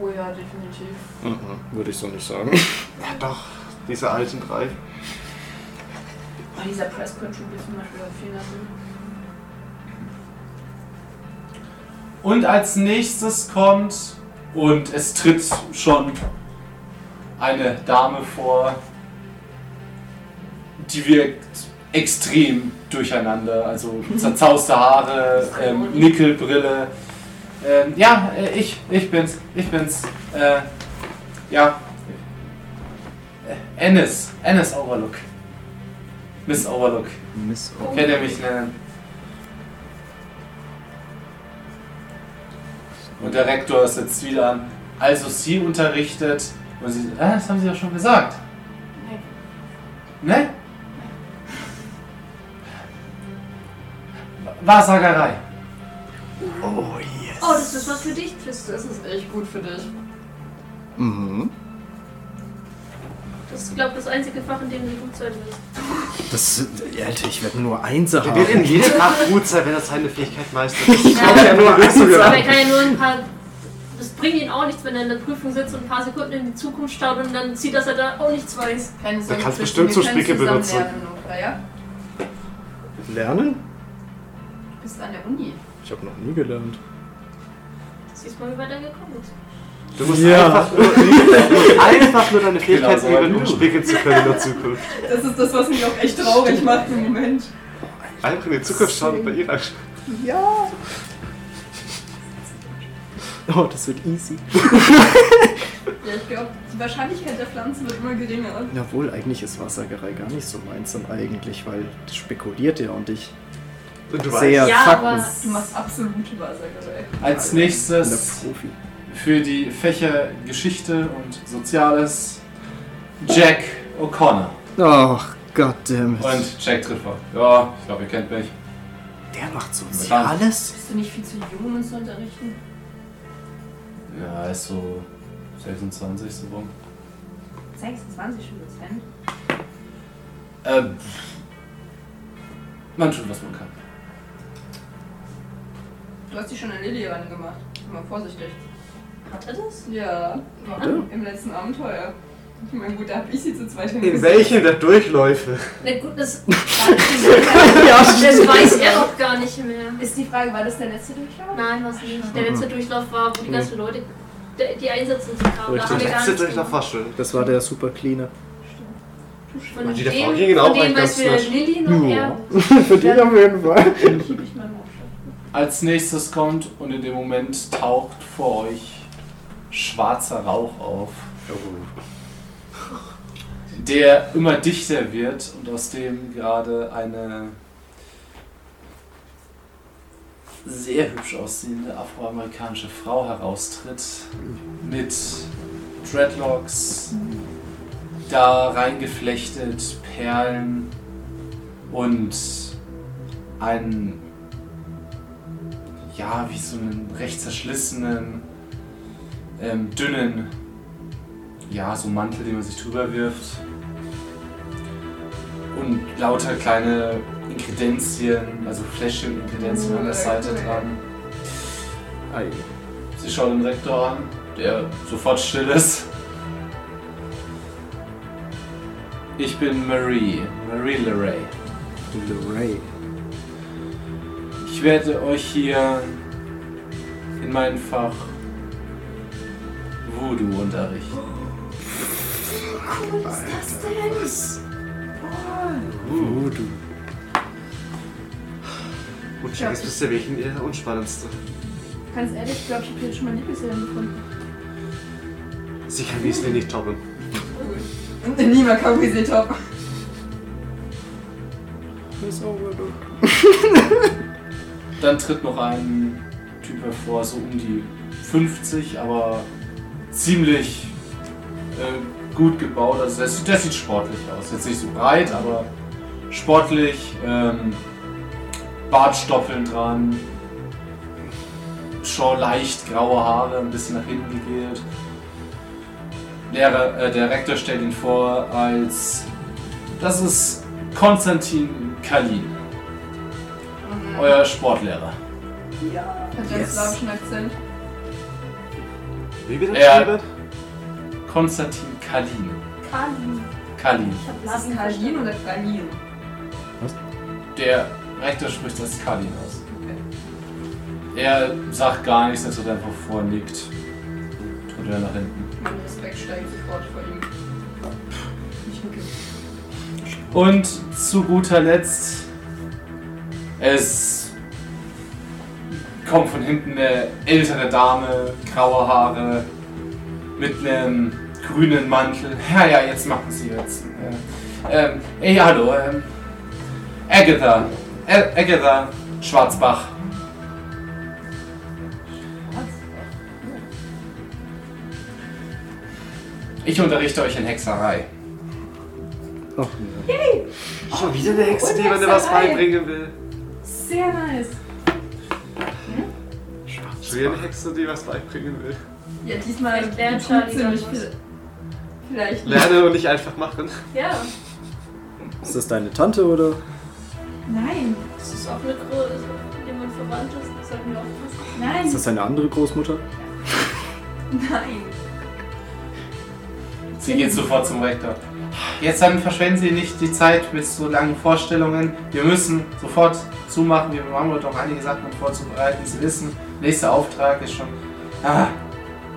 Oh ja, definitiv.
Mhm, würde ich so nicht sagen.
Ja, doch, diese alten drei.
Oh, dieser Press Control ist zum Beispiel auch viel nach
Und als nächstes kommt und es tritt schon eine Dame vor, die wirkt extrem durcheinander. Also zerzauste Haare, ähm, Nickelbrille. Ähm, ja, äh, ich, ich bin's, ich bin's. Äh, ja. Äh, Ennis, Ennis Overlook. Miss Overlook.
Miss
Oh.
Kennt ihr mich nennen? Und der Rektor sitzt wieder an. Also sie unterrichtet und sie. Ah, das haben sie ja schon gesagt. Ne? Wahrsagerei.
Oh, das ist was für dich, Tristan.
Das ist echt gut für dich.
Mhm.
Das ist, glaube ich, das einzige Fach, in dem du gut sein wirst.
Das, Alter, ich werde nur Einser
Er wird in
haben.
jedem Fach gut sein, wenn er seine Fähigkeit meistert. Ich
glaub,
<laughs>
er
nur
Aber er kann ja nur ein paar. Das bringt ihn auch nichts, wenn er in der Prüfung sitzt und ein paar Sekunden in die Zukunft schaut und dann sieht, dass er da auch nichts weiß.
Keine Sorge,
kannst
Tristan,
bestimmt
wir
so
können
Spicke
zusammen
benutzen.
lernen, Nora, ja?
Lernen?
Bist an der Uni.
Ich habe noch nie gelernt.
Siehst mal, wie weit er gekommen ist.
Du musst
Ja.
einfach, nur, du
<laughs>
musst einfach nur deine Fähigkeit
Genau, so
üben, um
ein
spicken zu können in der Zukunft.
Das ist das, was mich auch echt traurig macht im Moment.
Einfach in die Zukunft schauen und bei ihr rein-
Oh, das wird easy.
Ja, ich glaube, die Wahrscheinlichkeit der Pflanzen wird immer geringer.
Jawohl, eigentlich ist Wahrsagerei gar nicht so meins dann eigentlich, weil das spekuliert ja und ich
Und du
sehe
weißt,
Ja,
Fakten.
aber-
Du machst absolute Wahrsagerei.
Als
Ich bin
nächstes
der Profi.
für die Fächer Geschichte und Soziales Jack O'Connor.
Ach, goddammit.
Und Jack tritt vor. Ja, ich glaube, ihr kennt mich.
der macht so
Bekannt.
alles?
Bist du nicht viel zu jung, um uns zu unterrichten?
Ja, ist so 26 so rum.
26 schon Prozent.
Ähm, man tut, was man kann.
Du hast dich schon an Lilian gemacht. Immer vorsichtig.
Hat er das?
Ja,
Warte.
im letzten Abenteuer. Ich meine, gut, da hab ich sie zu zweit
in
hingesetzt.
welchen der Durchläufe.
Na gut, <laughs> das. das weiß er doch gar nicht mehr.
Ist die Frage, war das der letzte Durchlauf?
Nein, was nicht. Der letzte Durchlauf war, wo die ganzen Leute der- die Einsätze kamen. Da
Richtig.
haben wir
Der
gar
letzte
nichts
Durchlauf
gemacht.
war schön.
Das war der Super Cleaner.
Von
Und die
dem,
Frau ging auch
von dem
rein,
weiß
ganz
weder
frisch.
Lilly noch er.
Für den auf jeden Fall.
Hm.
Schieb ich meinen Aufschlag.
Als nächstes kommt und in dem Moment taucht vor euch schwarzer Rauch auf, der immer dichter wird und aus dem gerade eine sehr hübsch aussehende afroamerikanische Frau heraustritt mit Dreadlocks, da reingeflechtet, Perlen und einen ja, wie so einen recht zerschlissenen, ähm, dünnen, ja, so Mantel, den man sich drüber wirft. Und lauter kleine Inkredenzien, also Fläschchen, Inkredenzien an der Seite dran.
Ei.
Sie schaut den Rektor an, der sofort still ist. Ich bin Marie, Marie LeRae.
Lorraine.
Ich werde euch hier in mein Fach Voodoo-Unterricht.
Voodoo.
Und Jack ist bisher welchen der unspannendste.
Ganz ehrlich, ich glaube, ich habe jetzt schon mein Lieblingsserien gefunden.
Sie kann Weasley nicht toppen.
<laughs> Niemand kann Weasley top.
Dann tritt noch ein Typ hervor, so um die 50, aber ziemlich äh, gut gebaut. Also der, sieht- der sieht sportlich aus. Jetzt nicht so breit, aber sportlich. Ähm, Bartstoppeln dran. Schon leicht graue Haare, ein bisschen nach hinten gegelt. Lehrer, äh, der Rektor stellt ihn vor als... Das ist Konstantin Kalin, euer Sportlehrer.
Hat der einen slawischen Akzent?
Wie bitte?
Ja.
Schubert?
Konstantin Kalin.
Kalin.
Kalin.
Ich hab
Ist das
Lassen
ein Kalin oder Kalin?
Der Rektor spricht das Kalin aus. Er sagt gar nichts, er tritt einfach vor, nickt. Tritt er nach hinten.
Mein Respekt steigt sofort vor ihm. Ich nicke.
Und zu guter Letzt, es kommt von hinten eine ältere Dame, graue Haare, mit einem grünen Mantel. Ja, ja, jetzt machen sie jetzt. Äh, ähm, ey, hallo, ähm, Agatha, Ä- Agatha Schwarzbach. Ich unterrichte euch in Hexerei.
Ach, nee.
Schon wieder eine Hexe,
Und
die jemand was
Hexerei.
beibringen will.
Sehr nice.
Schon wieder eine Hexe, die was beibringen will.
Ja, diesmal
Vielleicht lernt
tut
Charlie
ziemlich
dann was.
viel. Vielleicht.
Lerne und nicht einfach machen.
Ja,
Ist das deine Tante oder?
Nein,
Das ist auch
also, mit Gro- jemand verwandt ist, sollten wir aufpassen.
Ist
nein,
das deine andere Großmutter?
nein.
Sie geht sofort zum Rektor. Jetzt dann verschwenden Sie nicht die Zeit mit so langen Vorstellungen. Wir müssen sofort zumachen. Wir haben heute noch einige Sachen um vorzubereiten. Sie wissen, nächster Auftrag ist schon. Ah,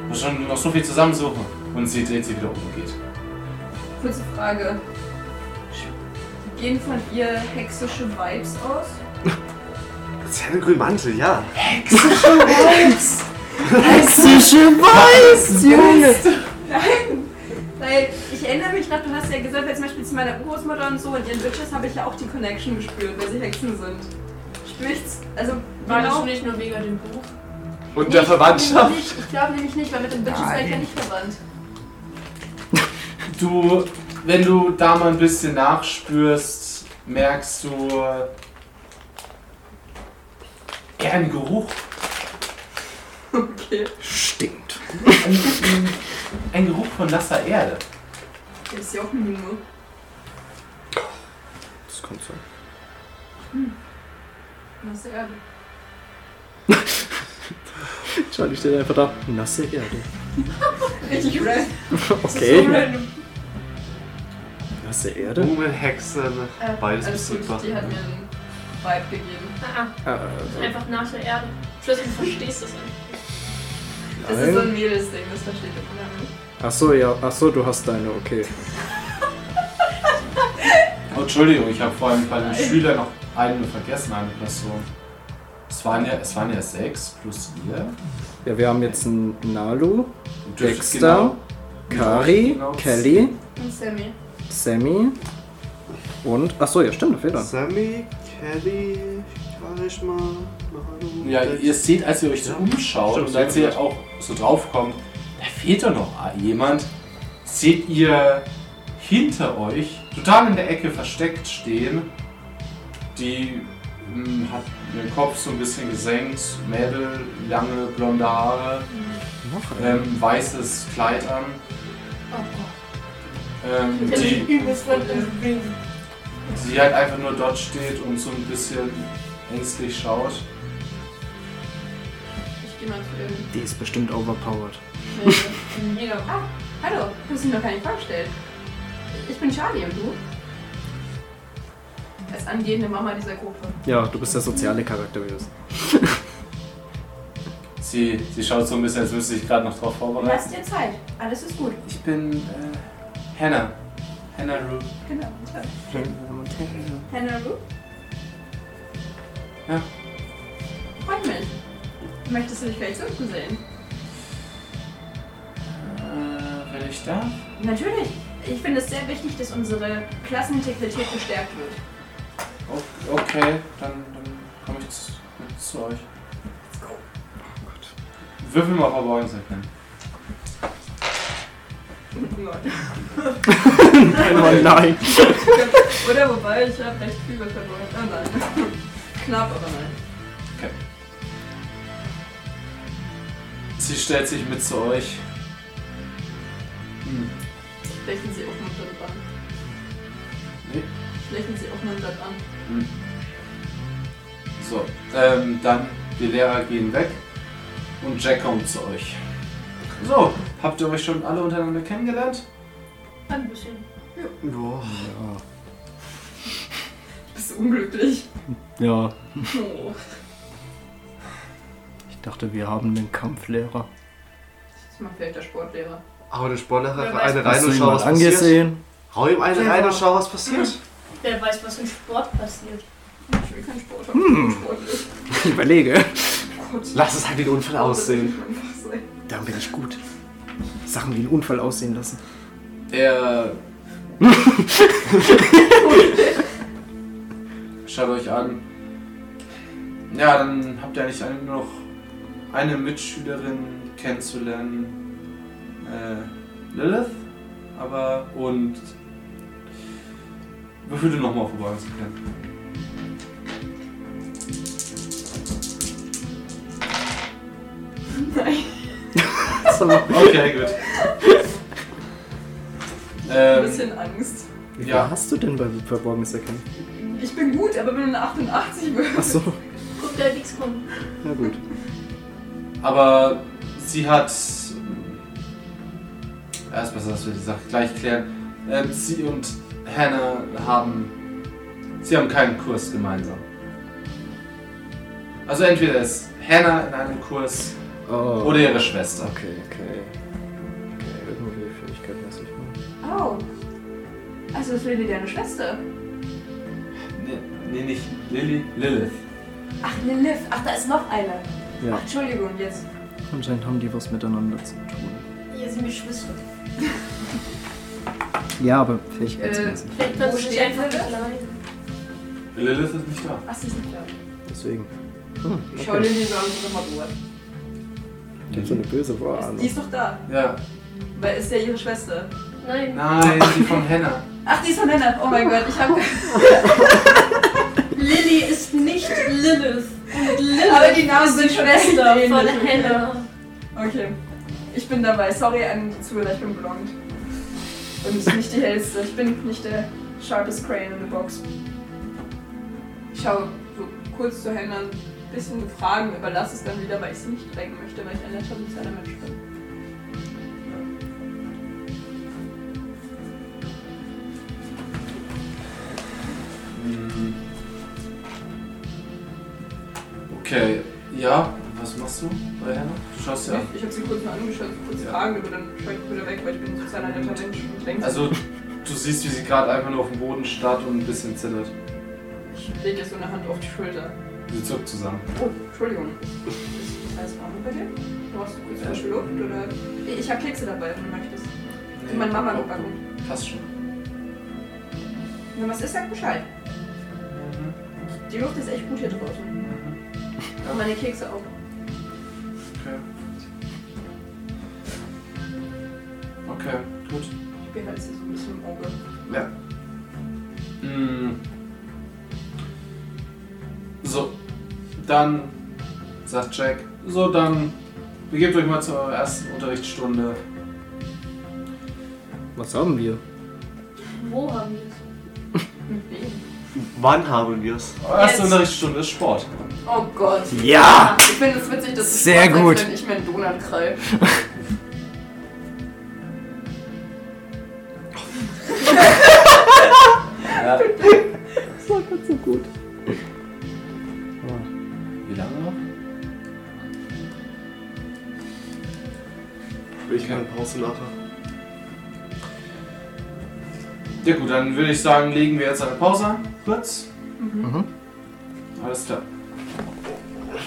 muss schon noch so viel zusammensuchen. Und sie dreht sich wieder um und geht.
Kurze Frage. Gehen von ihr hexische Vibes aus?
Sie hat einen grünen Mantel, ja.
Hexische Weiß, Junge!
Weil ich erinnere mich noch, du hast ja gesagt, weil zum Beispiel zu meiner Großmutter und so und ihren Witches habe ich ja auch die Connection gespürt, weil sie Hexen sind. Spricht's, also
War
genau-
das nicht nur wegen dem Buch?
Und
Nee,
der
ich glaub
Verwandtschaft.
nämlich nicht- Ich glaube nämlich nicht, weil mit den Witches seid ihr nicht verwandt.
Du, wenn du da mal ein bisschen nachspürst, merkst du äh, eher einen Geruch.
Okay.
Stinkt.
Ein, ein, ein Geruch von nasser Erde.
Das ist ja auch ein Junge.
Das kommt so.
Nasse Erde.
Charlie steht einfach da. Nasse Erde.
Richtig red.
Okay. Nasse Erde?
Blumen, Hexen.
Äh,
Beides
alles
ist super.
gut, die hat mir einen Vibe gegeben.
<laughs> Ah,
Äh,
einfach nach der Erde. Plötzlich verstehst du es einfach.
Das ist so ein Mädelsding, das versteht ihr vorher nicht.
achso, ja. Achso, du hast deine, okay.
Oh, Entschuldigung, ich habe vorhin bei den Schülern noch einen vergessen, eine Person. Es waren ja, es waren ja sechs plus ihr.
Ja, wir haben jetzt einen Nalu,
Ihr dürftet
Dexter, Kari,
genau-
Kelly,
Und Sammy.
Sammy und. Achso, ja, stimmt, da fehlt
Genau.
er.
Sammy, Kelly, Karishma, Manu.
Ja, ihr seht, als ihr euch so umschaut
Stimmt,
und als
stimmt.
ihr auch so draufkommt, da fehlt doch noch jemand. Seht ihr hinter euch, total in der Ecke versteckt stehen, die hm, hat den Kopf so ein bisschen gesenkt, Mädel, lange blonde Haare,
Noch ein.
ähm, weißes Kleid an. Ähm,
Ich hab mich
die,
übelst von dem Wind.
die halt einfach nur dort steht und so ein bisschen ängstlich schaut.
Ich gehe mal zu irgendeinem.
Die ist bestimmt overpowered.
äh,
Nee, jeder. Ah, hallo. Du hast mich noch gar nicht vorgestellt. Ich bin Charlie und du? Als angehende Mama dieser Gruppe.
Ja, du bist der soziale Charakter gewesen.
Sie, sie schaut so ein bisschen, als müsste ich gerade noch drauf vorbereiten.
Lass dir Zeit. Alles ist gut.
Ich bin äh, Hannah. Hannah Rue.
Genau. Hannah Roo?
Ja.
Freut mich. Möchtest du dich vielleicht zurückgesehen?
Äh, wenn ich darf?
Natürlich. Ich finde es sehr wichtig, dass unsere Klassenintegrität gestärkt wird.
O- Okay, dann, dann komme ich zu, mit zu euch. Let's go. Oh Gott. Würfel mal Verborgenes erkennen.
Oh
<laughs>
nein.
Oder wobei, ich habe recht viel verloren. Ah nein. Knapp, aber nein.
Sie stellt sich mit zu euch. Hm.
Lächeln sie aufmunternd an.
Nee.
Lächeln sie aufmunternd an.
So, ähm, dann die Lehrer gehen weg und Jack kommt zu euch. So, habt ihr euch schon alle untereinander kennengelernt?
Ein bisschen.
Boah.
Bist du unglücklich?
Ja,
Oh.
ich dachte, wir haben einen Kampflehrer.
Das macht vielleicht der Sportlehrer.
Aber eine Sportlehrer
Wer
hat
weiß,
eine rein
Hast du
und
ihn
schau,
mal
was passiert.
angesehen?
Hau ihm eine
Ja.
rein und schau, was passiert.
Wer weiß, was im Sport passiert.
Ich will keinen Sport haben. Hm. Sportlich.
<laughs> Ich überlege.
Gut.
Lass es halt wie ein Unfall aussehen.
Dann bin ich gut. Sachen wie einen Unfall aussehen lassen.
Er. Schaut euch an. Ja, dann habt ihr eigentlich eine- nur noch eine Mitschülerin kennenzulernen. Äh, Lilith? Aber. Und. Wofür du nochmal vorbei zu kennen. Okay, gut.
Ein
ähm,
bisschen Angst.
Wie
Ja.
viel hast du denn bei Verborgenes erkennen?
Ich bin gut, aber wenn du eine 88 wirst.
Achso,
Guck, da nichts kommt.
na gut.
Aber sie hat. Ja, ist besser, dass wir die Sache gleich klären. Ähm, sie und Hannah haben. Sie haben keinen Kurs gemeinsam. Also entweder ist Hannah in einem Kurs
Oh.
oder ihre Schwester.
Okay, okay. Okay, irgendwie Fähigkeit weiß ich nicht.
Oh. Also ist Lily deine Schwester?
Nee, nee nicht Lilly, Lilith.
Ach, Lilith. Ach, da ist noch eine.
Ja.
Ach, Entschuldigung, jetzt.
Anscheinend haben die was miteinander zu tun.
Hier sind Geschwister.
Ja, aber fähigkeitsmäßig.
Äh.
Vielleicht
Wo
wird sie sich
steht
einfach
sie?
klein.
Lilith ist nicht da.
Ach, sie ist nicht da.
Deswegen.
Ich schau dir die Sorgen nochmal durch.
Ich hab so eine böse
Die
Also.
Vorahnung.
ist doch da.
Ja.
Weil ist ja ihre Schwester.
Nein.
Nein, die von Hannah.
Ach, die ist von Lennart. Oh
<laughs>
mein Gott, ich habe.
Lilly ist nicht Lilith. Und Lilith
Aber die Namen sind
ist die
schon
genau, Schwester
echt
von
ähnlich.
Hannah.
Okay. Ich bin dabei. Sorry an die Zuhörer, ich bin blond. Und nicht die hellste. Ich bin nicht der sharpest crane in the box. Ich schaue so kurz zu Hannah ein bisschen Fragen, überlasse es dann wieder, weil ich sie nicht drängen möchte, weil ich ein netter sozialer Mensch bin.
Hm. Okay, ja, was machst du bei Hannah? Du schaust ja.
Ich habe sie kurz mal angeschaut, kurz
Ja.
Fragen, aber dann schaue ich wieder weg, weil ich bin ein sozialer netter Mensch und dränge
Also, du siehst, wie sie gerade einfach nur auf dem Boden starrt und ein bisschen zittert.
Ich lege jetzt so eine Hand auf die Schulter.
Sie zuckt zusammen.
Oh, Entschuldigung. Ist alles warm bei dir? Brauchst du kurz
Ja.
frische Luft? Oder? Ich habe Kekse dabei, wenn du möchtest.
Nee,
Und meine Mama
auch
noch
gut.
backen.
Passt schon.
Wenn was ist, sag Bescheid.
Mhm,
Die Luft ist echt gut hier draußen. Und meine Kekse auch.
Okay. Okay, gut.
Ich behalte sie so ein bisschen im Auge.
Mm. So, dann sagt Jack, so dann begebt euch mal zur ersten Unterrichtsstunde.
Was haben wir?
Wo haben wir es?
Mit wem?
<laughs> Wann haben wir es?
Eure erste
Jetzt.
Unterrichtsstunde ist Sport.
Oh Gott.
Ja!
Ich finde es witzig, dass es
Sehr
Spaß
gut.
Ist, wenn ich mir einen Donut krall.
Ja.
Das war gerade so gut.
Wie lange noch?
brauchst du nachher.
Ja gut, dann würde ich sagen, legen wir jetzt eine Pause ein. Kurz.
Mhm.
Alles klar.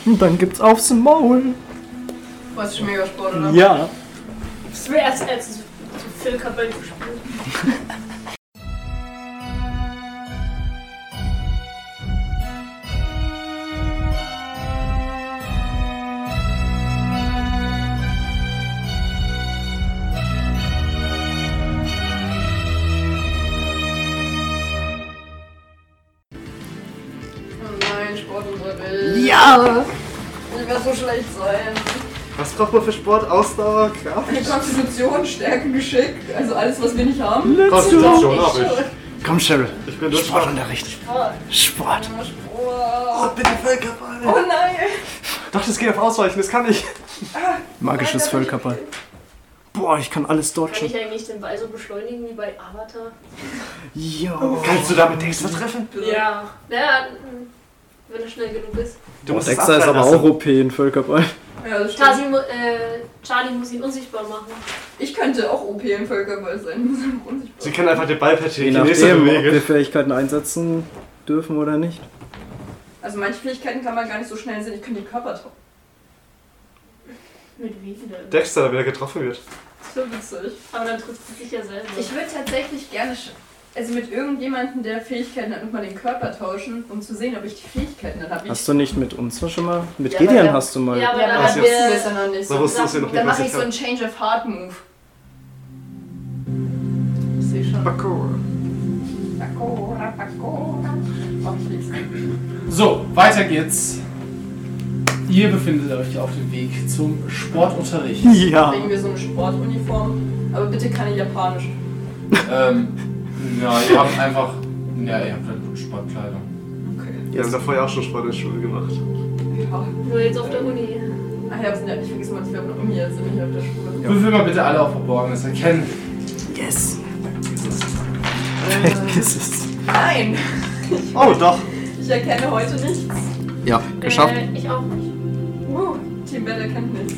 Und dann gibt's aufs Maul.
Was ist schon mega Sport, oder?
Ja.
Das wäre erst als so viel Kabel gespielt.
Oh nein, Sport unsere Welt.
Ja!
Ich werde so schlecht sein.
Was braucht man für Sport? Ausdauer, Kraft?
Ich hab Konstitution, Stärke, Geschick, also alles, was wir nicht haben.
Konzentration habe ich.
Komm, Cheryl.
Ich bin durch.
Sportunterricht. Sport.
Oh, Sport.
Oh, bitte Völkerball.
Oh nein!
Doch, das geht auf Ausweichen, das kann ich.
Magisches Völkerball. Boah, ich kann alles
Kann
dodgen.
ich eigentlich den Ball so beschleunigen wie bei Avatar?
Ja.
Kannst du damit Dexter treffen?
Ja. Ja, mm, wenn er schnell genug ist.
Du musst es
Dexter ist also.
abfallen
aber
lassen.
auch OP in Völkerball.
Ja, das stimmt.
Tasi, mu- äh, Charlie muss ihn unsichtbar machen.
Ich könnte auch OP im Völkerball sein. <laughs>
Sie können einfach den Ball per
Je
Telekinese
nachdem, ob wir
bewegen.
Fähigkeiten einsetzen dürfen oder nicht.
Also manche Fähigkeiten kann man gar nicht so schnell sehen. Ich kann den Körper tauchen.
Mit wem denn?
Dexter, wenn er getroffen wird.
So witzig.
Aber dann trifft sie sich ja selber.
Ich würde tatsächlich gerne, sch- also mit irgendjemandem, der Fähigkeiten hat, nochmal den Körper tauschen, um zu sehen, ob ich die Fähigkeiten dann habe.
Hast du nicht mit uns schon mal? Mit
Ja,
Gideon
aber-
hast du mal. <laughs>
ja, aber
ja,
dann
aber
das
hat
das wissen wir
ist
wir.
es ja noch nicht.
Da wusstest du noch nicht,
Dann
was
mache
ich
ich so einen
kann.
Change of Heart Move. Ich sehe schon.
Parkour.
Bakora, Bakora. Mach ich nichts.
So, weiter geht's. Ihr befindet euch auf dem Weg zum Sportunterricht.
Ja.
Kriegen wir so eine Sportuniform. Aber bitte keine japanisch.
ähm, ja, ihr habt einfach. Ja, ihr habt halt Sportkleidung.
Okay.
Wir haben da vorher auch schon Sport in der Schule gemacht.
Ja.
Nur jetzt auf der Uni.
Ach ja, wir sind ja, ich vergesse mal, dass wir haben noch um hier sind, nicht auf der Schule.
Ja. Würfel mal bitte alle auf Verborgenes erkennen.
Yes.
Äh,
Yes, yes.
nein!
Oh, doch.
Ich erkenne heute nichts.
Ja, geschafft.
Äh, ich auch nicht.
Uh, Team Bell erkennt nichts.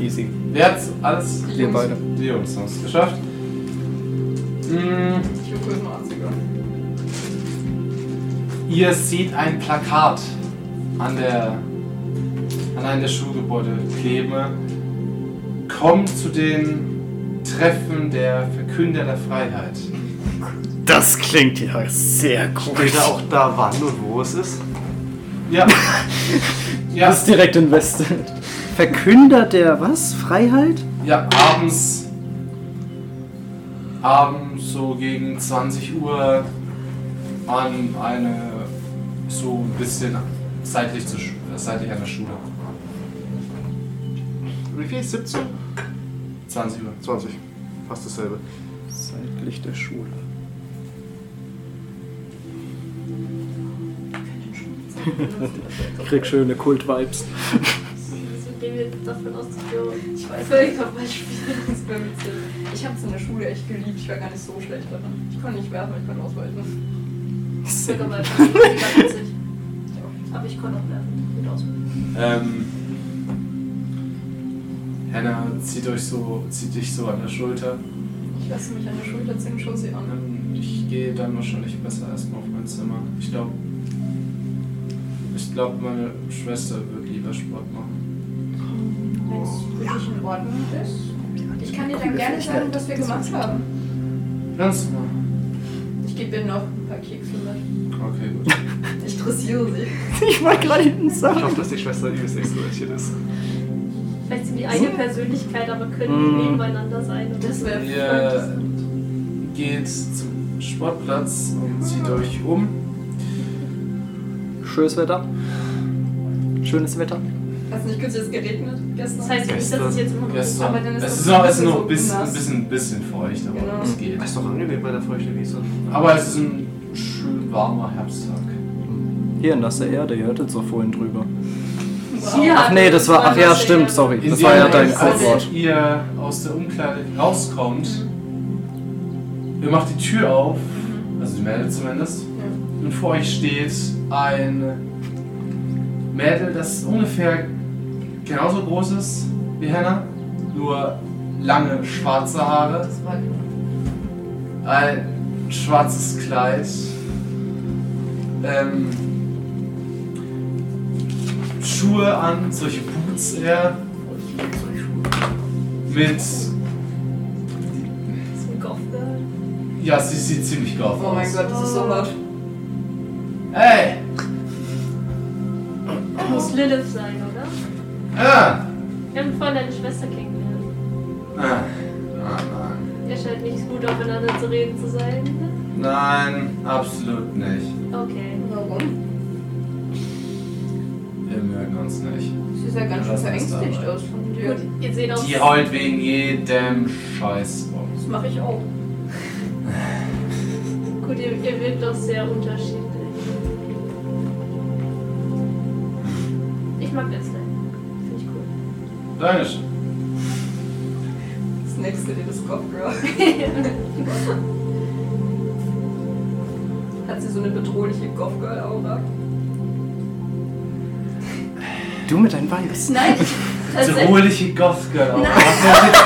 Easy.
Wer hat's alles?
Die
Wir
Jungs-
beide.
Die Jungs haben es geschafft. Mm,
Ich will kurz mal Anzüge.
ihr seht ein Plakat an der an einem der Schulgebäude kleben. Kommt zu den Treffen der Verkünder der Freiheit.
Das klingt ja sehr
Steht da auch da, wann und wo es ist?
Ja. ja.
Das ist direkt invested. Verkünder der was? Freiheit?
Ja, abends. Abends so gegen 20 Uhr an eine so ein bisschen seitlich, zu, Sch- äh, seitlich an der Schule.
Wie viel? 17?
20 Uhr.
20. Fast dasselbe.
Seitlich der Schule. Krieg schöne Kult-Vibes.
Also gehen wir jetzt davon aus, dass wir
Ich weiß nicht,
Völkerball spielen.
das ist mir witzig. Ich hab's in der Schule echt geliebt, ich war gar nicht so schlecht darin. Ich konnte nicht werfen, ich konnte ausweichen.
Völkerball spielen ist mega witzig. Aber ich konnte auch werfen. Gut auswählen.
Ähm, Hannah zieht euch so, zieht dich so an der Schulter.
Ich lasse mich an der Schulter ziehen, schau sie an.
Ähm, Ich gehe dann wahrscheinlich besser erstmal auf mein Zimmer. Ich glaube, ich glaube, meine Schwester wird lieber Sport machen.
Wenn es für dich in Ordnung ist. Ich kann dir dann gerne sagen, was wir gemacht haben.
Kannst du mal.
Ich gebe dir noch ein paar Kekse mit.
Okay, gut.
Ich dressiere sie.
Ich war gerade hinten
Ich
sagen.
hoffe, dass die Schwester übelst extrovertiert ist.
Vielleicht sind die eigene Persönlichkeit, aber können
Mm.
nebeneinander sein. Und
Das wäre
Ja. geht zum Sportplatz und zieht euch um.
Schönes Wetter. Schönes Wetter.
Hat es nicht kurz jetzt geregnet gestern?
das heißt ja nicht, dass es jetzt immer
Gestern.
Aber dann ist
es
das
ist noch, es ist
so
noch ein bisschen, ein
nass.
bisschen, ein bisschen feucht, aber
Genau.
es geht.
Ist doch angenehm bei der feuchten Wiese.
Aber es ist ein schön warmer Herbsttag.
Hier, nasse Erde, ihr hörtet so vorhin drüber.
Hier
Ach nee, das war. Ach ja,
das
stimmt,
sehr-
sorry.
In
Das
dem
war ja dein
Moment,
Codewort.
Als ihr aus der Umkleide rauskommt, ihr macht die Tür auf, also die Mädel zumindest, und vor euch steht ein Mädel, das ungefähr genauso groß ist wie Hannah, nur lange schwarze Haare,
Das war
ein schwarzes Kleid, ähm, Schuhe an, solche Boots eher,
ich liebe solche Schuhe.
mit,
So ein Goth Girl.
ja, sie sieht ziemlich goth
Oh mein
aus.
Gott, das ist so laut.
Hey!
Das muss Lilith sein, oder?
Ah!
Wir haben vorhin deine Schwester kennengelernt.
Ah, ah, nein.
Ihr scheint nicht gut aufeinander zu reden zu sein.
Nein, absolut nicht.
Okay.
Warum?
Wir mögen uns nicht.
Sie sah ganz schön verängstigt aus von dir.
Gut, ihr seht aus.
Die heult wegen jedem Scheiß um.
Das mache ich auch.
Gut, ihr, ihr wirkt doch sehr unterschiedlich. Ich mag das Design. Finde ich cool.
Deinisch.
Das nächste dir das Kopfgirl. <laughs> Hat sie so eine bedrohliche Goth-Girl-Aura?
Du mit deinen Vibes.
Nein, ich, <laughs> also, tatsächlich.
Bedrohliche Goth-Girl. Was soll ich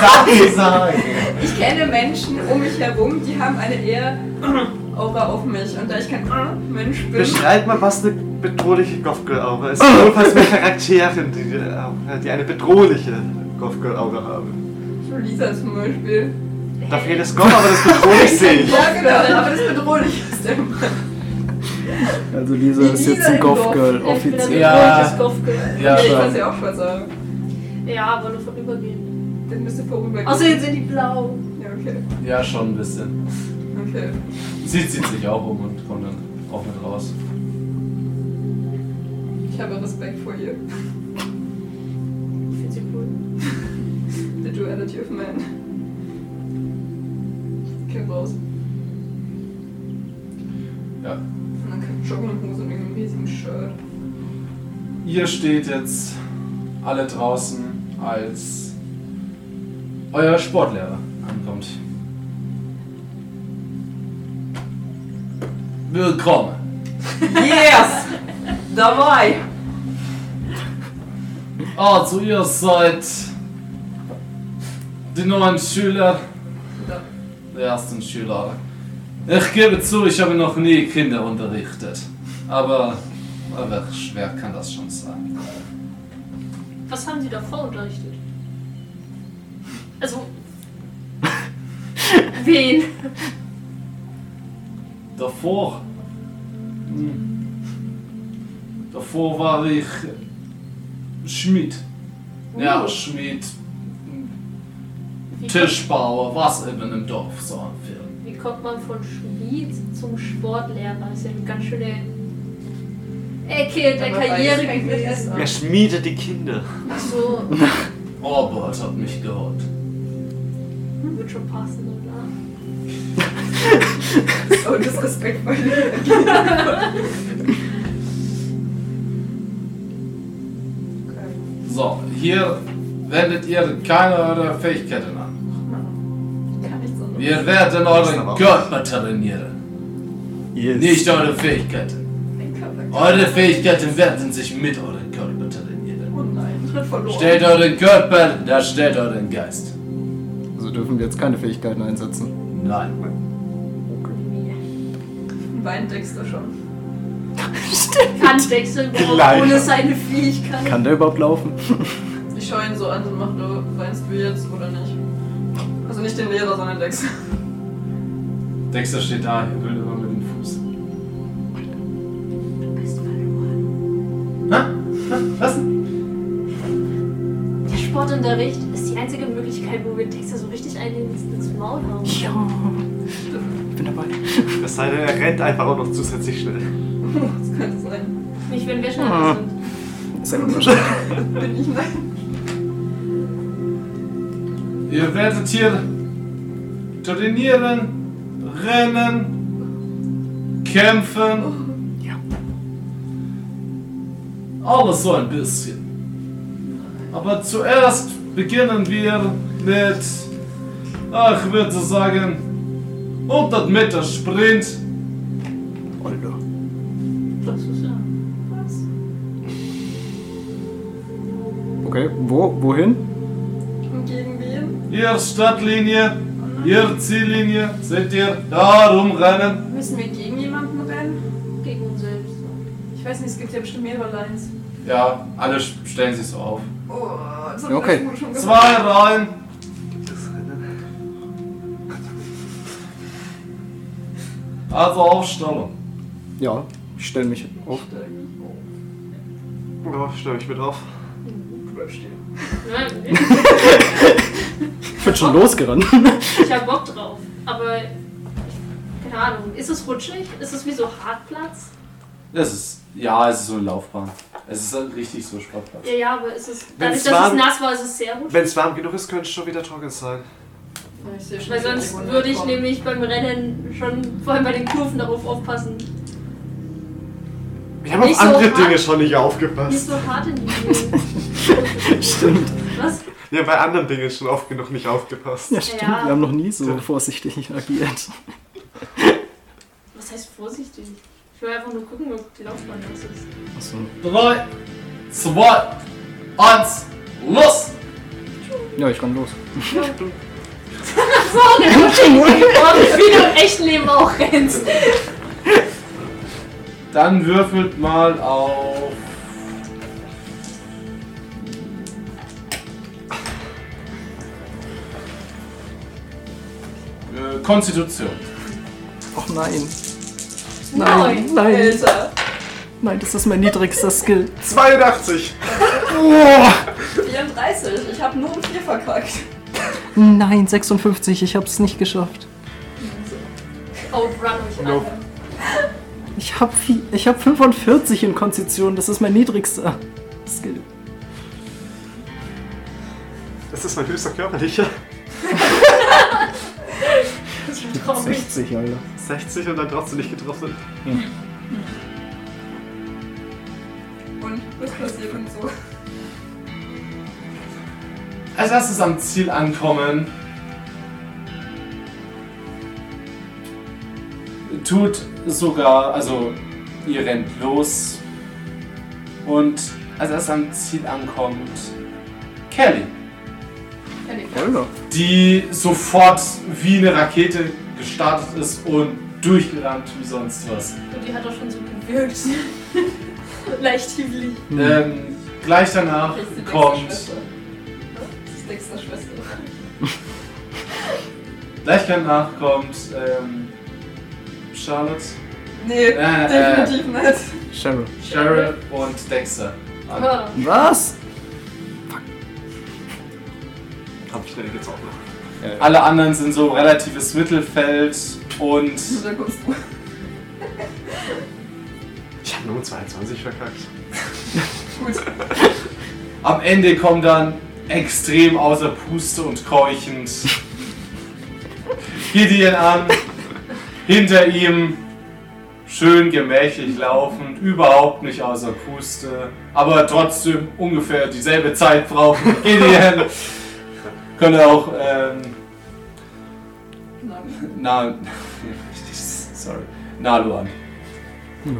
dazu
<laughs>
sagen?
Ich kenne Menschen um mich herum, die haben eine <clears throat> eher Aura auf mich. Und da ich kein Mensch bin,
Beschreib mal, was eine bedrohliche Goth-Girl-Aura ist. Also Jedenfalls mit Charakteren, die, die- die eine bedrohliche Goth-Girl-Aura haben.
Lisa zum Beispiel.
Darf jedes Goth, aber das
<laughs>
bedrohlich sehe ich.
Ja, genau, aber das bedrohlich ist immer.
Also Lisa ist jetzt ein Goth Girl,
Ja, ich bin ein
offiziell.
Ja.
bedrohliches Goth Girl.
Ja,
ich
schon.
kann sie auch schon sagen.
Ja, aber nur vorübergehend.
Dann müsste vorübergehen.
Außerdem sind die blau.
Ja, okay.
Ja, schon ein bisschen.
Okay.
Sie zieht sich auch um und kommt dann auch mit raus.
Ich habe Respekt vor ihr.
Ich finde sie cool.
The Duality of Man. Klingt raus.
Ja.
Und dann kommt Jogginghose und irgendein riesigen Shirt.
Ihr steht jetzt alle draußen, als euer Sportlehrer ankommt. Willkommen.
Yes! Dabei!
Also ihr seid die neuen Schüler der ersten Schüler. Ich gebe zu, ich habe noch nie Kinder unterrichtet. Aber, aber schwer kann das schon sein.
Was haben sie davor unterrichtet? Also. <laughs> Wen?
Davor. Hm. Davor war ich Schmied. Ja, Schmied,
Wie,
Tischbauer, was eben im Dorf so anfällt.
wie kommt man von Schmied zum Sportlehrer? Das ist ja eine ganz schöne Ecke der Karriere gewesen.
Er schmiedet die Kinder.
Ach so,
Robert hat mich geholt.
wird schon passen, oder?
Oh, das ist respektvoll. <laughs>
So, hier wendet ihr keine eurer Fähigkeiten an.
Gar nichts anderes.
Wir werden euren Körper trainieren, nicht eure Fähigkeiten.
Mein Körper.
Eure Fähigkeiten werden sich mit eurem Körper trainieren.
Oh nein, ich hab verloren.
Stellt euren Körper, da stellt euren Geist.
Also dürfen wir jetzt keine Fähigkeiten einsetzen.
Nein.
Weint Dexter schon.
Kann Wechsel
<laughs>
brauchen, ohne seine Fähigkeit.
Kann der überhaupt laufen?
Ich schaue ihn so an und mache nur, weinst du jetzt oder nicht? Also nicht den Lehrer, <laughs> sondern Dexter.
Dexter steht da, er will immer mit dem Fuß. Hä? Was?
Der Sportunterricht ist die einzige Möglichkeit, wo wir Texte so richtig einen ins, ins Maul hauen.
Ja. Ich bin dabei.
Es sei denn, er rennt einfach auch noch zusätzlich schnell.
Das könnte sein.
Nicht, wenn wir
Ah.
schneller sind.
Ist ja unwahrscheinlich.
Bin ich nein.
Ihr werdet hier trainieren, rennen, kämpfen. Ja. Alles so ein bisschen. Aber zuerst beginnen wir mit, ah, ich würde sagen, 100 Meter Sprint.
Das ist ja.
Okay, wo, wohin?
Und gegen wen?
Ihr Stadtlinie, ihr Ziellinie, seht ihr da rumrennen?
Müssen wir gegen jemanden rennen?
Gegen uns selbst.
Ich weiß nicht, es gibt ja bestimmt mehrere Lines.
Ja, alle stellen sich so auf.
Oh, das hat
Okay.
das schon gemacht.
Zwei rein. Also Aufstellung.
Ja, ich stelle mich auf.
Oh, stimmt, ich bin drauf.
Nein,
Ich bin schon losgerannt.
ich hab Bock drauf. Aber keine Ahnung, ist es rutschig? Ist es wie so Hartplatz?
Das ist, ja, es ist so eine Laufbahn. Es ist halt richtig so Sportplatz.
Ja, ja, aber ist es.
Wenn's
Dadurch, dass
warm-
es nass war, ist es sehr rutschig.
Wenn es warm genug ist, könnte es schon wieder trocken sein.
Ja, ich sehe schon,
Weil
dass
sonst
irgendwo
würde ich
kommt.
nämlich beim Rennen schon vor allem bei den Kurven darauf aufpassen.
Ich habe auf
Nicht so
andere
hart.
Dinge schon nicht
Nicht
aufgepasst.
so hart in die Knie.
<laughs> Stimmt.
Was?
Ich habe bei anderen Dingen schon oft genug nicht aufgepasst.
Ja, stimmt.
Ja.
Wir haben noch nie so vorsichtig agiert.
Was heißt vorsichtig? Ich will einfach nur gucken, ob die Laufbahn nass ist.
Achso.
Drei, zwei, eins, los!
Ja, ich renn los. <laughs>
Oh, wie du im echten Leben auch rennst.
Dann würfelt mal auf. Äh, Konstitution.
Och nein.
Nein,
Nein, nein,
Alter.
nein, das ist mein niedrigster Skill.
82!
34, ich habe nur um 4 verkackt.
Nein, 56, ich hab's nicht geschafft.
Outrun Oh, euch alle.
Ich hab, viel, ich hab 45 in Konstitution, das ist mein niedrigster Skill.
Das ist mein höchster körperlicher.
Ich bin traurig.
60, Alter.
60 und dann trotzdem nicht getroffen.
Und was passiert und so.
Als erstes Also am Ziel ankommen. Tut sogar, also ihr rennt los. Und als erstes am Ziel ankommt, Kelly.
Alter.
die sofort wie eine Rakete gestartet ist und durchgerannt wie sonst was.
Und die hat doch schon so gewirkt. <laughs> Leicht hibbelig.
Ähm, gleich danach
Ich bin
kommt,
Schwester. Das ist Dexter Schwester.
gleich danach kommt ähm, Charlotte,
Nee,
Äh,
definitiv nicht.
Cheryl.
Cheryl und Dexter. an.
Ja.
Was?
Hab ich schnell gezogen.
Alle anderen sind so relatives Mittelfeld und
Da kommst du.
Ich habe nur um 22 verkackt.
am Ende kommt dann extrem außer Puste und keuchend Gideon an, hinter ihm schön gemächlich laufend, überhaupt nicht außer Puste, aber trotzdem ungefähr dieselbe Zeit brauchen wie Gideon. Könnte auch ähm, na, <laughs> sorry, Nalu an.
Ja,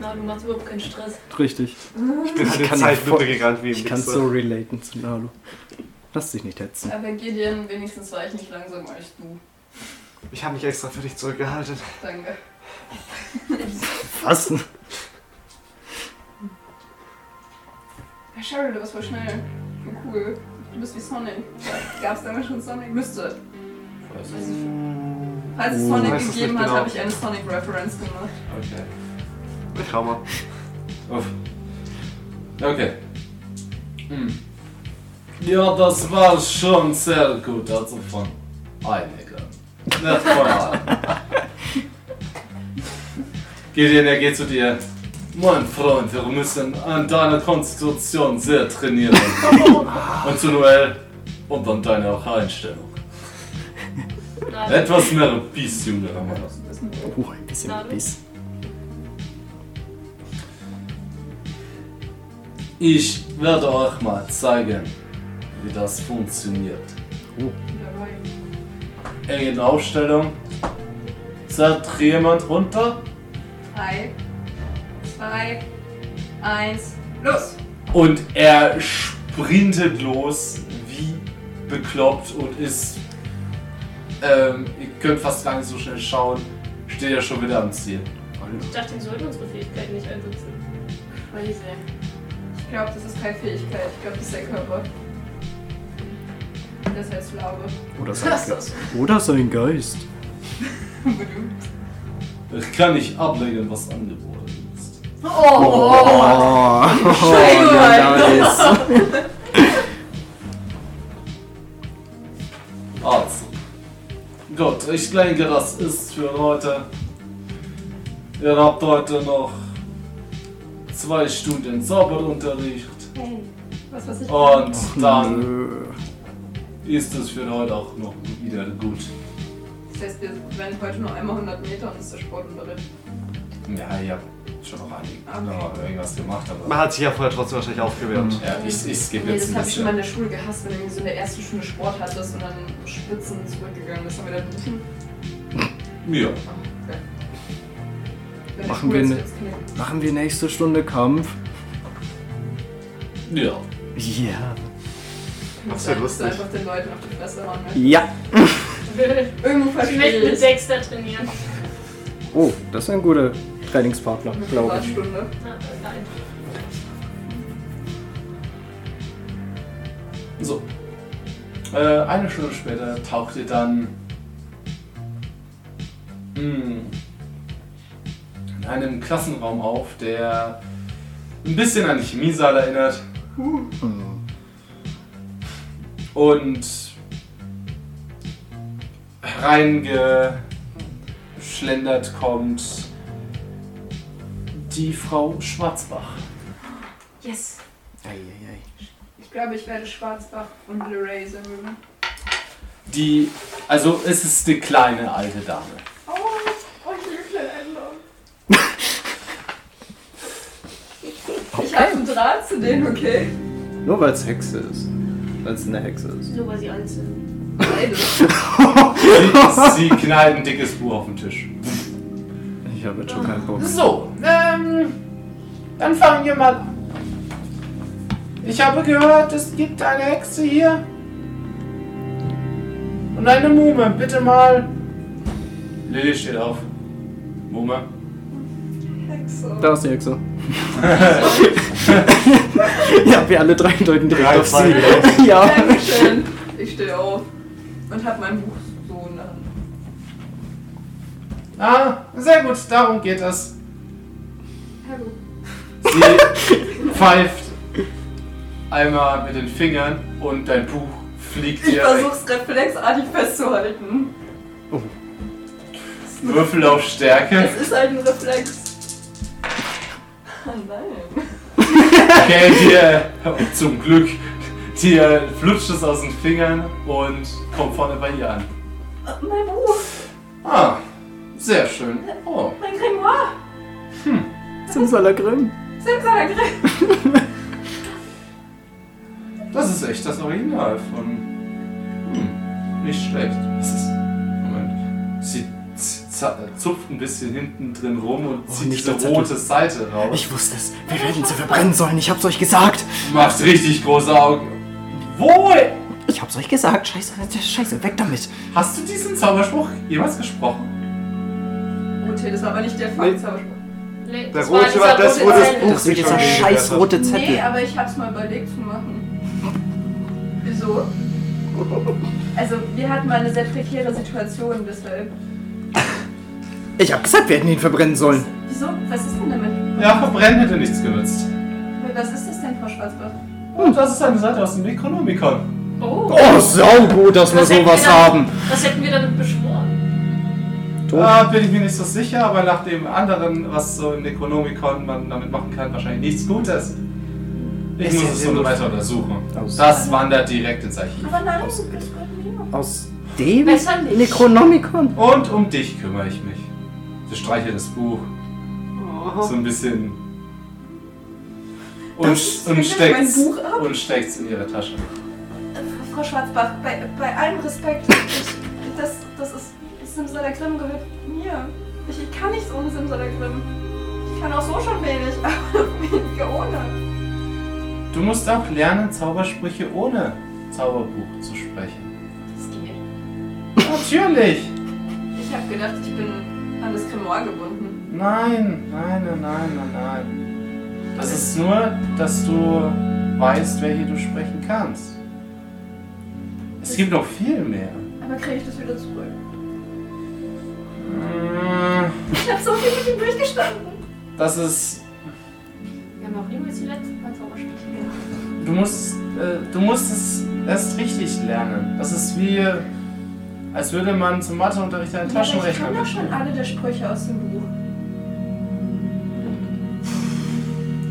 Na, du machst überhaupt keinen Stress.
richtig.
Ich bin halt in
kann
Zeit
nicht voll-
runtergerannt wie im
Ich kann
Wichser.
so relaten zu Nalu. Lass dich nicht hetzen.
Aber Gideon, wenigstens war ich nicht langsamer als du.
Ich habe mich extra für dich zurückgehalten.
Danke.
Was?
Hey Cheryl, du bist voll schnell. Voll cool. Du bist wie Sonic. Gab's damals schon Sonic? Müsste. Weiß ich nicht. Falls es
Oh,
Sonic
weiß es
gegeben
nicht
hat,
genau.
habe ich eine Sonic-Reference gemacht.
Okay.
Ich hau mal.
Uff. Okay. Hm. Ja, das war schon sehr gut, also von einigen. Nicht von allen. Gideon, er geht zu dir. Mein Freund, wir müssen an deiner Konstitution sehr trainieren. und zu Noel und an deiner Einstellung.
Äh,
Na,
Etwas mehr Biss, Junge, haben wir das.
Oh, ein bisschen
Nalu?
Biss.
Ich werde euch mal zeigen, wie das funktioniert. Er geht in Aufstellung. Zerrt jemand runter
3, 2, 1, los!
und er sprintet los wie bekloppt und ist. Ähm, ihr könnt fast gar nicht so schnell schauen. Steht ja schon wieder am Ziel.
Ich dachte, wir sollten unsere Fähigkeiten nicht einsetzen.
Crazy. Ich glaube, das ist keine Fähigkeit. Ich glaube, das ist der Körper. Das heißt Glaube.
Oder
Oh, Das ist
Oder sein Geist.
Ich kann nicht ablehnen, was angeboten ist.
<laughs> Oh!
Oh,
ja,
nice.
Also. Gut, ich denke, das ist für heute. Ihr habt heute noch zwei Stunden Zauberunterricht.
Was weiß ich.
Und dann ist es für heute auch noch wieder gut.
Das heißt, wir werden heute nur einmal 100 Meter und es ist der Sportunterricht.
Ja, ich habe schon noch einige noch irgendwas gemacht, aber.
Man hat sich ja vorher trotzdem wahrscheinlich aufgewärmt.
Ja, ich, ich skippe
Nee,
jetzt
das
ein
habe ich
bisschen.
schon mal in der Schule gehasst, wenn du irgendwie so in der ersten Stunde Sport hattest und dann Spitzen zurückgegangen bist. Haben wir dann hm,
Ja.
okay. Wenn die
Machen
Schule
wir
ist
ne-
jetzt keine-
Machen wir nächste Stunde Kampf?
Ja.
Ja.
Kann
Ach so,
sein, dass
lustig.
du einfach den Leuten auf die Fresse hauen willst.
Ja.
Irgendwo
Ich möchte
verstehe
mit
ich.
Sechster trainieren.
Oh, das ist ein guter Trainingspartner,
Eine
glaube ich.
Privatstunde.
Ah, nein.
So. Äh, eine Stunde später taucht ihr dann mh, in einem Klassenraum auf, der ein bisschen an Chemiesaal erinnert. Und hereingeschlendert kommt die Frau Schwarzbach.
Yes.
Ich glaube, ich werde Schwarzbach und Leray sehr mögen.
Die, also es ist eine kleine alte <laughs> Dame.
Oh, oh, ich liebe kleine Einlauf. Ich habe einen Draht zu denen, okay?
Nur weil es Hexe ist. Weil es eine Hexe ist.
Nur weil sie alt sind.
Beides.
Sie, sie knallt ein dickes Buch auf den Tisch.
Ich habe jetzt schon keinen Bock.
So, ähm, dann fangen wir mal an. Ich habe gehört, es gibt eine Hexe hier. Und eine Mume, bitte mal. Lilly steht auf. Mume.
Hexe.
<laughs> Da ist die Hexe. <laughs> ja, wir alle drei deuten direkt
Drei,
auf
zwei,
sie. ja.
Dankeschön. Ich stehe auf und habe mein Buch so in der Hand.
Ah, sehr gut, darum geht es.
Hallo.
Sie <laughs> pfeift einmal mit den Fingern und dein Buch fliegt
Ich
dir weg.
versuch's reflexartig festzuhalten.
Würfel auf Stärke.
Es ist halt ein Reflex. Oh nein.
Okay, dir, zum Glück, dir flutscht es aus den Fingern und kommt vorne bei ihr an.
Mein Buch,
Ah, sehr schön. Oh,
mein Grimoire.
Simsalagrim.
Simsalagrim.
das ist echt das Original von. Hm, nicht schlecht. Es ist. Moment. Sie z- z- zupft ein bisschen hinten drin rum und zieht
Oh, nicht
diese
der Zettel.
rote Seite raus.
Ich wusste es. Wir werden sie verbrennen sollen. Ich hab's euch gesagt.
Macht richtig große Augen. Wohl!
Ich hab's euch gesagt. Scheiße, scheiße, weg damit.
Hast du diesen Zauberspruch jemals gesprochen?
Okay, das war aber nicht der Fall. Das war-
Nee,
Der
das war
rote war
dieser
das,
rote
wo das
Oh,
Zettel.
Buch sich schon gegeben hat.
Nee, aber ich hab's mal überlegt zu machen. Wieso? Also, wir hatten mal eine sehr prekäre Situation, deshalb.
Ich hab gesagt, wir hätten ihn verbrennen sollen.
Wieso? Was ist denn damit?
Ja, verbrennen hätte nichts genützt.
Was ist das denn, Frau Schwarzbach?
Und das ist eine Seite aus dem Necronomicon.
Oh,
Oh, saugut, dass wir
Was hätten
sowas
wir da-
haben.
was hätten wir damit beschworen?
Tot.
Da bin ich mir nicht so sicher, aber nach dem anderen, was so im Necronomicon man damit machen kann, wahrscheinlich nichts Gutes. Ich
Ist
muss
ja
es
sehr
nur
gut.
weiter untersuchen.
Aus-
Das wandert direkt ins Archiv.
Aber nein, das wollten wir machen.
Aus dem
Besser nicht.
Necronomicon.
Und um dich kümmere ich mich. Sie streichelt das Buch. So ein bisschen. Und,
ist-
und
Oh. das ist
steckt
mein Buch ab.
und steckt's in ihre Tasche.
Frau Schwarzbach, bei, bei allem Respekt, ich, das, das ist. Simsalagrim gehört mir. Ich, ich kann nichts ohne Simsalagrim. Ich kann auch so schon wenig, <laughs> aber weniger ohne.
Du musst auch lernen, Zaubersprüche ohne Zauberbuch zu sprechen. sprechen.
Stil.
Natürlich!
Ich habe gedacht, ich bin an das Grimoire gebunden.
Nein, nein, nein, nein, nein, nein. Das ist nur, dass du weißt, welche du sprechen kannst. Es gibt noch viel mehr.
Aber kriege ich das wieder zurück?
Mm,
Ich habe so viel mit ihm durchgestanden.
Das ist.
Wir haben auch niemals die letzten paar Zaubersprüche gemacht.
Du musst. Äh, du musst es erst richtig lernen. Das ist wie. Als würde man zum Matheunterricht einen
ich
Taschenrechner
kann doch schon
mitnehmen.
alle der Sprüche aus dem Buch.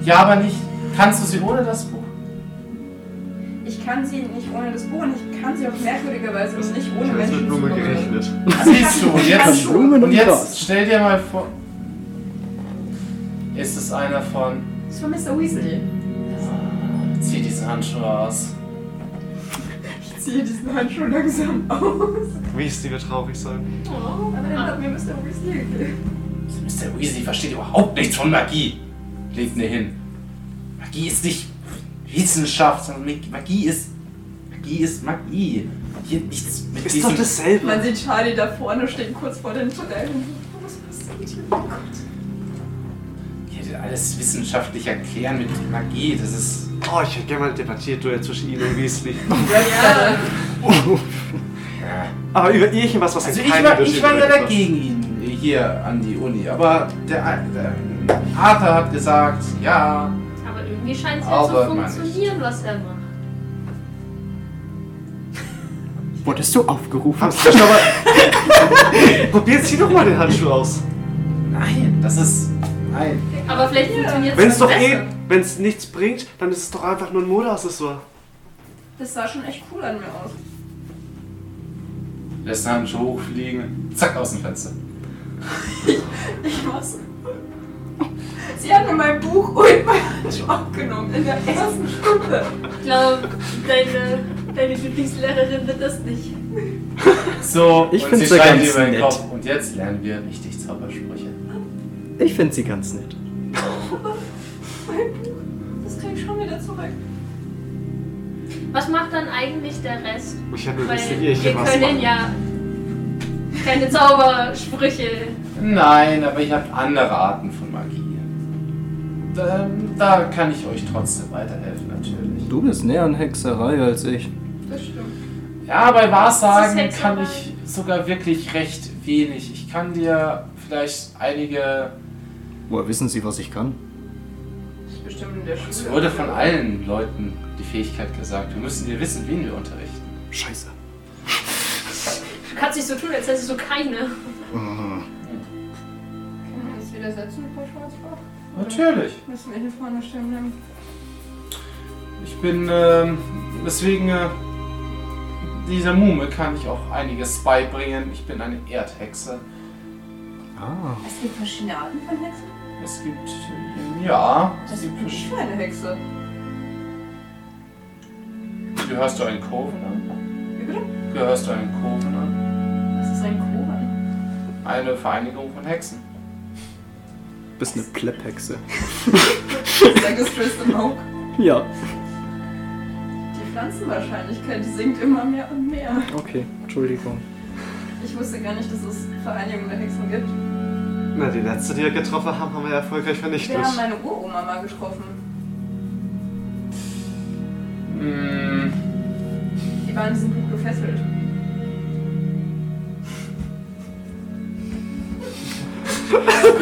Ja, aber nicht. Kannst du sie ohne das Buch?
Ich kann sie nicht ohne das Buch und ich kann sie auch merkwürdigerweise nicht ohne
Das
Menschen
wird Blume
berühren.
gerechnet.
Also
Siehst du, und jetzt,
Blumen und
und jetzt
Gras.
stell dir mal vor. Ist es einer von.
Das ist von Mr. Weasley.
Zieh diese Handschuhe aus.
Ich ziehe diesen Handschuh langsam aus.
Wie ist die, wird traurig sein?
Oh.
Aber dann hat mir Mr. Weasley gegeben.
Mr. Weasley versteht überhaupt nichts von Magie. Legt mir hin. Magie ist nicht Wissenschaft, sondern Mag- Magie ist. Magie ist Magie. Hier nichts mit
Ist
diesem.
doch dasselbe.
Man sieht Charlie da vorne stehen, kurz vor den Toiletten. Was passiert hier? Oh Gott.
Hier wird alles wissenschaftlich erklären mit Magie. Das ist.
Oh, ich hätte gerne mal debattiert, du zwischen ihnen und Weasley.
Ja,
Aber über Irchen was, halt was
Also
in
ich
keinem
war, ich
Unterschied
war ja
drin ist.
dagegen ihn hier an die Uni, aber der, der Arthur hat gesagt, ja,
Aber irgendwie scheint es ja
Aber
zu
man-
funktionieren, was er macht.
Wurdest du aufgerufen?
Hab's schon mal. Probiert sie doch mal <laughs> den Handschuh aus.
nein, das ist, nein.
Aber vielleicht funktioniert
Wenn es
es
doch
besser.
eh, wenn es nichts bringt, dann ist es doch einfach nur ein Modeaccessoire.
das sah schon echt cool an mir aus.
Lässt den Handschuh hochfliegen, zack, aus dem Fenster.
Ich mach's. Sie hat mir mein Buch und mein Handschuh abgenommen in der ersten Stunde.
Ich glaube, deine, deine Lieblingslehrerin wird das nicht.
So,
Ich
und
find's
sie
ja
schreiben
ganz
über den
nett.
Kopf. Und jetzt lernen wir richtig Zaubersprüche.
Ich finde sie ganz nett.
Das krieg ich schon wieder zurück.
Was macht dann eigentlich der Rest?
Ich habe nur
Weil
Weasley
wir
Irchen was
können
machen.
ja keine Zaubersprüche.
Nein, aber ihr habt andere Arten von Magie. Da, da kann ich euch trotzdem weiterhelfen, natürlich.
Du bist näher an Hexerei als ich.
Das stimmt.
Ja, bei
Das
Wahrsagen
ist jetzt
kann
aber-
ich sogar wirklich recht wenig. Ich kann dir vielleicht einige.
Woher wissen sie, was ich kann?
Das ist bestimmt in der Schule.
Es wurde von allen Leuten die Fähigkeit gesagt, wir müssen dir wissen, wen wir unterrichten.
Scheiße.
Du kannst nicht so tun, als hättest du keine.
Kann man das wieder setzen, Frau Schwarzbach?
Natürlich.
Müssen wir hier vorne stehen nehmen?
Ich bin, ähm, deswegen, äh, dieser Mume kann ich auch einiges beibringen. Ich bin eine Erdhexe.
Ah.
Es gibt verschiedene Arten von Hexen.
Es gibt, äh, ja, es
Es
gibt
gibt eine
Versch-
Schweinehexe.
Gehörst du einen Coven an?
Wie bitte?
Gehörst du einen Coven an?
Was ist ein Koran?
Eine Vereinigung von Hexen.
Bist eine Plepphexe.
Sagst du es im Auge?
Ja.
Die Pflanzenwahrscheinlichkeit, die sinkt immer mehr und mehr.
Okay, Entschuldigung.
Ich wusste gar nicht, dass es Vereinigung der Hexen gibt.
Na, die letzte, die wir getroffen haben, haben wir erfolgreich vernichtet.
Wir haben meine Uroma mal getroffen.
Hm,
Mm.
Die war in diesem Buch gefesselt.
wie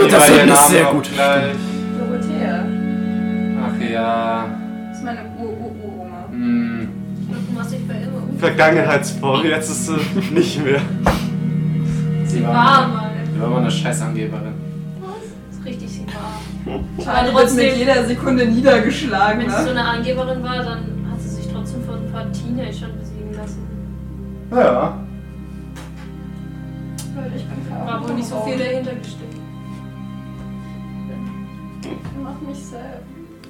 Das
war
wird
ihr
eine
Name
sehr
auch
gute
gleich?
Dorothea.
Ach ja.
Das ist meine Ur-Ur-Uroma.
Hm.
Ich glaube, du machst dich bei immer um.
Vergangenheitsform, jetzt ist sie nicht mehr. <laughs>
Sie
War
war,
mal.
sie war mal eine Scheißangeberin.
Das ist richtig, sie war.
Charlie wird
trotzdem-
mit jeder Sekunde niedergeschlagen.
Wenn sie so
Ne?
eine Angeberin war, dann hat sie sich trotzdem von ein paar Teenagern besiegen lassen.
Ja.
Leute, ich bin
War wohl nicht so viel dahinter gesteckt.
Mach mich selbst.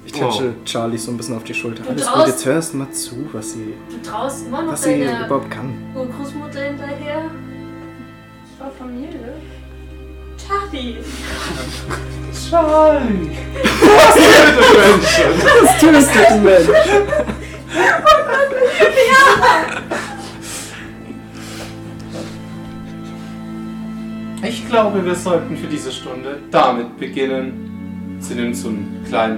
Ich
Wow.
tätsche Charlie so ein bisschen auf die Schulter.
Du
Alles
traust-
gut, jetzt hörst mal zu, was sie,
Du traust immer noch
was sie
deiner
überhaupt kann.
Urgroßmutter hinterher?
Ich war Familie.
Charlie!
Charlie.
Das tust du, Mensch.
Ich glaube, wir sollten für diese Stunde damit beginnen. Sie nimmt so einen kleinen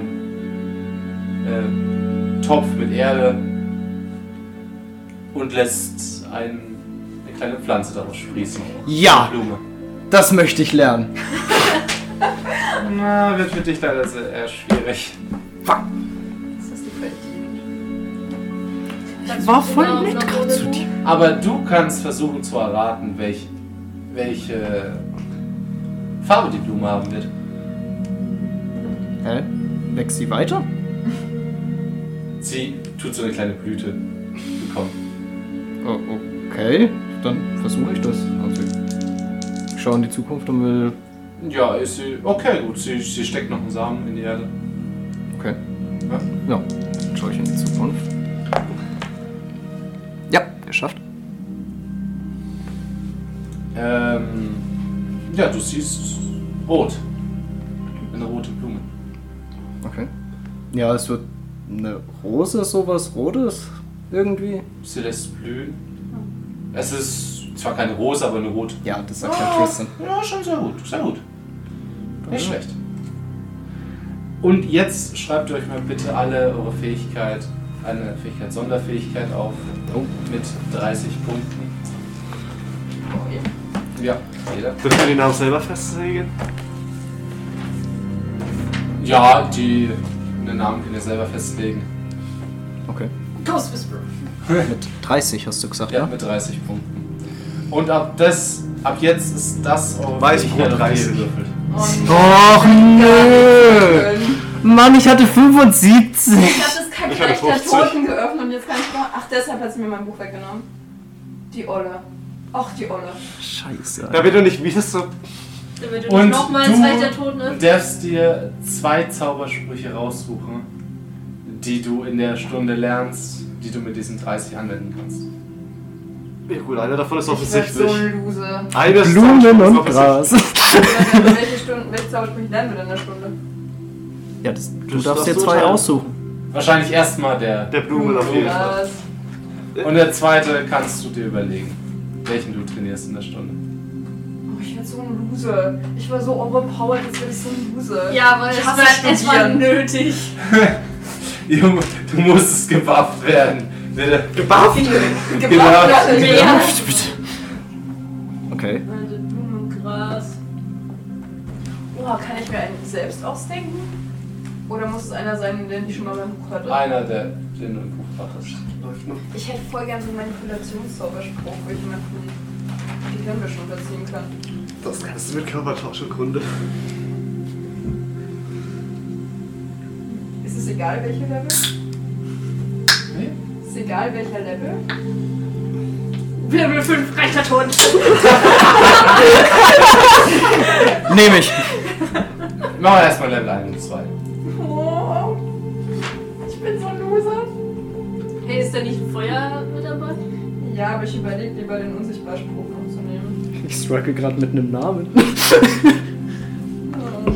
äh, Topf mit Erde und lässt ein, eine kleine Pflanze daraus sprießen.
Ja,
Blume.
das möchte ich lernen.
Na, wird für dich leider sehr eher schwierig.
Ist das die Qualität?
Ich
war voll nett gerade zu dir.
Aber du kannst versuchen zu erraten, welch, welche Farbe die Blume haben wird.
Hä? Wächst sie weiter?
Sie tut so eine kleine Blüte bekommen.
Oh, okay, dann versuche ich das. Also, ich schaue in die Zukunft und will.
Ja, ist sie. Okay, gut. Sie, sie steckt noch einen Samen in die Erde.
Okay.
Ja.
Ja, dann schaue ich in die Zukunft. Ja, geschafft.
Ähm, ja, du siehst rot. Eine rote Blume.
Okay. Ja, es wird eine Rose, sowas Rotes irgendwie.
Sie lässt blühen. Es ist zwar keine Rose, aber eine rote.
Ja, das sagt
Oh.
ja Tristan.
Ah, Ja, schon sehr gut. Sehr gut. Nicht schlecht. Und jetzt schreibt euch mal bitte alle eure Fähigkeit, eine Fähigkeit, Sonderfähigkeit auf. Mit 30 Punkten. Oh, Ja, jeder.
Dürfen wir den Namen selber festlegen?
Ja, die den Namen könnt ihr selber festlegen.
Okay.
Ghost Whisperer.
Mit 30 hast du gesagt,
Ja,
ja?
mit 30 Punkten. Und ab, das, ab jetzt ist das eure
Weißbrot
Fähigkeit, auf die ihr
30.
würfelt.
Und
Och nö! Mann, ich hatte 75!
ich hab das
Ich hatte
Kackreich der
50.
Toten geöffnet und jetzt kann ich noch. Ach, deshalb hat sie mir mein Buch weggenommen. Die Olle. Ach, die Olle.
Scheiße.
Damit du nicht wieder so.
Damit du
Und
nicht nochmal
du-
ins Reich der Toten
Du
öffnest.
darfst dir zwei Zaubersprüche raussuchen, die du in der Stunde lernst, die du mit diesen 30 anwenden kannst.
Ja, gut, einer davon ist
Ich werd so
offensichtlich.
ein Loser.
Einer ist
Blumen und
offensichtlich.
Gras.
Oder welche Stunden, welche Zaubersprüche lernen wir denn in der Stunde?
Ja, das, du
Das
darfst
darfst
dir
du
zwei
entscheiden.
aussuchen.
Wahrscheinlich erstmal der.
Der Blumen auf jeden Fall.
Was?
Und der zweite kannst du dir überlegen, welchen du trainierst in der Stunde. <laughs>
Oh, ich werd so ein Loser. Ich war so overpowered, jetzt werd ich so ein Loser.
Ja, aber
Ich
es
hasse
war, es war
Studieren.
nötig.
Junge, du musstest gebufft werden. Ne, Genau. Bitte.
Gebufft!
also
Gebufft.
Mehr.
Okay.
Also Blumen und Gras.
Boah, Oh, kann ich mir einen selbst ausdenken? Oder muss es einer sein, der nicht schon mal mein Buch hatte?
Einer, der den du im Buch hattest.
Ich hätte voll gern so einen Manipulationszauberspruch, wo ich jemanden die Hirnwäsche unterziehen kann.
Das kannst du mit Körpertauschurkunde.
Ist es egal, welche Level?
Nee.
Ist egal, welcher Level?
Wirbel 5, Reich der Toten.
Nehme ich.
Machen wir erstmal Level 1 und 2.
Oh, ich bin so ein Loser.
Hey, ist da nicht ein Feuer mit dabei?
Ja, aber ich überlege lieber, den Unsichtbarspruch noch zu nehmen.
Ich struggle gerade mit einem Namen.
Ich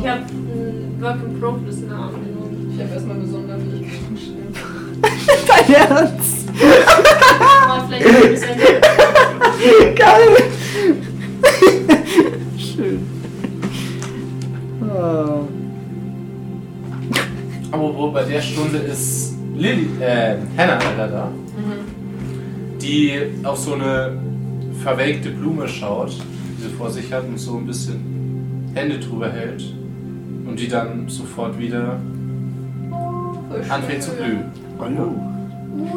hab einen Work in Progress Namen genommen.
Ich habe erstmal eine Sonderfähigkeit geschrieben.
Dein Ernst?
Aber vielleicht ein bisschen.
Geil! Schön. Ah.
Apropos, bei der Stunde ist Lilly, äh, Hannah leider da,
Mhm.
die auf so eine verwelkte Blume schaut, die sie vor sich hat und so ein bisschen Hände drüber hält und die dann sofort wieder anfängt zu blühen.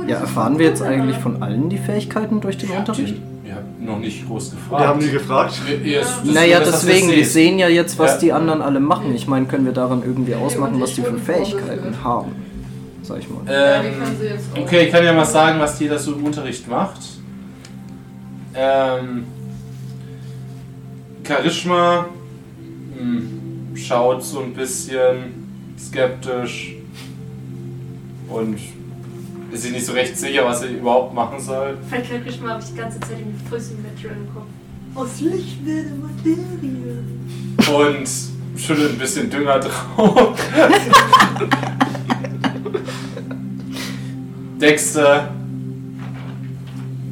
Ja, erfahren wir jetzt eigentlich von allen die Fähigkeiten durch den Unterricht?
Ihr habt noch nicht groß gefragt.
Wir haben nie gefragt.
Ihr- ihr- das-
Naja,
das- das
deswegen, wir
seht.
sehen ja jetzt, was
Ja.
die anderen alle machen. Ich meine, können wir daran irgendwie ausmachen,
und
was
ich
die für
wurden
Fähigkeiten
vorgeführt.
haben? Sag ich mal.
Ja, die
Ähm,
können sie jetzt auch-
Okay, ich kann ja mal sagen, was jeder so im Unterricht macht. Ähm, Charisma hm, schaut so ein bisschen skeptisch und ist sich nicht so recht sicher, was sie überhaupt machen soll.
Vielleicht könnte ich mal, hab ich die ganze Zeit in die Fussing Metro im Kopf.
Und schüttelt ein bisschen Dünger <laughs> drauf. Dexter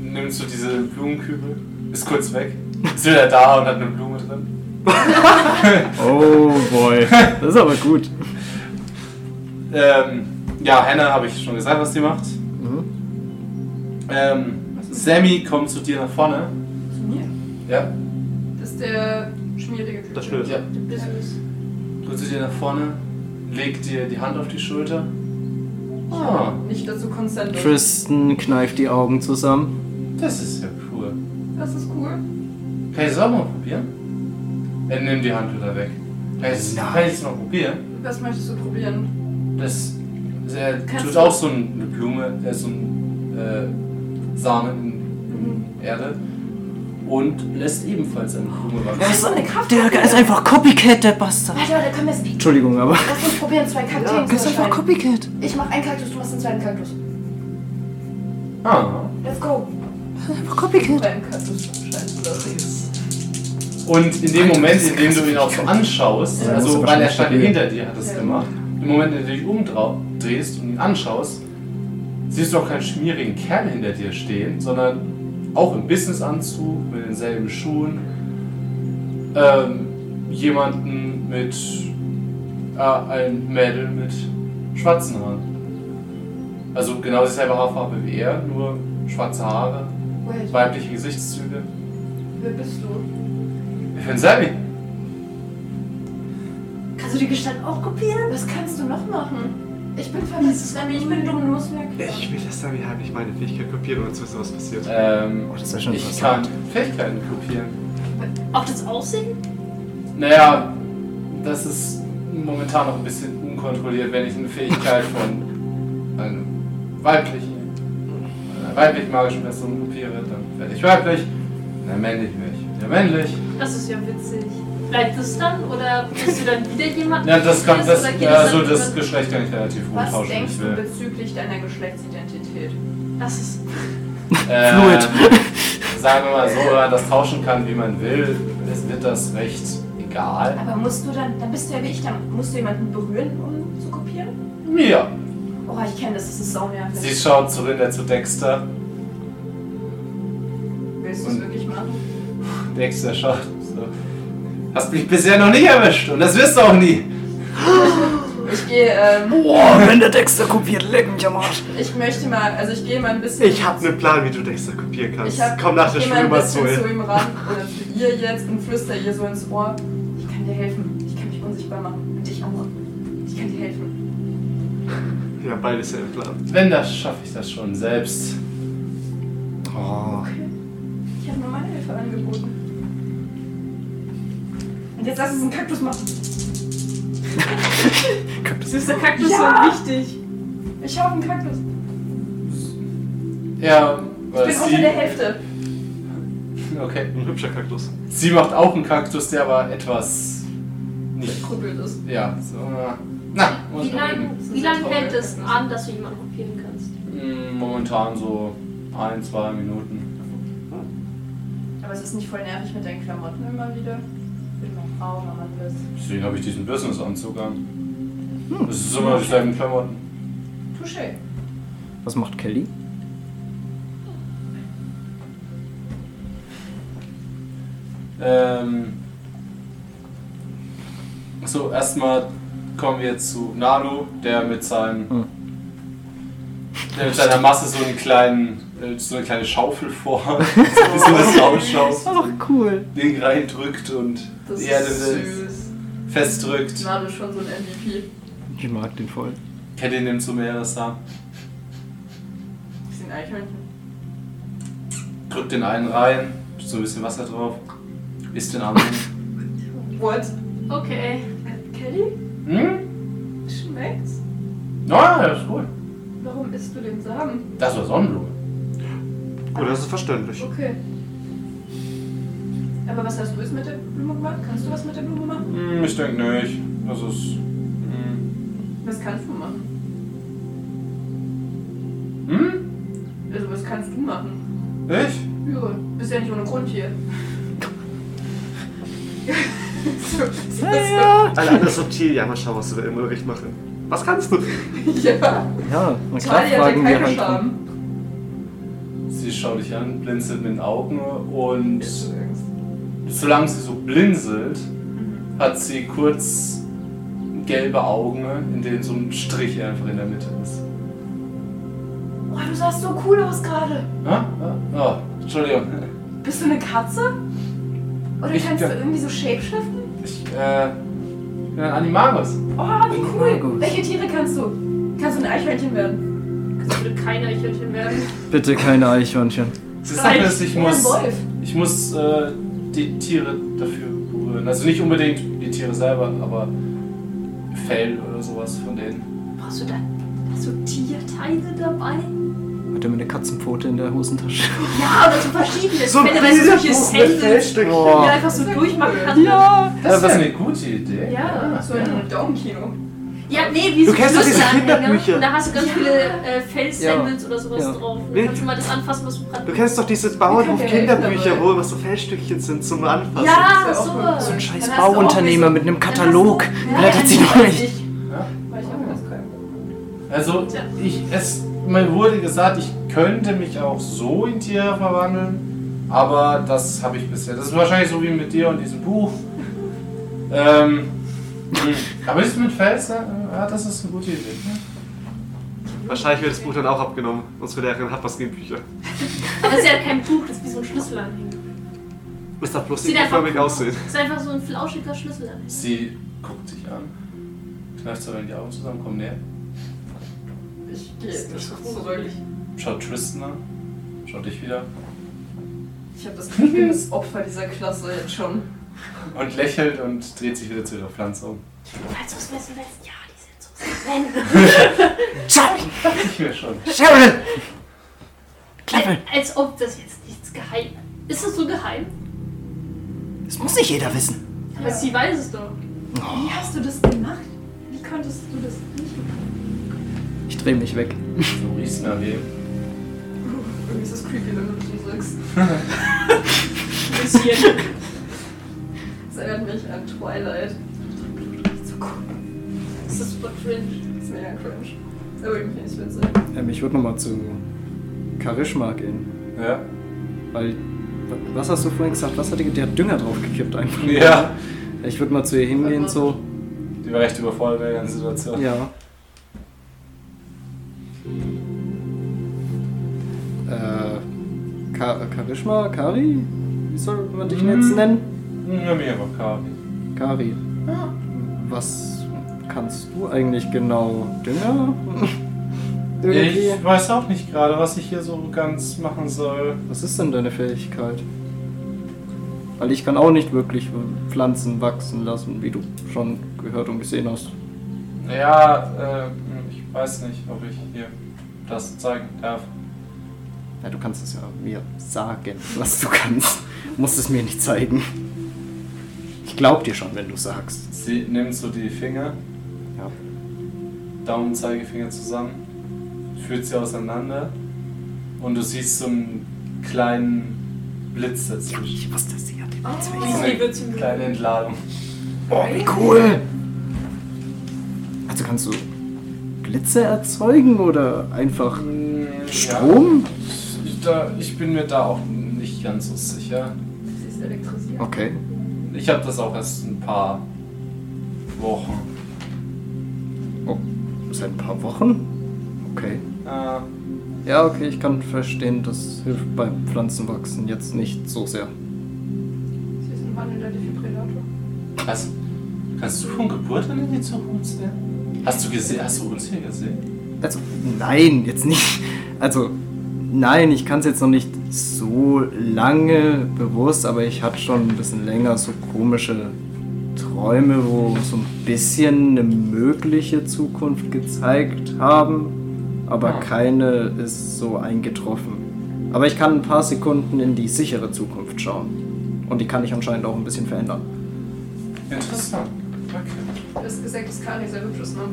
nimmt so diese Blumenkübel, ist kurz weg, ist wieder da und hat eine Blume drin.
<laughs> Oh boy. Das ist aber gut.
Ähm, ja, Hannah habe ich schon gesagt, was die macht.
Mhm.
Ähm, Sammy kommt zu dir nach vorne.
Zu mir.
Ja.
Das ist der schmierige Typ.
Das schnürt.
ja.
Das ist-
Kommt zu dir nach vorne, legt dir die Hand auf die Schulter. Ah,
Nicht dazu konsent.
Tristan kneift die Augen zusammen.
das ist ja cool.
Das ist cool.
Kann ich das auch mal probieren? Äh, nimm die Hand wieder weg. Kann ich das- kann ich das mal probieren?
Was möchtest du probieren?
Das er
Kannst
tut
du-
auch so eine Blume, äh, so ein äh, Samen
Mhm.
in Erde und lässt ebenfalls eine Blume wachsen.
So eine Kraft.
ist einfach Copycat, der Bastard.
Warte, warte, komm jetzt.
Entschuldigung, aber. <laughs>
Lass uns probieren, zwei Kakteen zu erscheinen.
Copycat.
Ich mach einen Kaktus, du machst den zweiten Kaktus.
Ah.
Let's go.
Einfach Copycat.
Beim Kaktus scheinst du das nicht.
Und in dem Moment, in dem du ihn auch so anschaust,
Ja, das ist
also
aber
weil er
schon
stand ja
stabil.
hinter dir, hat es
Ja.
gemacht, im Moment, in dem du dich umdrehst und ihn anschaust, siehst du auch keinen schmierigen Kerl hinter dir stehen, sondern auch im Businessanzug, mit denselben Schuhen, ähm, jemanden mit, äh, ein Mädel mit schwarzen Haaren. Also genau dieselbe Haarfarbe wie er, nur schwarze Haare,
Wait,
weibliche Gesichtszüge.
wer bist du?
Ich bin Sammy.
Kannst du die Gestalt auch kopieren?
Was kannst du noch machen? Ich bin vermisst, Sammy, ich bin Dominus Mercury.
Ich will, dass Sammy heimlich meine Fähigkeit kopiert, ohne zu wissen, was passiert.
Ähm,
Oh, das ist schon
Ich kann Fähigkeiten kopieren.
Auch das Aussehen?
Naja, das ist momentan noch ein bisschen unkontrolliert, wenn ich eine Fähigkeit von einem weiblichen, einer weiblich magischen Person kopiere, dann werde ich weiblich, dann männlich werde ich wieder männlich.
Das ist ja witzig. Bleibt es dann oder bist du dann wieder jemand?
Ja, das kann, das,
oder geht
also
dann
das
über-
Geschlecht kann ich relativ
Was
umtauschen, wie
denkst
ich
du
will.
bezüglich deiner Geschlechtsidentität?
das ist
Ähm, <laughs> sagen wir mal so, wenn man das tauschen kann, wie man will, es wird das recht egal.
Aber musst du dann, dann bist du ja wie ich, dann musst du jemanden berühren, um zu kopieren?
Mir.
Oh, ich kenne das, das ist saunervig.
Sie schaut zu Rinder zu Dexter.
Willst du es
Und-
wirklich machen?
Nächster Schach. So. Hast mich bisher noch nicht erwischt und das wirst du auch nie.
Ich gehe, ähm,
Boah, wenn der Dexter kopiert, leck mich am Arsch. ne
ich möchte mal, also ich gehe mal ein bisschen.
Ich hab einen Plan, wie du Dexter kopieren kannst.
Ich hab,
Komm nach der
ich geh mal
Schule
ein
mal zu
bisschen zu
ihr.
ihm ran, oder zu ihr jetzt, und flüster ihr so ins Ohr. Ich kann dir helfen. Ich kann mich unsichtbar machen. Und dich auch. Ich kann dir helfen.
Ja, beides ja im Plan.
Wenn das schaffe ich das schon selbst.
Oh.
Ich habe nur meine Hilfe angeboten. Und jetzt lass uns einen Kaktus machen.
der Kaktus
Ja!
so wichtig.
Ich habe einen Kaktus. Ich
Ja, äh,
bin unter der
sie,
Hälfte.
okay.
Ein hübscher Kaktus.
sie macht auch einen Kaktus, der aber etwas nicht.
Kruppelt ist.
Ja, so. äh, Na,
Wie
muss man
lange
gucken.
wie lang hält es an, dass du jemanden kopieren kannst?
Mm, Momentan so ein, zwei Minuten.
Aber es ist nicht voll nervig mit deinen Klamotten immer wieder. Ich bin noch Frau, Mama, du bist.
Deswegen habe ich diesen Business-Anzug an. Das ist immer dieselben Klamotten.
Touché.
Was macht Kelly?
Ähm. So, erstmal kommen wir zu Nalu, der mit seinem.
Hm.
Der mit seiner Masse so einen kleinen, äh, so eine kleine Schaufel vor, <laughs> so ein bisschen
Oh.
was rausschaut,
Ach, cool.
Ding reindrückt und
Das
die Erde
ist süß.
festdrückt.
Na, du bist schon so ein MVP.
Ich mag den voll.
Kette nimmt so mehr das da.
Das sind Eichhörnchen.
Drückt den einen rein, so ein bisschen Wasser drauf, isst den anderen.
What?
Okay.
Kelly?
hm?
Schmeckt's?
Ja, das ist gut.
Warum isst du den Samen?
Das war Sonnenblume.
Gut, das ist verständlich.
Okay. Aber was hast du jetzt mit der Blume gemacht? Kannst du was mit der Blume machen?
Hm, ich denke nicht. Das ist. Hm?
Was kannst du machen?
hm?
Also, was kannst du machen?
Ich?
Ja, bist ja nicht ohne Grund hier. <laughs> so, so, so.
Alle anderen subtil. Ja, mal schauen, was du im Unterricht machen. Was kannst du?
Ja,
Ja, na klar
Charlie hat ja
fragen wir
keine
halt. drum.
Scham.
Sie schaut dich an, blinzelt mit den Augen und
Ist übrigens.
solange sie so blinzelt, hat sie kurz gelbe Augen, in denen so ein Strich einfach in der Mitte ist.
Boah, Oh, du sahst so cool aus gerade.
Ah, ah, ah, Entschuldigung.
Bist du eine Katze? Oder
Ich
kannst du
kann-
irgendwie so shapeshiften?
Ich äh, bin ein Animagus.
Oh, wie cool.
Animagus.
Welche Tiere kannst du? Kannst du ein Eichhörnchen werden?
Das würde kein Eichhörnchen werden.
Bitte keine Eichhörnchen.
Das Sache ist, ich
Oder ein
muss,
Wolf?
ich muss äh, die Tiere dafür berühren. Also nicht unbedingt die Tiere selber, aber Fell oder sowas von denen.
Brauchst du da hast du Tierteile dabei?
Hat er mir eine Katzenpfote in der Hosentasche?
Ja, oder so verschiedene
So
Fälle, weißt du, solche
Mit
Sandals,
Fellstück.
die du einfach so durchmachen kannst. Ja,
Das ist eine gute Idee.
ja.
So ein Daumenkino.
nee, wie
Du
so
kennst doch diese
Schlüsselanhänger.
Kinderbücher.
Und Da hast du ganz viele äh, Fell-Sandals oder sowas
Ja.
drauf. Und
Nee.
Dann kannst du mal das anfassen, was du gerade
Du kennst doch diese Bauernhof-Kinderbücher,
dabei.
wo immer so Fellstückchen sind zum Anfassen.
Ja,
Das ist ja auch
sowas.
So ein scheiß
Ah, Dann hast du auch
Bauunternehmer
welche-
mit einem Katalog.
Ja,
Blättert sie durch.
Ich,
Ja?
weil ich auch ganz kein.
Also, ich, es, mir wurde gesagt, ich könnte mich auch so in Tiere verwandeln, aber das habe ich bisher. Das ist wahrscheinlich so wie mit dir und diesem Buch. ähm, aber ist mit Fels, äh, ja, das ist eine gute Idee. ne?
Wahrscheinlich wird das Buch dann auch abgenommen. Unsere Lehrerin hat halt was gegen Bücher.
Das ist ja kein Buch, das ist wie so ein Schlüsselanhänger.
Muss da bloß
Sieht
nicht
einfach
förmig aussehen.
Das ist einfach so ein flauschiger Schlüsselanhänger.
Sie guckt dich an, kneift so die Augen zusammen, kommt näher,
Ich gehe nicht zurück.
schaut Tristan an, schaut dich wieder
Ich <laughs> habe das Gefühl, ich bin das Opfer dieser Klasse jetzt schon.
und lächelt und dreht sich wieder zu ihrer Pflanze um.
Falls du es wissen willst, ja, die sind so rennen.
Ich mir schon.
Sharon! Klappe!
Als ob das jetzt nichts geheim ist. Ist das so geheim?
Das muss nicht jeder wissen.
Aber sie weiß es doch.
Wie hast du das gemacht? Wie konntest du das nicht machen?
Ich drehe mich weg.
So riecht's nach wem.
Irgendwie ist das creepy, wenn du das <laughs> sagst.
Ein bisschen.
Das erinnert mich an Twilight. So cool.
das ist super cringe.
Das ist mega cringe. Aber irgendwie nicht witzig.
Ähm, ich würde nochmal zu Karishma gehen.
Ja.
Weil, wa- was hast du vorhin gesagt? Was hat die, die hat Dünger draufgekippt einfach.
Ja.
Ich würde mal zu ihr hingehen, so.
Die war recht überfordert mit der ganzen Situation.
Ja. Äh, Ka Karishma? Kari? Wie soll man dich
Mhm.
jetzt nennen?
Ja, Hm, mir einfach Kavi.
Kari. Was kannst du eigentlich genau? Dünger? <laughs> Irgendwie?
Ich weiß auch nicht gerade, was ich hier so ganz machen soll.
Was ist denn deine Fähigkeit? Weil ich kann auch nicht wirklich Pflanzen wachsen lassen, wie du schon gehört und gesehen hast.
Ja, äh, ich weiß nicht, ob ich hier das zeigen darf.
Ja, du kannst es ja mir sagen, was du kannst. Du musst es mir nicht zeigen. Ich glaub dir schon, wenn du sagst.
Sie nimmt so die Finger,
Ja.
Daumen, Zeigefinger zusammen, führt sie auseinander und du siehst so einen kleinen Blitz dazwischen.
wusste es ja.
So
Weasley
eine
wird zum
kleine Entladung.
Oh, wie cool! Also kannst du Blitze erzeugen oder einfach
Mm,
Strom?
Ja. Ich- Da, ich bin mir da auch nicht ganz so sicher.
Sie ist elektrisiert.
Okay.
Ich habe das auch erst ein paar Wochen
Oh, seit ein paar Wochen? Okay.
Äh,
Ja, okay, ich kann verstehen, das hilft beim Pflanzenwachsen jetzt nicht so sehr.
Sie ist ein wandelnder Defibrillator.
was? Kannst du von Geburt an in die Zukunft sehen? Hast du gesehen? Hast du uns hier gesehen?
Also, nein, jetzt nicht. Also, nein, ich kann es jetzt noch nicht so lange bewusst, aber ich hatte schon ein bisschen länger so komische Träume, wo so ein bisschen eine mögliche Zukunft gezeigt haben, aber
Ah.
keine ist so eingetroffen. Aber ich kann ein paar Sekunden in die sichere Zukunft schauen. Und die kann ich anscheinend auch ein bisschen verändern.
Interessant. Okay.
Du hast gesagt, dass Kari sehr hübsch ist, ne?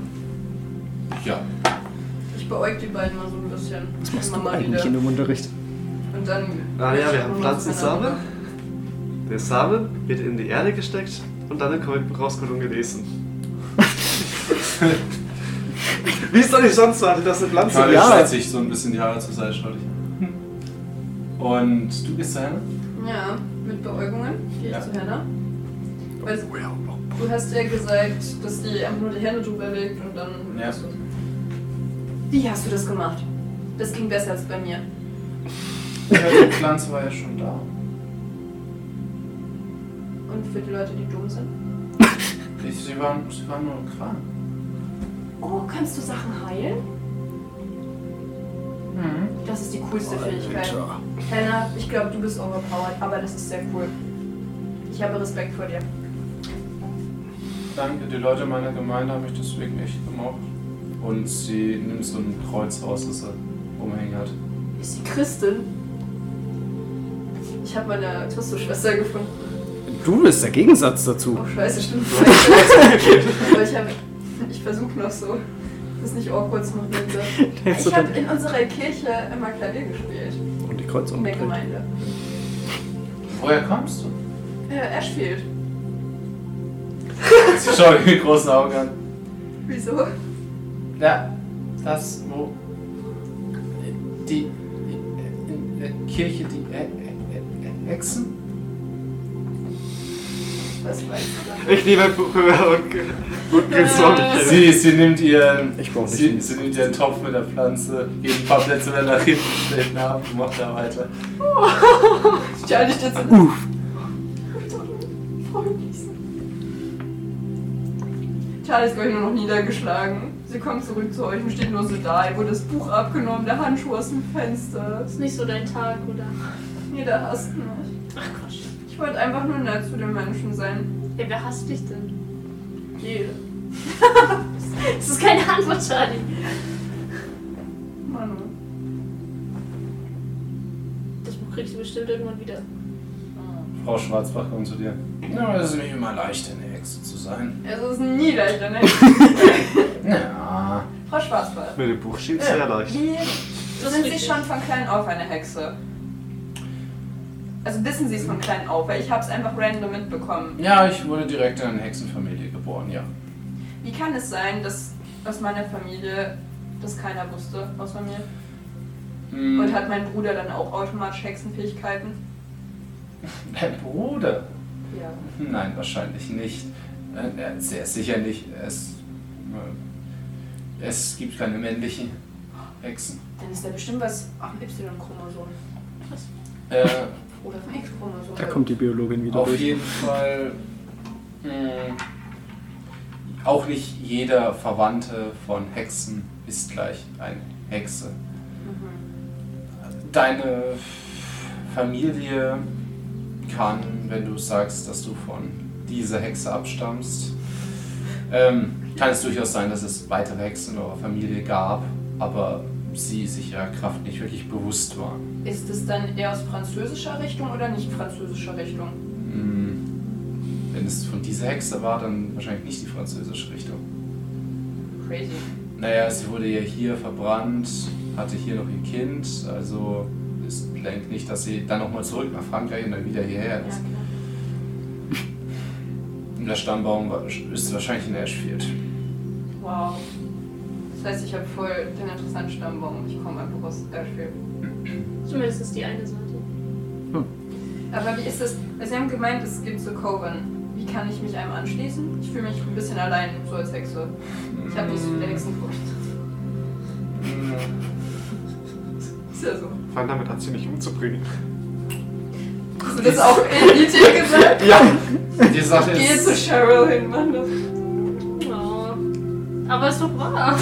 Ja.
Ich beäug die beiden mal so ein bisschen. Was machst
Eigentlich in dem Unterricht.
Und dann.
Ah ja, wir haben Pflanzensamen. Der Samen wird in die Erde gesteckt und dann in Comicbuch rausgeholt und gelesen. Wie ist doch nicht sonst so, Alter, dass eine Pflanze
Kali
ja.
hat sich so ein bisschen die Haare zur Seite, schau dich. an. Und Hm. du ne? gehst dahin?
Ja. Und mit Beäugungen gehe ich zu Hannah. Weil du hast ja gesagt, dass die einfach nur die Hände drüber legt und dann.
Ja.
Wie hast du das gemacht? Das ging besser als bei mir.
Die Pflanze war ja schon da.
Und für die Leute, die dumm sind.
Ich, sie, waren, sie waren nur krank.
Oh, kannst du Sachen heilen? Das ist die coolste Fähigkeit. Hannah, ich glaube, du bist overpowered, aber das ist sehr cool. Ich habe Respekt vor dir.
Danke, die Leute meiner Gemeinde haben mich deswegen echt gemocht. Und sie nimmt so ein Kreuz raus, das er umhängen hat.
Ist die Christin? Ich habe meine Christus-Schwester gefunden.
Du bist der Gegensatz dazu.
Oh, scheiße, stimmt. <laughs> Aber ich, hab- ich versuche noch so, das nicht awkward zu machen. Bitte. Ich habe in unserer Kirche immer Klavier gespielt.
Und die Kreuz
In der
umgedreht.
Gemeinde.
Woher kommst du?
Äh, Ashfield.
Sie schaut mit großen Augen an.
Wieso?
Ja, das, wo. Die. In der Kirche, die E-, Hexen?
Was weiß ich.
Ich liebe Puppe und gut gesorgt.
Sie, sie nimmt ihren.
Ah. Ich brauch nicht
Sie,
viel.
sie nimmt ihren Topf mit der Pflanze, geht ein paar Plätze mehr nach hinten, stellt ihn ab und macht da weiter.
Stell dich jetzt in Uff. Charlie ist, glaube ich, nur noch niedergeschlagen. Sie kommt zurück zu euch und steht nur so da. Ihr wurde das Buch abgenommen, der Handschuh aus dem Fenster.
Ist nicht so dein Tag, oder?
Nee, da hasst mich.
Ach Quatsch.
Ich wollte einfach nur nett zu den Menschen sein.
Hey, wer hasst dich denn?
Jede.
Das ist keine Antwort, Charlie.
Mann.
Das Buch kriegst du bestimmt irgendwann wieder.
Frau Schwarzbach, komm zu dir. Ja, es ist nicht immer leicht, eine Hexe zu sein.
Es ist nie leicht, ne?
Ja.
Frau Schwarzball.
Mit dem Buch steht sehr leicht.
Wie
Das
sind
ist
Sie
richtig.
schon von klein auf eine Hexe? Also wissen Sie es von klein auf, weil ich habe es einfach random mitbekommen.
Ja, ich wurde direkt in eine Hexenfamilie geboren, ja.
Wie kann es sein, dass aus meiner Familie das keiner wusste, außer mir?
Mhm.
Hm,
Und hat mein Bruder dann auch automatisch Hexenfähigkeiten?
Dein Bruder?
Ja.
Nein, wahrscheinlich nicht. Äh, äh, Sehr sicher nicht. Es, äh, es gibt keine männlichen Hexen.
Dann ist da bestimmt was am Y-Chromosom
Äh,
oder vom X-Chromosom.
Da kommt die Biologin wieder
Auf
durch.
jeden Fall mh, auch nicht jeder Verwandte von Hexen ist gleich eine Hexe. Deine Familie kann, wenn du sagst, dass du von dieser Hexe abstammst, ähm, kann es durchaus sein, dass es weitere Hexen in eurer Familie gab, aber sie sich ihrer Kraft nicht wirklich bewusst waren.
Ist es dann eher aus französischer Richtung oder nicht französischer Richtung?
Hm. Wenn es von dieser Hexe war, dann wahrscheinlich nicht die französische Richtung.
Crazy.
Naja, sie wurde ja hier verbrannt, hatte hier noch ihr Kind, also es denkt nicht, dass sie dann nochmal zurück nach Frankreich und dann wieder hierher
Ja, genau.
ist.
klar.
Und der Stammbaum war, ist wahrscheinlich in Ashfield.
Wow. Das heißt, ich habe voll den interessanten Stammbaum und ich komme einfach aus Ashfield.
Zumindest ist die eine Seite.
Aber wie ist das? Also Sie haben gemeint, es gibt so Coven. Wie kann ich mich einem anschließen? Ich fühle mich ein bisschen allein, so als Hexe. Ich habe nicht so viel Hexenfurcht. Mm. Ist ja so.
Fand damit hat sie mich umzubringen.
Hast du das auch in die Tür gesagt?
Ja!
Die Sache
<laughs> Geh zu
ist,
Cheryl hin, Mann. Das
Oh. Aber ist doch wahr.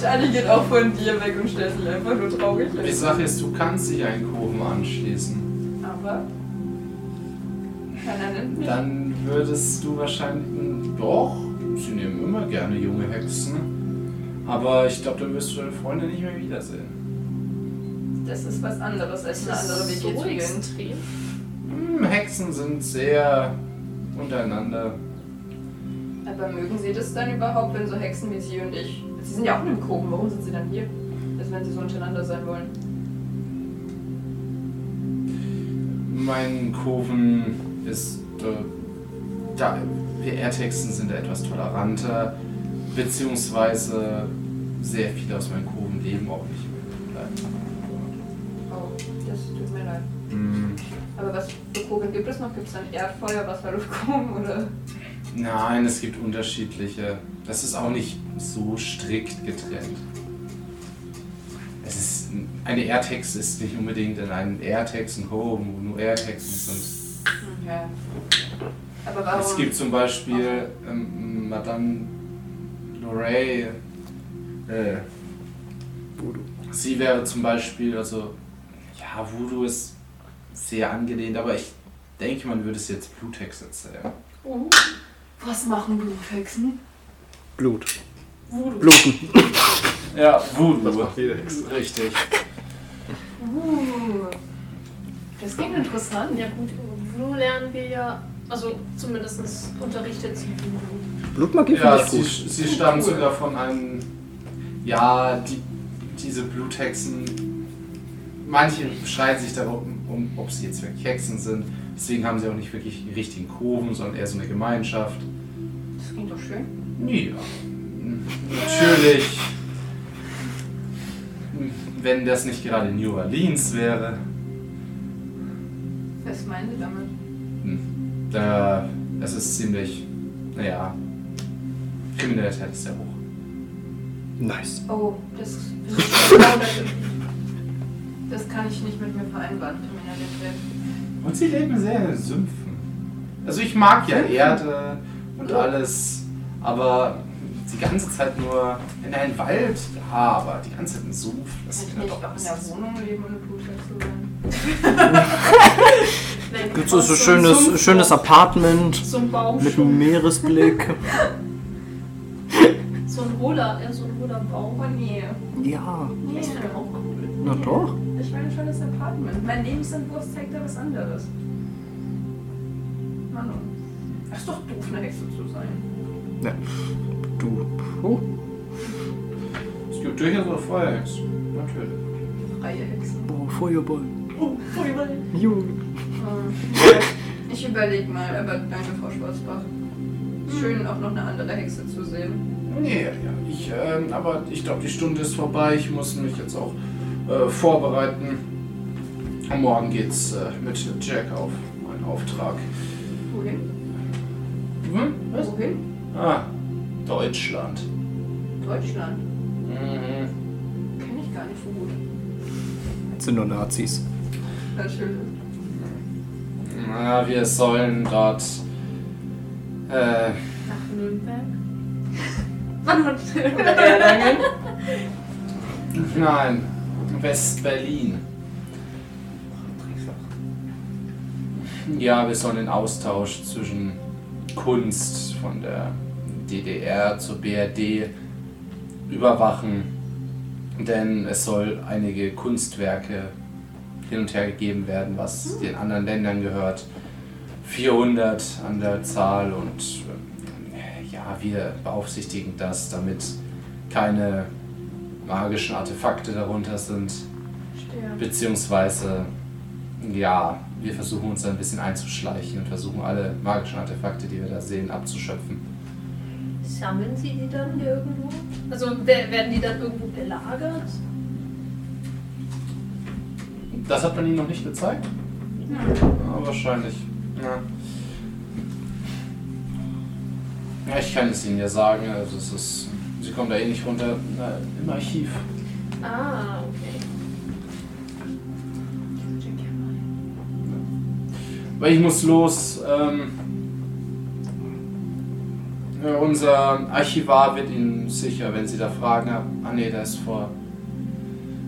Charlie geht auch von dir weg und stellt sich einfach nur traurig
die
hin.
Sache ist, du kannst dich einen Kurven anschließen.
Aber. Keiner nimmt mich.
Dann würdest du wahrscheinlich. Doch, sie nehmen immer gerne junge Hexen. Aber ich glaube, dann wirst du deine Freunde nicht mehr wiedersehen.
Das ist was anderes als eine andere WG zu
so
gehen.
extrem.
Hm, Hexen sind sehr untereinander.
Aber mögen sie das dann überhaupt, wenn so Hexen wie sie und ich. Sie sind ja auch in einem Koben, warum sind sie dann hier? Also wenn sie so untereinander sein wollen.
Mein Kurven ist. Äh, da, wir Erdhexen sind da etwas toleranter, beziehungsweise sehr viele aus meinen Kurven leben auch nicht. mehr.
Oh, das tut mir leid.
Hm.
Aber was für Kugeln gibt es noch? Gibt es dann Erdfeuer, Wasser, Luftkugeln oder?
Nein, es gibt unterschiedliche. Das ist auch nicht so strikt getrennt. Es ist, eine Airtex ist nicht unbedingt in einem Airtex ein Home, wo nur Airtexen sind.
Ja. Aber warum?
Es gibt zum Beispiel ähm, Madame Lorey. Äh, sie wäre zum Beispiel, also, ja, Voodoo ist sehr angelehnt, aber ich denke, man würde es jetzt Blutex erzählen.
Oh.
was machen Bluthexen?
Blut.
Voodoo.
Bluten.
Ja, Voodoo.
jede Hexe.
Richtig.
Uh, das klingt interessant.
Ja gut, Voodoo lernen wir ja, also zumindest unterrichtet sie Voodoo.
Blutmagie
Ja,
finde
sie,
ich gut.
sie stammt sogar von einem. Ja, die, diese Bluthexen. Manche schreien sich darum, um, ob sie jetzt wirklich Hexen sind. Deswegen haben sie auch nicht wirklich einen richtigen Kurven, sondern eher so eine Gemeinschaft.
Das klingt doch schön.
Ja. Natürlich. Wenn das nicht gerade New Orleans wäre.
Was meinen Sie damit?
hm, Da, das ist ziemlich. Naja. Kriminalität ist sehr hoch.
Nice.
Oh, das <laughs> finde ich also Das kann ich nicht mit mir vereinbaren, Kriminalität.
Und sie leben sehr in den Sümpfen. Also ich mag ja Erde und alles, aber die ganze Zeit nur in einen Wald, ja, aber die ganze Zeit im Sumpf, das
Kann ich
ist mir
nicht
doch
auch in
was.
der Wohnung leben ohne Blutwechsel sein?
Gibt es so ein schönes, schönes Apartment
So ein Baum,
mit
<laughs>
einem Meeresblick?
so ein hohler, ja, so ein hohler Baum.
Oh nee.
Ja,
nee.
Das wäre auch cool.
na doch.
Ich will ein schönes Apartment. Mein Lebensentwurf zeigt da was anderes. Mann, oh. das ist doch doof, eine Hexe zu sein.
Du. Oh.
Es gibt durchaus auch Feuerhex, natürlich.
Freie Hexe.
Boah, Feuerball.
Oh, voll
Junge.
Ich überlege mal, aber danke, Frau Schwarzbach. Schön, auch noch eine andere Hexe zu sehen.
Nee, ja, ich, ähm, aber ich glaube, die Stunde ist vorbei, ich muss mich jetzt auch äh, vorbereiten. Und morgen geht's äh, mit Jack auf meinen Auftrag.
Wohin?
Hm?
Wohin?
Ah, Deutschland.
Deutschland.
Mhm.
Kenne ich gar nicht so gut.
Sind nur Nazis.
Natürlich.
Na, wir sollen dort. Äh,
Nach Nürnberg.
Mann, und Erlangen?
nein, West-Berlin. Ja, wir sollen den Austausch zwischen Kunst von der DDR zur BRD überwachen, denn es soll einige Kunstwerke hin und her gegeben werden, was den anderen Ländern gehört. 400 an der Zahl und ähm, ja, wir beaufsichtigen das, damit keine magischen Artefakte darunter sind, beziehungsweise ja, wir versuchen uns da ein bisschen einzuschleichen und versuchen alle magischen Artefakte, die wir da sehen, abzuschöpfen.
Sammeln sie die dann irgendwo? Also wer- werden die dann irgendwo belagert?
Das hat man ihnen noch nicht gezeigt? Ja, wahrscheinlich. Ja. ja, ich kann es ihnen ja sagen, also es ist, sie kommen da eh nicht runter, Na, im Archiv.
Ah, okay.
Weil ich muss los. Ähm, ja, unser Archivar wird Ihnen sicher, wenn Sie da Fragen haben. Ah ne, der ist vor.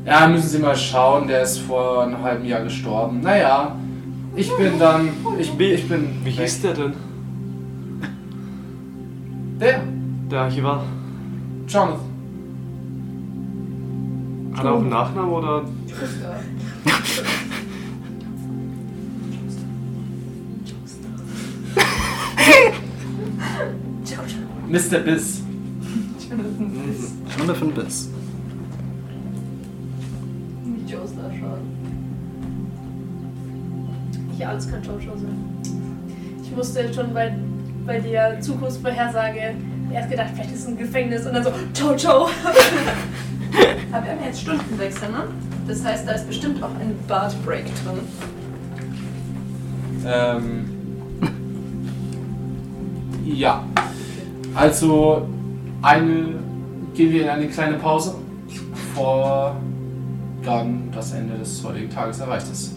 Ja, müssen Sie mal schauen, der ist vor einem halben Jahr gestorben. Naja, ich bin dann. Ich, bin- ich bin.
Wie hieß der denn?
Der,
Der Archivar.
Jonathan.
Hat er auch einen Nachnamen oder?
Mr. Biss.
Jonathan Biss.
Nicht Joe Star schauen.
Ja, alles kann Jojo sein. Ich musste schon bei, bei der Zukunftsvorhersage erst gedacht, vielleicht ist es ein Gefängnis und dann so Jojo.
Aber wir haben jetzt Stundenwechsel, ne? Das heißt, da ist bestimmt auch ein Bartbreak drin.
Ähm, ja. Also eine, gehen wir in eine kleine Pause, bevor dann das Ende des heutigen Tages erreicht ist.